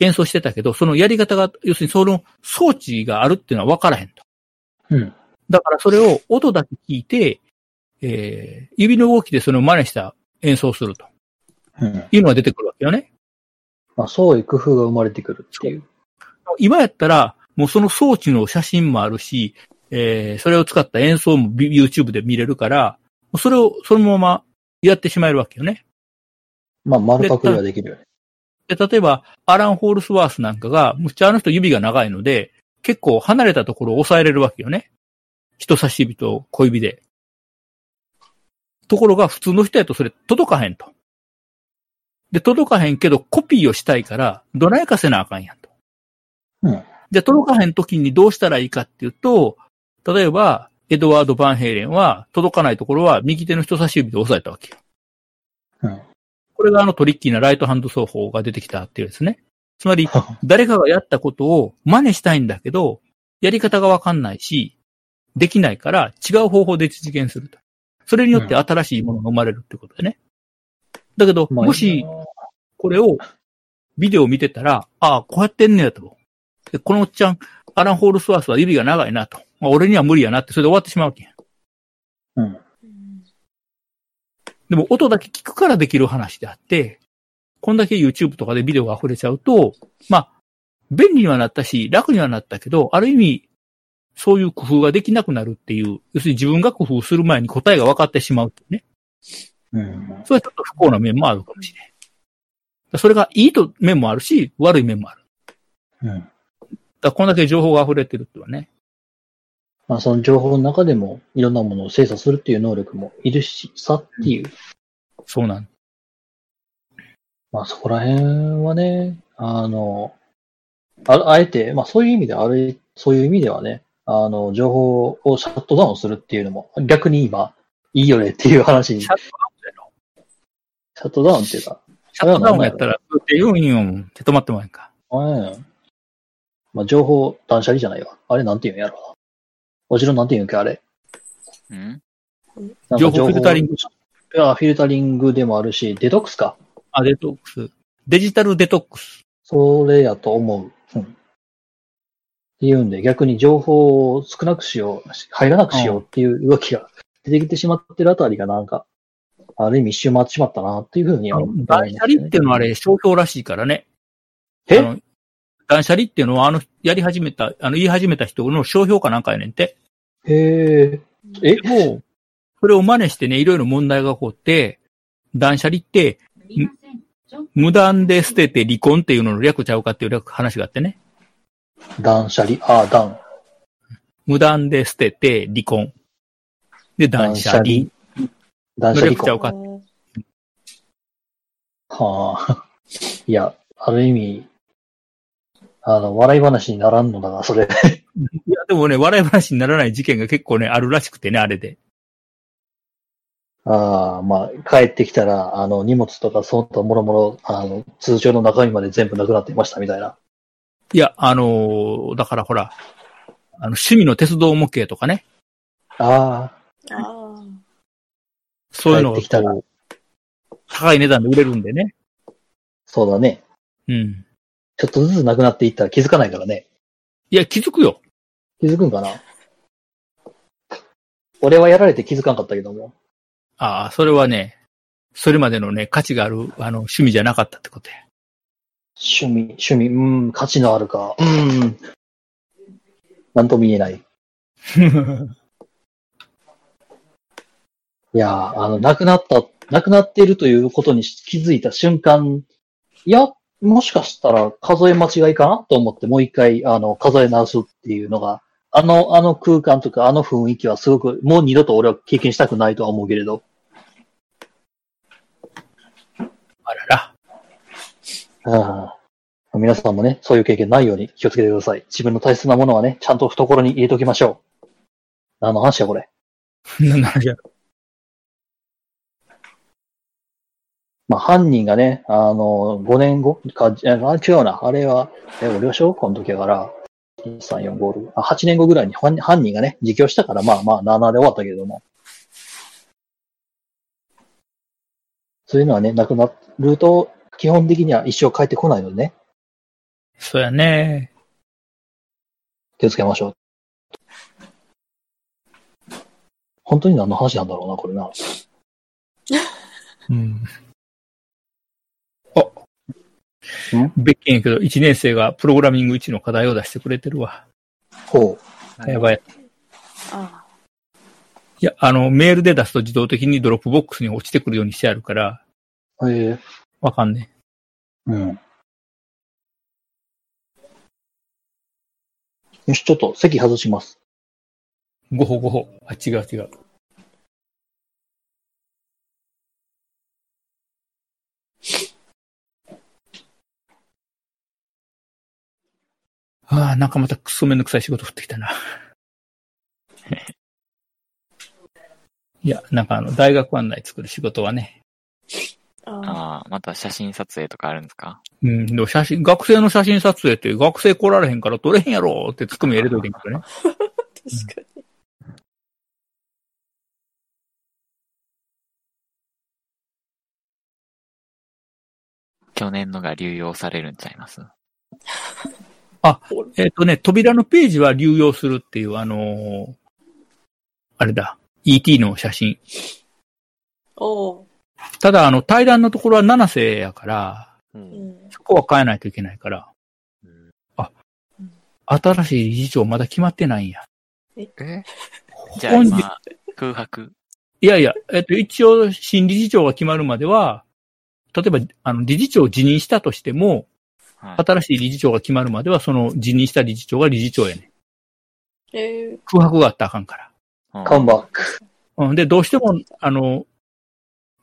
Speaker 2: 演奏してたけど、そのやり方が、要するにその装置があるっていうのはわからへんと。
Speaker 3: うん。
Speaker 2: だからそれを音だけ聞いて、えー、指の動きでそれを真似した演奏すると
Speaker 3: うん。
Speaker 2: いうのが出てくるわけよね。
Speaker 3: まあ、そういう工夫が生まれてくるっていう。
Speaker 2: 今やったら、もうその装置の写真もあるし、えー、それを使った演奏も YouTube で見れるから、もうそれをそのままやってしまえるわけよね。
Speaker 3: まあ、丸パクリはできるよね。
Speaker 2: で、例えば、アラン・ホールスワースなんかが、むっちゃあの人指が長いので、結構離れたところを抑えれるわけよね。人差し指と小指で。ところが、普通の人やとそれ届かへんと。で、届かへんけど、コピーをしたいから、どないかせなあかんやんと。
Speaker 3: うん
Speaker 2: で、届かへん時にどうしたらいいかっていうと、例えば、エドワード・バンヘイレンは、届かないところは右手の人差し指で押さえたわけよ。
Speaker 3: うん
Speaker 2: これがあのトリッキーなライトハンド奏法が出てきたっていうですね。つまり、誰かがやったことを真似したいんだけど、やり方がわかんないし、できないから違う方法で実現すると。それによって新しいものが生まれるってことでね。だけど、
Speaker 3: まあ
Speaker 2: もし、これを、ビデオ見てたら、ああ、こうやってんねやと。でこのおっちゃん、アラン・ホールスワースは指が長いなと。まあ、俺には無理やなって、それで終わってしまうわけや。
Speaker 3: うん。
Speaker 2: でも、音だけ聞くからできる話であって、こんだけ YouTube とかでビデオが溢れちゃうと、まあ、便利にはなったし、楽にはなったけど、ある意味、そういう工夫ができなくなるっていう、要するに自分が工夫する前に答えが分かってしまうっていうね。
Speaker 3: うん。
Speaker 2: それはちょっと不幸な面もあるかもしれない。それがいいと面もあるし、悪い面もある。
Speaker 3: うん。
Speaker 2: だからこんだけ情報が溢れてるっていうのはね。
Speaker 3: まあ、その情報の中でも、いろんなものを精査するっていう能力もいるし、さっていう。
Speaker 2: そうなん。
Speaker 3: まあ、そこら辺はね、あの、ああえて、まあ、そういう意味ではあれ、そういう意味ではね、あの、情報をシャットダウンするっていうのも、逆に今、いいよねっていう話に、
Speaker 2: シ
Speaker 3: シ
Speaker 2: ャットダウンだよ
Speaker 3: ャットダウンっていうか、
Speaker 2: シャットダウンやったら、そうやって言うんよん。手止まってもらえんか。
Speaker 3: うん。まあ、情報断捨離じゃないわ。あれなんて言うんやろうな。もちろんなんて言うんやっけ、あれ。
Speaker 6: うん
Speaker 3: なんか
Speaker 2: 情報フィルタリング。
Speaker 3: いや、フィルタリングでもあるし、デトックスか。
Speaker 2: あ、デトックス。デジタルデトックス。
Speaker 3: それやと思う。うん。っていうんで、逆に情報を少なくしよう、入らなくしようっていう動きが出てきてしまってるあたりがなんか、ある意味一周回ってしまったなっていうふうには思いま
Speaker 2: 断
Speaker 3: し
Speaker 2: 捨
Speaker 3: た
Speaker 2: 離
Speaker 3: ね
Speaker 2: っていうのはあれ、商標らしいからね。
Speaker 3: え
Speaker 2: あの断捨離っていうのは、あの、やり始めた、あの、言い始めた人の商標かなんかやねんて。
Speaker 3: へえ。え
Speaker 2: でも、それを真似してね、いろいろ問題が起こって、断捨離って、無断で捨てて離婚っていうのの略ちゃうかっていう略話があってね。
Speaker 3: 断捨離ああ、断。
Speaker 2: 無断で捨てて離婚。で、断捨離。
Speaker 3: 断
Speaker 2: の
Speaker 3: 捨離
Speaker 2: 略ちゃ
Speaker 3: 婚。
Speaker 2: うか。
Speaker 3: はあ。いや、ある意味、あの、笑い話にならんのだな、それ。
Speaker 2: いや、でもね、笑い話にならない事件が結構ね、あるらしくてね、あれで。
Speaker 3: ああ、まあ、帰ってきたら、あの、荷物とか、そうともろもろ、あの、通常の中身まで全部なくなっていましたみたいな。
Speaker 2: いや、あのーだからほら、あの、趣味の鉄道模型とかね、
Speaker 3: あ
Speaker 7: ああ。
Speaker 3: あ、
Speaker 2: そういう
Speaker 3: 帰
Speaker 2: の
Speaker 3: っ
Speaker 2: が
Speaker 3: てきたら、
Speaker 2: こう高い値段で売れるんでね。
Speaker 3: そうだね。
Speaker 2: うん。
Speaker 3: ちょっとずつなくなっていったら気づかないからね。
Speaker 2: いや、気づくよ。
Speaker 3: 気づくんかな俺はやられて気づかんかったけども。
Speaker 2: ああ、それはね、それまでのね、価値がある、あの、趣味じゃなかったってことや。
Speaker 3: 趣味、趣味、うーん、価値のあるか。うーん。なんとも言えない。いやー、あの、亡くなった、亡くなっているということに気づいた瞬間、いや、もしかしたら数え間違いかなと思って、もう一回、あの、数え直すっていうのが、あの、あの空間とか、あの雰囲気はすごく、もう二度と俺は経験したくないとは思うけれど、
Speaker 2: あらら。
Speaker 3: あー皆さんもね、そういう経験ないように気をつけてください。自分の大切なものはね、ちゃんと懐に入れておきましょう。何の話や、これ。
Speaker 2: なんの話や
Speaker 3: まあ、犯人がね、あの、5年後か、えあ違うな、あれは、え、俺は小学校の時やから、1 3、4、5、6あ、8年後ぐらいに犯犯人がね、自供したから、まあまあ、7で終わったけれども。そういうのはね、なくなると、基本的には一生帰ってこないのでね、
Speaker 2: そうやね。
Speaker 3: 気をつけましょう。本当に何の話なんだろうな、これな。
Speaker 2: うん。あ、別件やけど、1年生がプログラミング1の課題を出してくれてるわ。
Speaker 3: ほ
Speaker 2: やばい。
Speaker 7: あ
Speaker 2: いや、あの、メールで出すと自動的にドロップボックスに落ちてくるようにしてあるから、
Speaker 3: う。へえ
Speaker 2: わかんね
Speaker 3: うん。よし、ちょっと席外します。
Speaker 2: え。ごほごほ。あ、違う違う。ああ、なんかまたクソめんどくさい仕事降ってきたな。 いや、なんかあの、大学案内作る仕事はね、
Speaker 7: あ。ああ。
Speaker 6: ああ、また写真撮影とかあるんですか
Speaker 2: うん、でも写真、学生の写真撮影って学生来られへんから撮れへんやろってツッコミ入れといてんけどね。
Speaker 7: 確かに。
Speaker 6: 去年のが流用されるんちゃいます
Speaker 2: えっ、とね、扉のページは流用するっていう、あのーあれだ、ET の写真。
Speaker 7: おお。
Speaker 2: ただ、あの、対談のところは七世やから、
Speaker 8: う。
Speaker 7: うんん。
Speaker 2: そこは変えないといけないから、新しい理事長まだ決まってないんや。
Speaker 6: えじゃあ
Speaker 2: 本日、
Speaker 6: 今、空白。
Speaker 2: いやいや、えっ、と、一応、新理事長が決まるまでは、例えば、あの、理事長を辞任したとしても、
Speaker 6: はい
Speaker 2: 新しい理事長が決まるまでは、その辞任した理事長が理事長やね。
Speaker 7: えー、
Speaker 2: 空白があったらあかんから。
Speaker 6: うん
Speaker 3: カンバック。
Speaker 2: うん、で、どうしても、あの、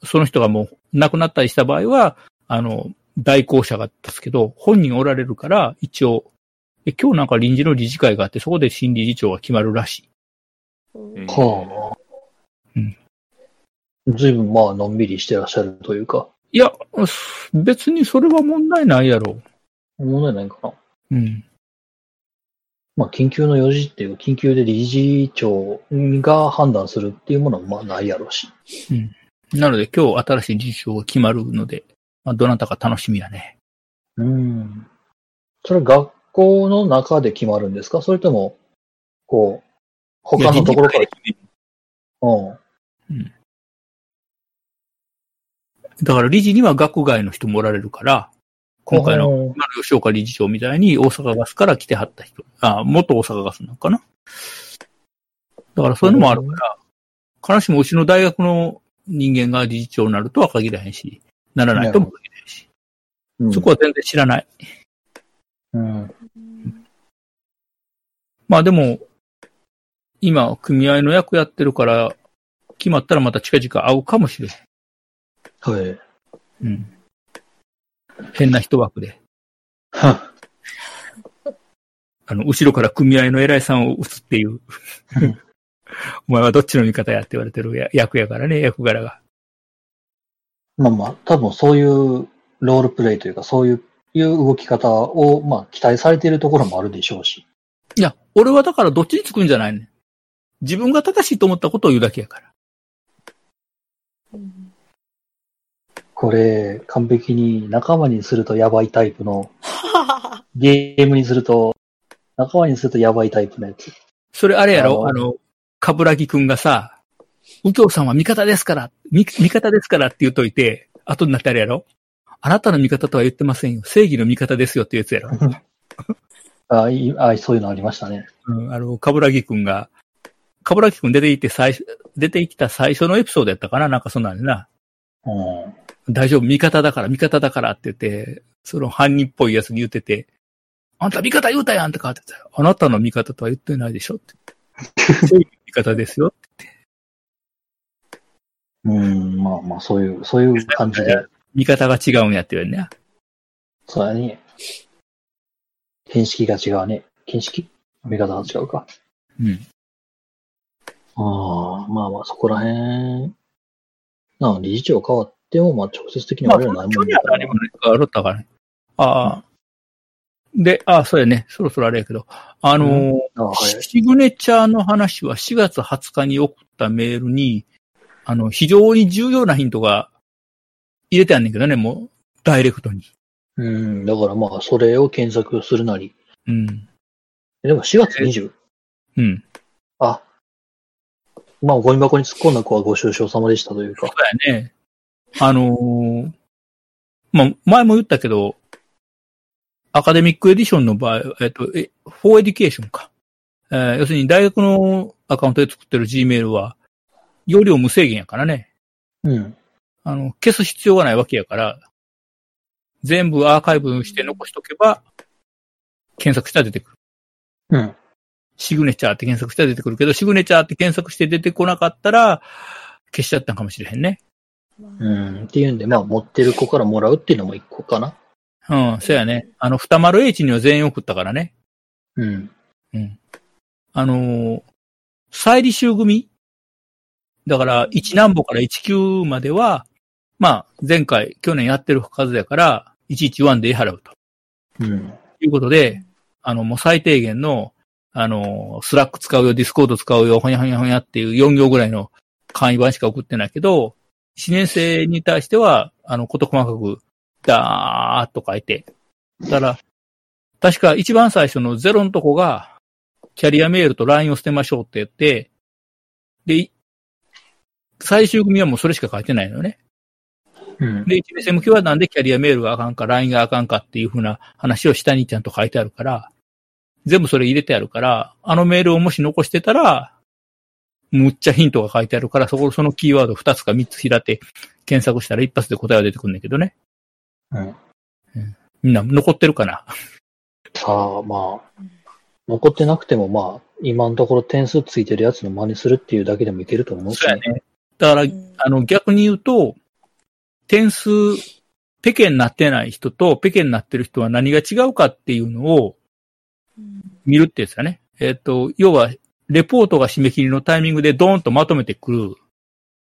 Speaker 2: その人がもう亡くなったりした場合は、あの、代行者がですけど、本人おられるから、一応、え今日なんか臨時の理事会があって、そこで新理事長が決まるらし
Speaker 7: うん
Speaker 6: えー
Speaker 3: はあ
Speaker 2: うん。
Speaker 3: ずいぶんまあ、のんびりしてらっしゃるというか、
Speaker 2: い。いや、別にそれは問題ないやろ
Speaker 3: 問題ないかな。
Speaker 2: う。うん。
Speaker 3: まあ、緊急の用事っていうか、緊急で理事長が判断するっていうものはまあないやろうし。
Speaker 2: なので、今日新しい理事長が決まるので、まあ、どなたか楽しみやね。
Speaker 3: うん。それは学校の中で決まるんですかそれとも、こう、他のところから。うん。
Speaker 2: だから理事には学外の人もおられるから、今回の
Speaker 3: の。
Speaker 2: 今の吉岡理事長みたいに大阪ガスから来てはった人。あ、元大阪ガスなのかな。だからそういうのもあるから、必ずしもうちの大学の人間が理事長になるとは限らへんし、ならないとも限らへんし、
Speaker 3: うん
Speaker 2: そこは全然知らない。
Speaker 3: うん。
Speaker 2: まあでも、今、組合の役やってるから、決まったらまた近々会うかもしれん。
Speaker 3: はい。
Speaker 2: うん。変な一枠で。
Speaker 3: は
Speaker 2: あの、後ろから組合の偉いさんを打つっていう。 お前はどっちの味方やって言われてるや役やからね、役柄が。
Speaker 3: まあまあ、多分そういうロールプレイというか、そういういう動き方を、まあ、期待されているところもあるでしょうし。
Speaker 2: いや、俺はだからどっちにつくんじゃないねん自分が正しいと思ったことを言うだけやから。
Speaker 5: うん
Speaker 3: これ、完璧に仲間にするとやばいタイプの、ゲームにすると、仲間にするとやばいタイプのやつ。
Speaker 2: それあれやろあ
Speaker 3: あ
Speaker 2: の、かぶらぎくんがさ、右京さんは味方ですから、味味方ですからって言うといて、後になってあれやろあなたの味方とは言ってませんよ。正義の味方ですよっていうやつやろ。
Speaker 3: あいあそういうのありましたね。
Speaker 2: うん、あの、かぶらぎくんが、かぶらぎくん出てきて最初、出てきた最初のエピソードやったかななんかそんなんでな。
Speaker 3: うん。
Speaker 2: 大丈夫、味方だから、味方だからって言って、その犯人っぽいやつに言ってて、あんた味方言うたやんとかって言ったら、あなたの味方とは言ってないでしょって。 そういう味方ですよ。
Speaker 3: うん、まあまあ、そういう、そういう感じで。
Speaker 2: 味方が違うんやって言うね。
Speaker 3: そうやね。見識が違うね。見識見方が違うか。
Speaker 2: うん。
Speaker 3: ああ、まあまあ、そこら辺。なあ理事長変わっても、まあ、直接的には俺らないもんだから。
Speaker 2: 何もないからあるったからね。ああ。で、ああ、そうやね。そろそろあれやけど。あのー
Speaker 3: ああはい。
Speaker 2: シグネチャーの話は4月20日に送ったメールに、あの、非常に重要なヒントが入れてあんねんけどね、もう、ダイレクトに。
Speaker 3: うん、だからまあ、それを検索するなり。
Speaker 2: うん。
Speaker 3: でも4月 20?
Speaker 2: うん。
Speaker 3: あ。まあ、ゴミ箱に突っ込んだ子はご愁傷様でしたというか。
Speaker 2: そうやね。あのーまあ、前も言ったけど、アカデミックエディションの場合、えっと、え、フォーエディケーションか。えー要するに大学のアカウントで作ってる Gmail は、容量無制限やからね。
Speaker 3: うん。
Speaker 2: あの、消す必要がないわけやから、全部アーカイブして残しとけば、検索したら出てくる。
Speaker 3: うん。
Speaker 2: シグネチャーって検索したら出てくるけど、シグネチャーって検索して出てこなかったら、消しちゃったんかもしれへんね。
Speaker 3: うん。っていうんで、まあ、持ってる子からもらうっていうのも一個かな。
Speaker 2: うん、そうやね。あの、二丸 H には全員送ったからね。
Speaker 3: うん。
Speaker 2: あのー再履修組だから、1何歩から19までは、まあ、前回、去年やってる数やから、111で払うと。
Speaker 3: うん。
Speaker 2: ということで、あの、もう最低限の、あの、スラック使うよ、ディスコード使うよ、ほにゃほにゃほにゃっていう4行ぐらいの簡易版しか送ってないけど、1年生に対しては、あの、こと細かく、だーっと書いて。たら、確か一番最初のゼロのとこが、キャリアメールと LINE を捨てましょうって言って、で、い最終組はもうそれしか書いてないのよね。
Speaker 3: うん。
Speaker 2: で、1SMQ はなんでキャリアメールがあかんか、LINE があかんかっていうふうな話を下にちゃんと書いてあるから、全部それ入れてあるから、あのメールをもし残してたら、むっちゃヒントが書いてあるから、そこ、そのキーワード2つか3つ開いて検索したら一発で答えが出てくるんだけどね。
Speaker 3: うん
Speaker 2: うん。みんな残ってるかな。
Speaker 3: さあ、まあ、残ってなくても、まあ、今のところ点数ついてるやつの真似するっていうだけでもいけると思うし、ね。
Speaker 2: ね。だから、あの、逆に言うと、点数、ペケになってない人とペケになってる人は何が違うかっていうのを見るってやつだね。えっ、と、要は、レポートが締め切りのタイミングでドーンとまとめてくる。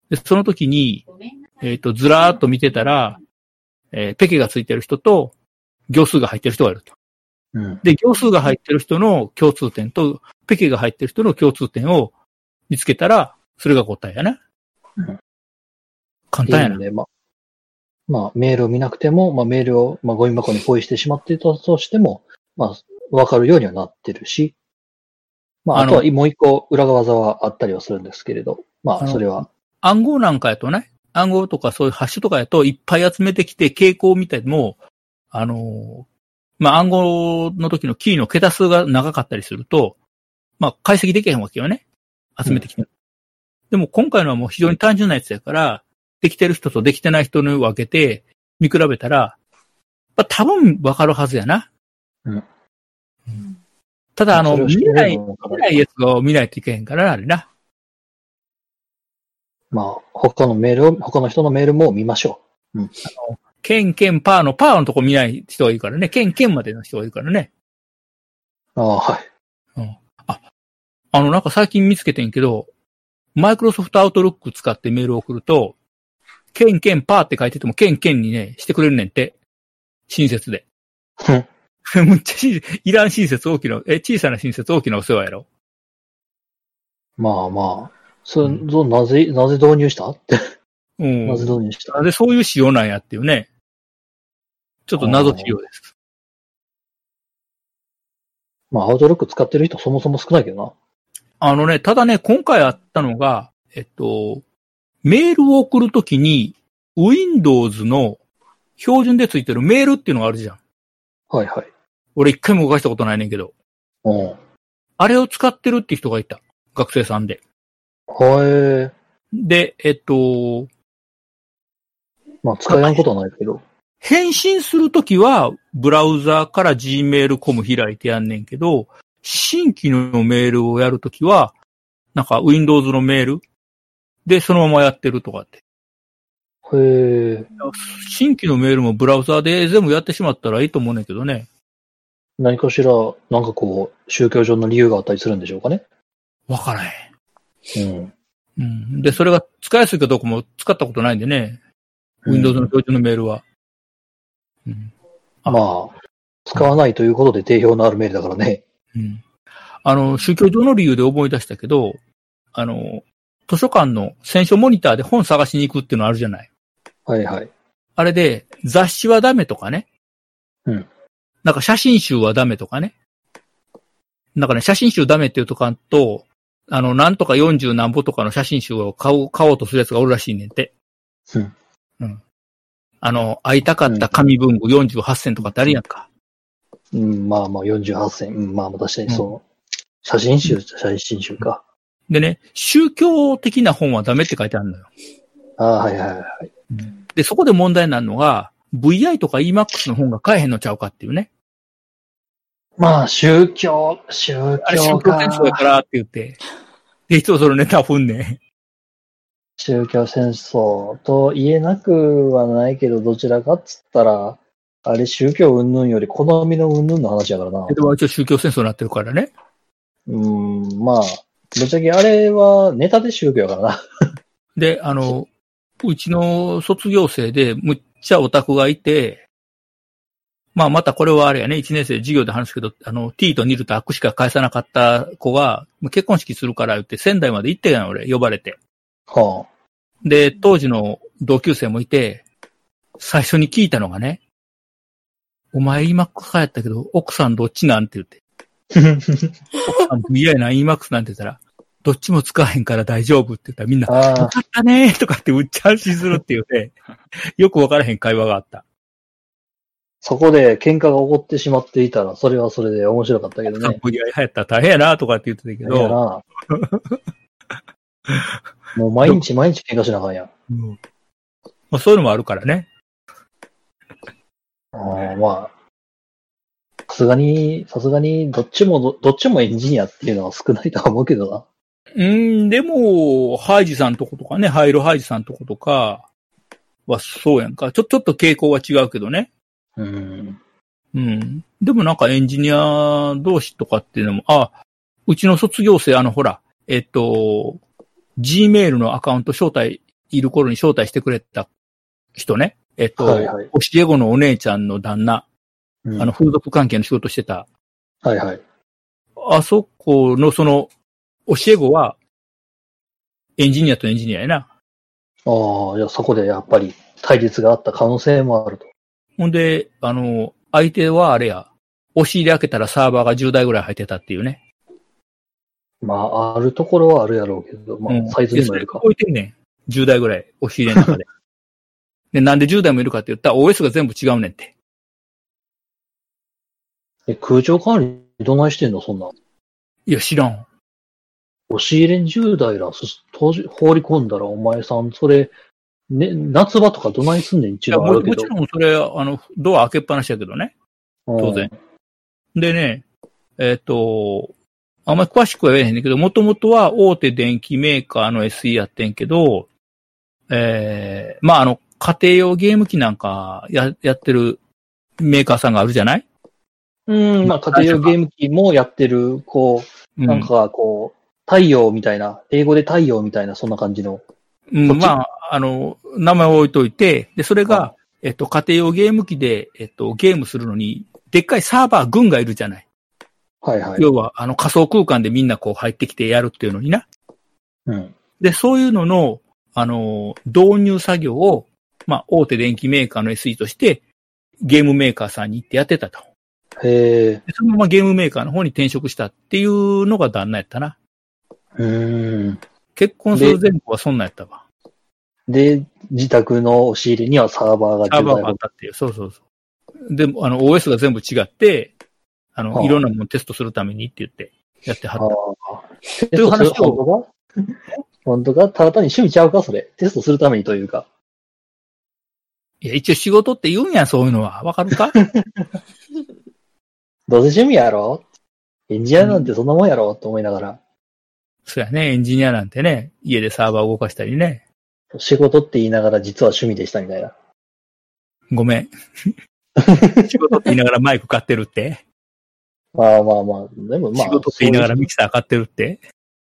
Speaker 2: で、その時に、えっ、と、ずらーっと見てたら、えーペケがついてる人と、行数が入ってる人がいると。
Speaker 3: うん。
Speaker 2: で、行数が入ってる人の共通点と、ペケが入ってる人の共通点を見つけたら、それが答えやな
Speaker 3: うん。
Speaker 2: 簡
Speaker 3: い
Speaker 2: 単
Speaker 3: い
Speaker 2: や
Speaker 3: の
Speaker 2: な。
Speaker 3: で、まあ、まあ、メールを見なくても、まあ、メールを、まあ、ゴミ箱にポイしてしまっていたとしても、まあ、わかるようにはなってるし、まあ、
Speaker 2: あ
Speaker 3: あ
Speaker 2: の
Speaker 3: とはもう一個裏技はあったりはするんですけれど、ま
Speaker 2: あ
Speaker 3: あ、
Speaker 2: の
Speaker 3: それは、
Speaker 2: 暗号なんかやとね、暗号とかそういうハッシュとかやといっぱい集めてきて傾向を見ても、あの、まあ、暗号の時のキーの桁数が長かったりすると、まあ、解析できへんわけよね。集めてきて。でも今回のはもう非常に単純なやつやから、できてる人とできてない人に分けて見比べたら、まあ、多分わかるはずやな。
Speaker 3: うん
Speaker 2: うんただ、あの、
Speaker 3: それを
Speaker 2: 見
Speaker 3: 知
Speaker 2: れ
Speaker 3: れ
Speaker 2: な
Speaker 3: ばいい
Speaker 2: い、
Speaker 3: のかな
Speaker 2: 見れないやつを見ないといけへんからな、あれな。
Speaker 3: まあ、他のメールを、他の人のメールも見ましょ
Speaker 2: ケンケンパーのパーのとこ見ない人がいるからね。ケンケンまでの人がいるからね。
Speaker 3: う。ああ、はい。
Speaker 2: あの、なんか最近見つけてんけど、マイクロソフトアウトロック使ってメールを送ると、ケンケンパーって書いてても、ケンケンにね、してくれるねんって。親切で。 むっちゃ親切、いらん親切大きな、え、小さな親切大きなお世話やろ。
Speaker 3: まあまあ、それ、ぞなぜ、なぜ導入したって、
Speaker 2: うん。
Speaker 3: なぜ導入した
Speaker 2: なんでそういう仕様なんやっていうね。ちょっと謎仕様です。
Speaker 3: まあ、アウトロック使ってる人そもそも少ないけど
Speaker 2: あのね、ただね、今回あったのが、えっと、メールを送るときに、Windows の標準でついてるメールっていうのがあるじゃん。
Speaker 3: な。はいはい。
Speaker 2: 俺一回も動かしたことないねんけど。
Speaker 3: うん。は
Speaker 2: あれを使ってるって人がいた。学生さんで。
Speaker 3: え。
Speaker 2: で、えっと、
Speaker 3: まあ、使えんことはないけど。
Speaker 2: 返信するときは、ブラウザーから gmail.com 開いてやんねんけど、新規のメールをやるときは、なんか Windows のメールでそのままやってるとかって。
Speaker 3: へえ。
Speaker 2: 新規のメールもブラウザーで全部やってしまったらいいと思うねんけどね。
Speaker 3: 何かしら、なんかこう、宗教上の理由があったりするんでしょうかね。
Speaker 2: わからへ
Speaker 3: うん。
Speaker 2: ん。うん。で、それが使いやすいかどうかも使ったことないんでね。
Speaker 3: うん
Speaker 2: Windows の標準のメールは。うん。
Speaker 3: まあ、使わないということで定評のあるメールだからね。
Speaker 2: うん。あの、宗教上の理由で思い出したけど、あの、図書館の選書モニターで本探しに行くっていうのあるじゃない。
Speaker 3: はいはい。
Speaker 2: あれで、雑誌はダメとかね。
Speaker 3: うん。
Speaker 2: なんか写真集はダメとかね。なんかね、写真集ダメっていうとかんと、あの、なんとか40何歩とかの写真集を買おう、買おうとするやつがおるらしいねんて。
Speaker 3: うん。
Speaker 2: うん。あの、会いたかった紙文具48選とかってあるやんか。
Speaker 3: うん、まあまあ、48選。うん、まあまあ、確かにそう。写真集、写真集か。
Speaker 2: でね、宗教的な本はダメって書いてあるのよ。
Speaker 3: ああ、はいはいはい。
Speaker 2: で、そこで問題になるのが、VI とか EMAX の本が買えへんのちゃうかっていうね。
Speaker 3: まあ、宗教、宗
Speaker 2: あれ、
Speaker 3: 教
Speaker 2: 宗教戦争や
Speaker 3: か。
Speaker 2: からって言って。で、いつもそのネタ踏んねん。
Speaker 3: 宗教戦争と言えなくはないけど、どちらかっつったら、あれ、宗教云々より好みの云々の話やからな
Speaker 2: で。も一応宗教戦争になってるからね。
Speaker 3: うん、まあ、ぶっちゃけあれはネタで宗教やからな。
Speaker 2: で、あの、うちの卒業生でむっちゃオタクがいて、まあまたこれはあれやね、1年生授業で話すけど、あの、T とニルとアクしか返さなかった子が、もう結婚式するから言って仙台まで行ってやん、俺、呼ばれて。
Speaker 3: はあ。
Speaker 2: で、当時の同級生もいて、最初に聞いたのがね、お前 EMAX やったけど、奥さんどっちなんって言って。奥さん VI な EMAX なんて言ったら、どっちも使わへんから大丈夫って言ったらみんな、よ
Speaker 3: ああ、
Speaker 2: かったねーとかってうっちゃうしするっていう ね、よくわからへん会話があった。
Speaker 3: そこで喧嘩が起こってしまっていたら、それはそれで面白かったけど
Speaker 2: さ
Speaker 3: ね。
Speaker 2: VI 流行ったら大変やなとかって言ってたけ
Speaker 3: だから
Speaker 2: ど、
Speaker 3: もう毎日毎日喧嘩しなあかんやん。
Speaker 2: うんまあ、そういうのもあるからね。
Speaker 3: ああまあ、さすがに、さすがに、どっちもど、どっちもエンジニアっていうのは少ないとは思うけどな。
Speaker 2: うん、でも、ハイジさんとことかね、ハイロハイジさんとことかはそうやんか。ちょ、ちょっと傾向は違うけどね。
Speaker 3: うん。
Speaker 2: うん。でもなんかエンジニア同士とかっていうのも、あ、うちの卒業生、あの、ほら、えっと、Gmail のアカウント招待、いる頃に招待してくれた人ね。えっと、
Speaker 3: はいはい
Speaker 2: 教え子のお姉ちゃんの旦那、
Speaker 3: うん
Speaker 2: あの、風俗関係の仕事してた
Speaker 3: はいはい。
Speaker 2: あそこのその、教え子は、エンジニアとエンジニアやな。
Speaker 3: ああ、いや、そこでやっぱり対立があった可能性もあると。
Speaker 2: ほんで、あの、相手はあれや、押し入れ開けたらサーバーが10台ぐらい入ってたっていうね。
Speaker 3: まあ、あるところはあるやろうけど、ま
Speaker 2: うん
Speaker 3: あ、サイズにもよるか
Speaker 2: でそれ。超えてんねん。10台ぐらい、押し入れの 中で。で、なんで10台もいるかって言ったら OS が全部違うねんって。
Speaker 3: え、空調管理どないしてんのそんなん。
Speaker 2: いや、知らん。
Speaker 3: 押し入れに10代ら、す当時放り込んだら、お前さん、それ、ね、夏場とかどないすんね
Speaker 2: い
Speaker 3: ん、一
Speaker 2: や
Speaker 3: 度
Speaker 2: も
Speaker 3: あるけ
Speaker 2: も
Speaker 3: ど
Speaker 2: ち。ろんそれ、あの、ドア開けっぱなしやけどね。当
Speaker 3: うん
Speaker 2: 然。。でね、えっ、と、あんまり詳しくは言えへんねんけど、もともとは大手電機メーカーの SE やってんけど、えー、まあ、あの、家庭用ゲーム機なんかややってるメーカーさんがあるじゃない
Speaker 3: うん、まあ、家庭用ゲーム機もやってる、こ
Speaker 2: う
Speaker 3: う、なんか、こう、太陽みたいな、英語で太陽みたいな、そんな感じの。
Speaker 2: うん
Speaker 3: そっち
Speaker 2: まあ、あの、名前を置いといて、で、それが、えっと、家庭用ゲーム機で、えっと、ゲームするのに、でっかいサーバー群がいるじゃない、
Speaker 3: はいはい。
Speaker 2: 要は、あの、仮想空間でみんなこう入ってきてやるっていうのにな。
Speaker 3: うん。
Speaker 2: で、そういうのの、あの、導入作業を、まあ、大手電機メーカーの SE として、ゲームメーカーさんに行ってやってたと。
Speaker 3: へえ。
Speaker 2: でそのままゲームメーカーの方に転職したっていうのが旦那やったな。
Speaker 3: うん。
Speaker 2: 結婚する前後はそんなんやったわ。
Speaker 3: で、自宅の押し入れにはサーバーが
Speaker 2: サー
Speaker 3: 10
Speaker 2: バー
Speaker 3: 台
Speaker 2: があ
Speaker 3: ほ
Speaker 2: ったっていう。そうそうそう。でも、あの、OS が全部違って、あの、
Speaker 3: はあ
Speaker 2: いろんなものテストするためにって言って、やってはっ
Speaker 3: ど。
Speaker 2: た。
Speaker 3: ああ。
Speaker 2: という話を
Speaker 3: テストする本当か本当かただ単に趣味ちゃうかそれ。テストするためにというか。
Speaker 2: いや、一応仕事って言うんや、そういうのは。わか るか
Speaker 3: どうせ趣味やろエンジニアなんてそんなもんやろと思いながら。
Speaker 2: そうやね、エンジニアなんてね、家でサーバー動かしたりね。
Speaker 3: 仕事って言いながら実は趣味でしたみたいな。
Speaker 2: ごめ ん。仕事って言いながらマイク買ってるって。
Speaker 3: まあまあまあ、でもまあ。
Speaker 2: 仕事って言いながら
Speaker 3: そう
Speaker 2: ミ
Speaker 3: いう
Speaker 2: キサー買ってるって。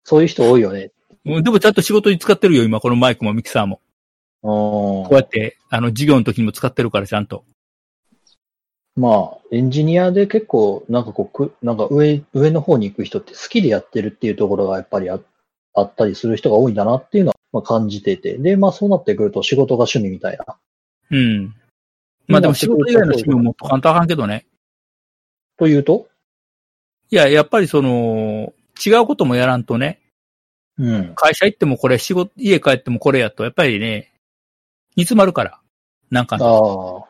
Speaker 3: そういう人多いよね。
Speaker 2: うんでもちゃんと仕事に使ってるよ、今、このマイクもミキサーも。
Speaker 3: うん
Speaker 2: こうやって、あの、授業の時にも使ってるから、ちゃんと。
Speaker 3: まあ、エンジニアで結構、なんかこう、くなんか上、上の方に行く人って好きでやってるっていうところがやっぱりああったりする人が多いんだなっていうのは、まあ、感じてて。で、まあそうなってくると仕事が趣味みたいな。
Speaker 2: うん。まあでも仕事以外の趣味ももっと簡単あかんけどね。
Speaker 3: というと
Speaker 2: いや、やっぱりその、違うこともやらんとね、
Speaker 3: うん。
Speaker 2: 会社行ってもこれ、仕事、家帰ってもこれやと、やっぱりね、煮詰まるから。なんか
Speaker 3: あ
Speaker 2: ね、
Speaker 3: あ。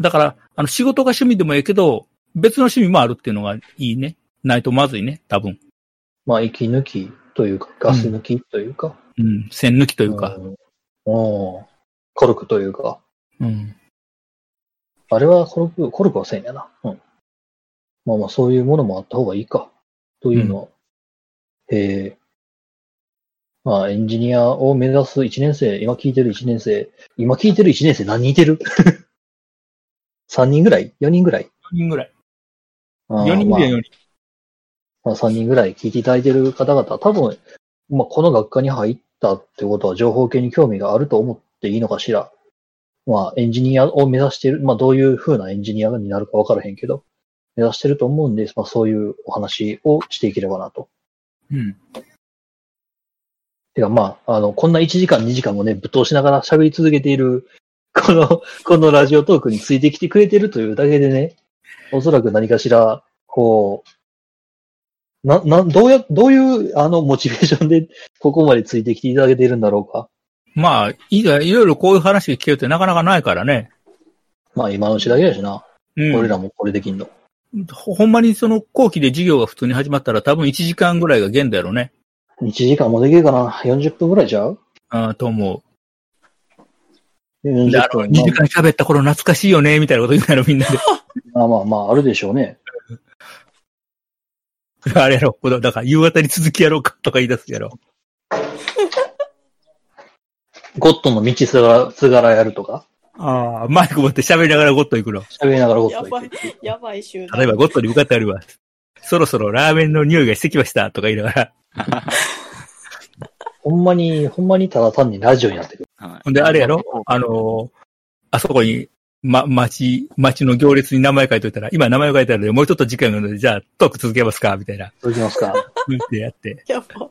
Speaker 2: だから、あの、仕事が趣味でもええけど、別の趣味もあるっていうのがいいね。ないとまずいね、多分。
Speaker 3: まあ、息抜きというか、ガス抜きというか。
Speaker 2: うん、線抜きと
Speaker 3: と
Speaker 2: いうか。。
Speaker 3: うん。コルクというか。
Speaker 2: うん。
Speaker 3: あれはコルク、コルクはせんやな。うん。まあまあ、そういうものもあった方がいいか。というのは、ええまあ、エンジニアを目指す1年生、今聞いてる1年生、今聞いてる1年生何人いてる ?3 人ぐらい ?4 人ぐらい
Speaker 2: 4人ぐらい。
Speaker 3: あー
Speaker 2: 4人ぐらい
Speaker 3: まあ
Speaker 2: 4人。
Speaker 3: まあ、3人ぐらい聞いていただいてる方々、多分、まあ、この学科に入ったってことは情報系に興味があると思っていいのかしら。まあ、エンジニアを目指している、まあ、どういう風なエンジニアになるかわからへんけど、目指してると思うんで、まあ、そういうお話をしていければなと。
Speaker 2: うん。
Speaker 3: てか、まあ、あの、こんな1時間、2時間もね、ぶっ通しながら 喋り続けている、この、このラジオトークについてきてくれてるというだけでね、おそらく何かしら、こう、な、な、どうや、どういう、あの、モチベーションで、ここまでついてきていただけているんだろうか。
Speaker 2: まあ、いろいろこういう話聞けるってなかなかないからね。
Speaker 3: まあ、今のうちだけだしな。
Speaker 2: うん。
Speaker 3: 俺らもこれできんの。
Speaker 2: ほほんまにその後期で授業が普通に始まったら多分1時間ぐらいが限度やろうね。
Speaker 3: 1時間もできるかな ?40 分ぐらいちゃう
Speaker 2: あーと思う。
Speaker 3: 40
Speaker 2: で、あの、2
Speaker 3: 分。
Speaker 2: 時間喋った頃懐かしいよね、みたいなこと言うならみんなで。
Speaker 3: まあまあまあ、あるでしょうね。
Speaker 2: あれやろ、これだから夕方に続きやろうかとか言い出すやろ。
Speaker 3: ゴッドの道すがら、すがらやるとか、
Speaker 2: ああ、マイク持って喋りながらゴッド行くの。
Speaker 3: 喋りながらゴ
Speaker 7: や
Speaker 3: ッド行
Speaker 7: ば
Speaker 3: く
Speaker 7: い。、やばい集団。
Speaker 2: 例えばゴッドに向かってあります。そろそろラーメンの匂いがしてきましたとか言いながら。
Speaker 3: ほんまに、ほんまにただ単にラジオになってくる。
Speaker 6: は
Speaker 2: ほんで、あれやろ
Speaker 6: い
Speaker 2: あのーあそこに、ま、町、町の行列に名前書いといたら、今名前書いてあるので、もうちょっと時間があるので、じゃあ、トーク続けますかみたいな。
Speaker 3: 続きますか。
Speaker 2: 言ってやって。
Speaker 7: やば。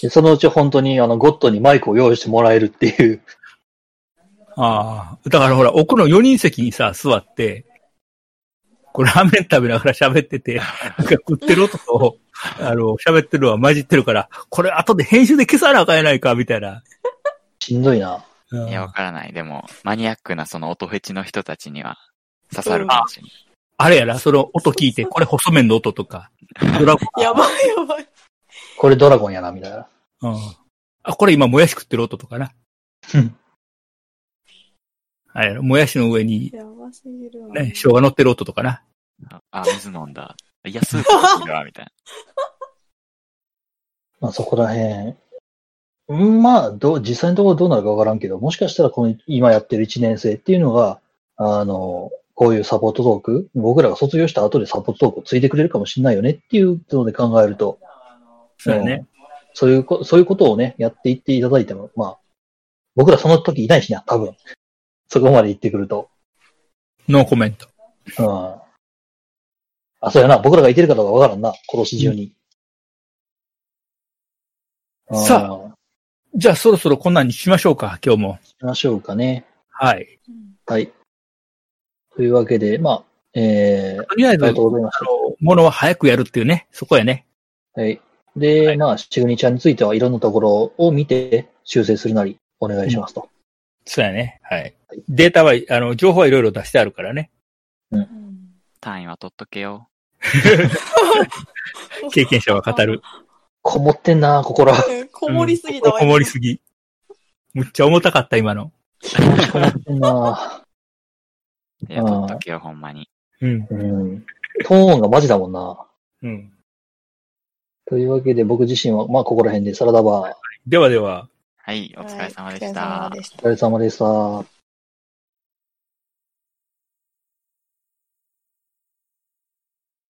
Speaker 3: でそのうち本当に、あの、ゴッドにマイクを用意してもらえるっていう。
Speaker 2: ああ。だからほら、奥の4人席にさ、座って、こうラーメン食べながら喋ってて、なんか食ってる音 と、あの、喋ってるのは混じってるから、これ後で編集で消さなあかんやないか、みたいな。
Speaker 3: しんどいな。
Speaker 2: うん
Speaker 6: や、わからない。でも、マニアックなその音フェチの人たちには刺さるかもしれない。
Speaker 2: あれやな、その音聞いて、これ細麺の音とか、ドラゴン
Speaker 7: やばい、やばい。
Speaker 3: これドラゴンやな、みたいな。
Speaker 2: うんあ、これ今、もやし食ってる音とかな。
Speaker 3: うん
Speaker 2: あれやろもやしの上に、
Speaker 7: やばすぎるわ。
Speaker 2: ね、生姜乗ってる音とかな。
Speaker 6: あ、水飲んだ。いや、スープ好きだわ、みたい
Speaker 3: まあそこら辺。うんまあ、どう、実際のところどうなるかわからんけど、もしかしたらこの今やってる1年生っていうのが、あの、こういうサポートトーク、僕らが卒業した後でサポートトークをついてくれるかもしれないよねっていうので考えると、
Speaker 2: そうやね。
Speaker 3: そういうこ、そういうことをね、やっていっていただいても、まあ、僕らその時いないしな、多分。そこまで行ってくると。
Speaker 2: ノーコメント。
Speaker 3: うん。あ、そうやな、僕らがいてるかどうかわからんな、今年中に。
Speaker 2: うんさ
Speaker 3: あ、行
Speaker 2: じゃあ、そろそろこんなんにしましょうか、今日も。
Speaker 3: きましょうかね。
Speaker 2: はい。
Speaker 7: うん
Speaker 3: はい。というわけで、まあ、えー、あ
Speaker 2: とりあえず、
Speaker 3: り
Speaker 2: あ
Speaker 3: がとう
Speaker 2: の
Speaker 3: ございました。、
Speaker 2: ものは早くやるっていうね、そこやね。
Speaker 3: はい。で、
Speaker 2: はい
Speaker 3: まあ、シグニチャーについてはいろんなところを見て修正するなりお願いしますと。
Speaker 2: そうやね。はい。データは、あの、情報はいろいろ出してあるからね。
Speaker 5: うん
Speaker 6: な。単位は取っとけよ。
Speaker 2: 経験者は語る。
Speaker 3: こもってんな、ここら。
Speaker 7: うんこもりすぎ
Speaker 2: う
Speaker 7: た
Speaker 2: んここもりすぎ。むっちゃ重たかった、今の。
Speaker 3: こもってんな。
Speaker 6: いや、
Speaker 3: うん
Speaker 6: 取っとけよ、ほんまに。
Speaker 2: うん。
Speaker 3: うん。トーンがマジだもんな。
Speaker 2: うん。
Speaker 3: というわけで、僕自身は、まあ、ここら辺でサラダバー、
Speaker 2: ではでは。
Speaker 6: はい、お疲れ様でした。
Speaker 7: はいお疲れ様でし
Speaker 3: お疲れ様でした。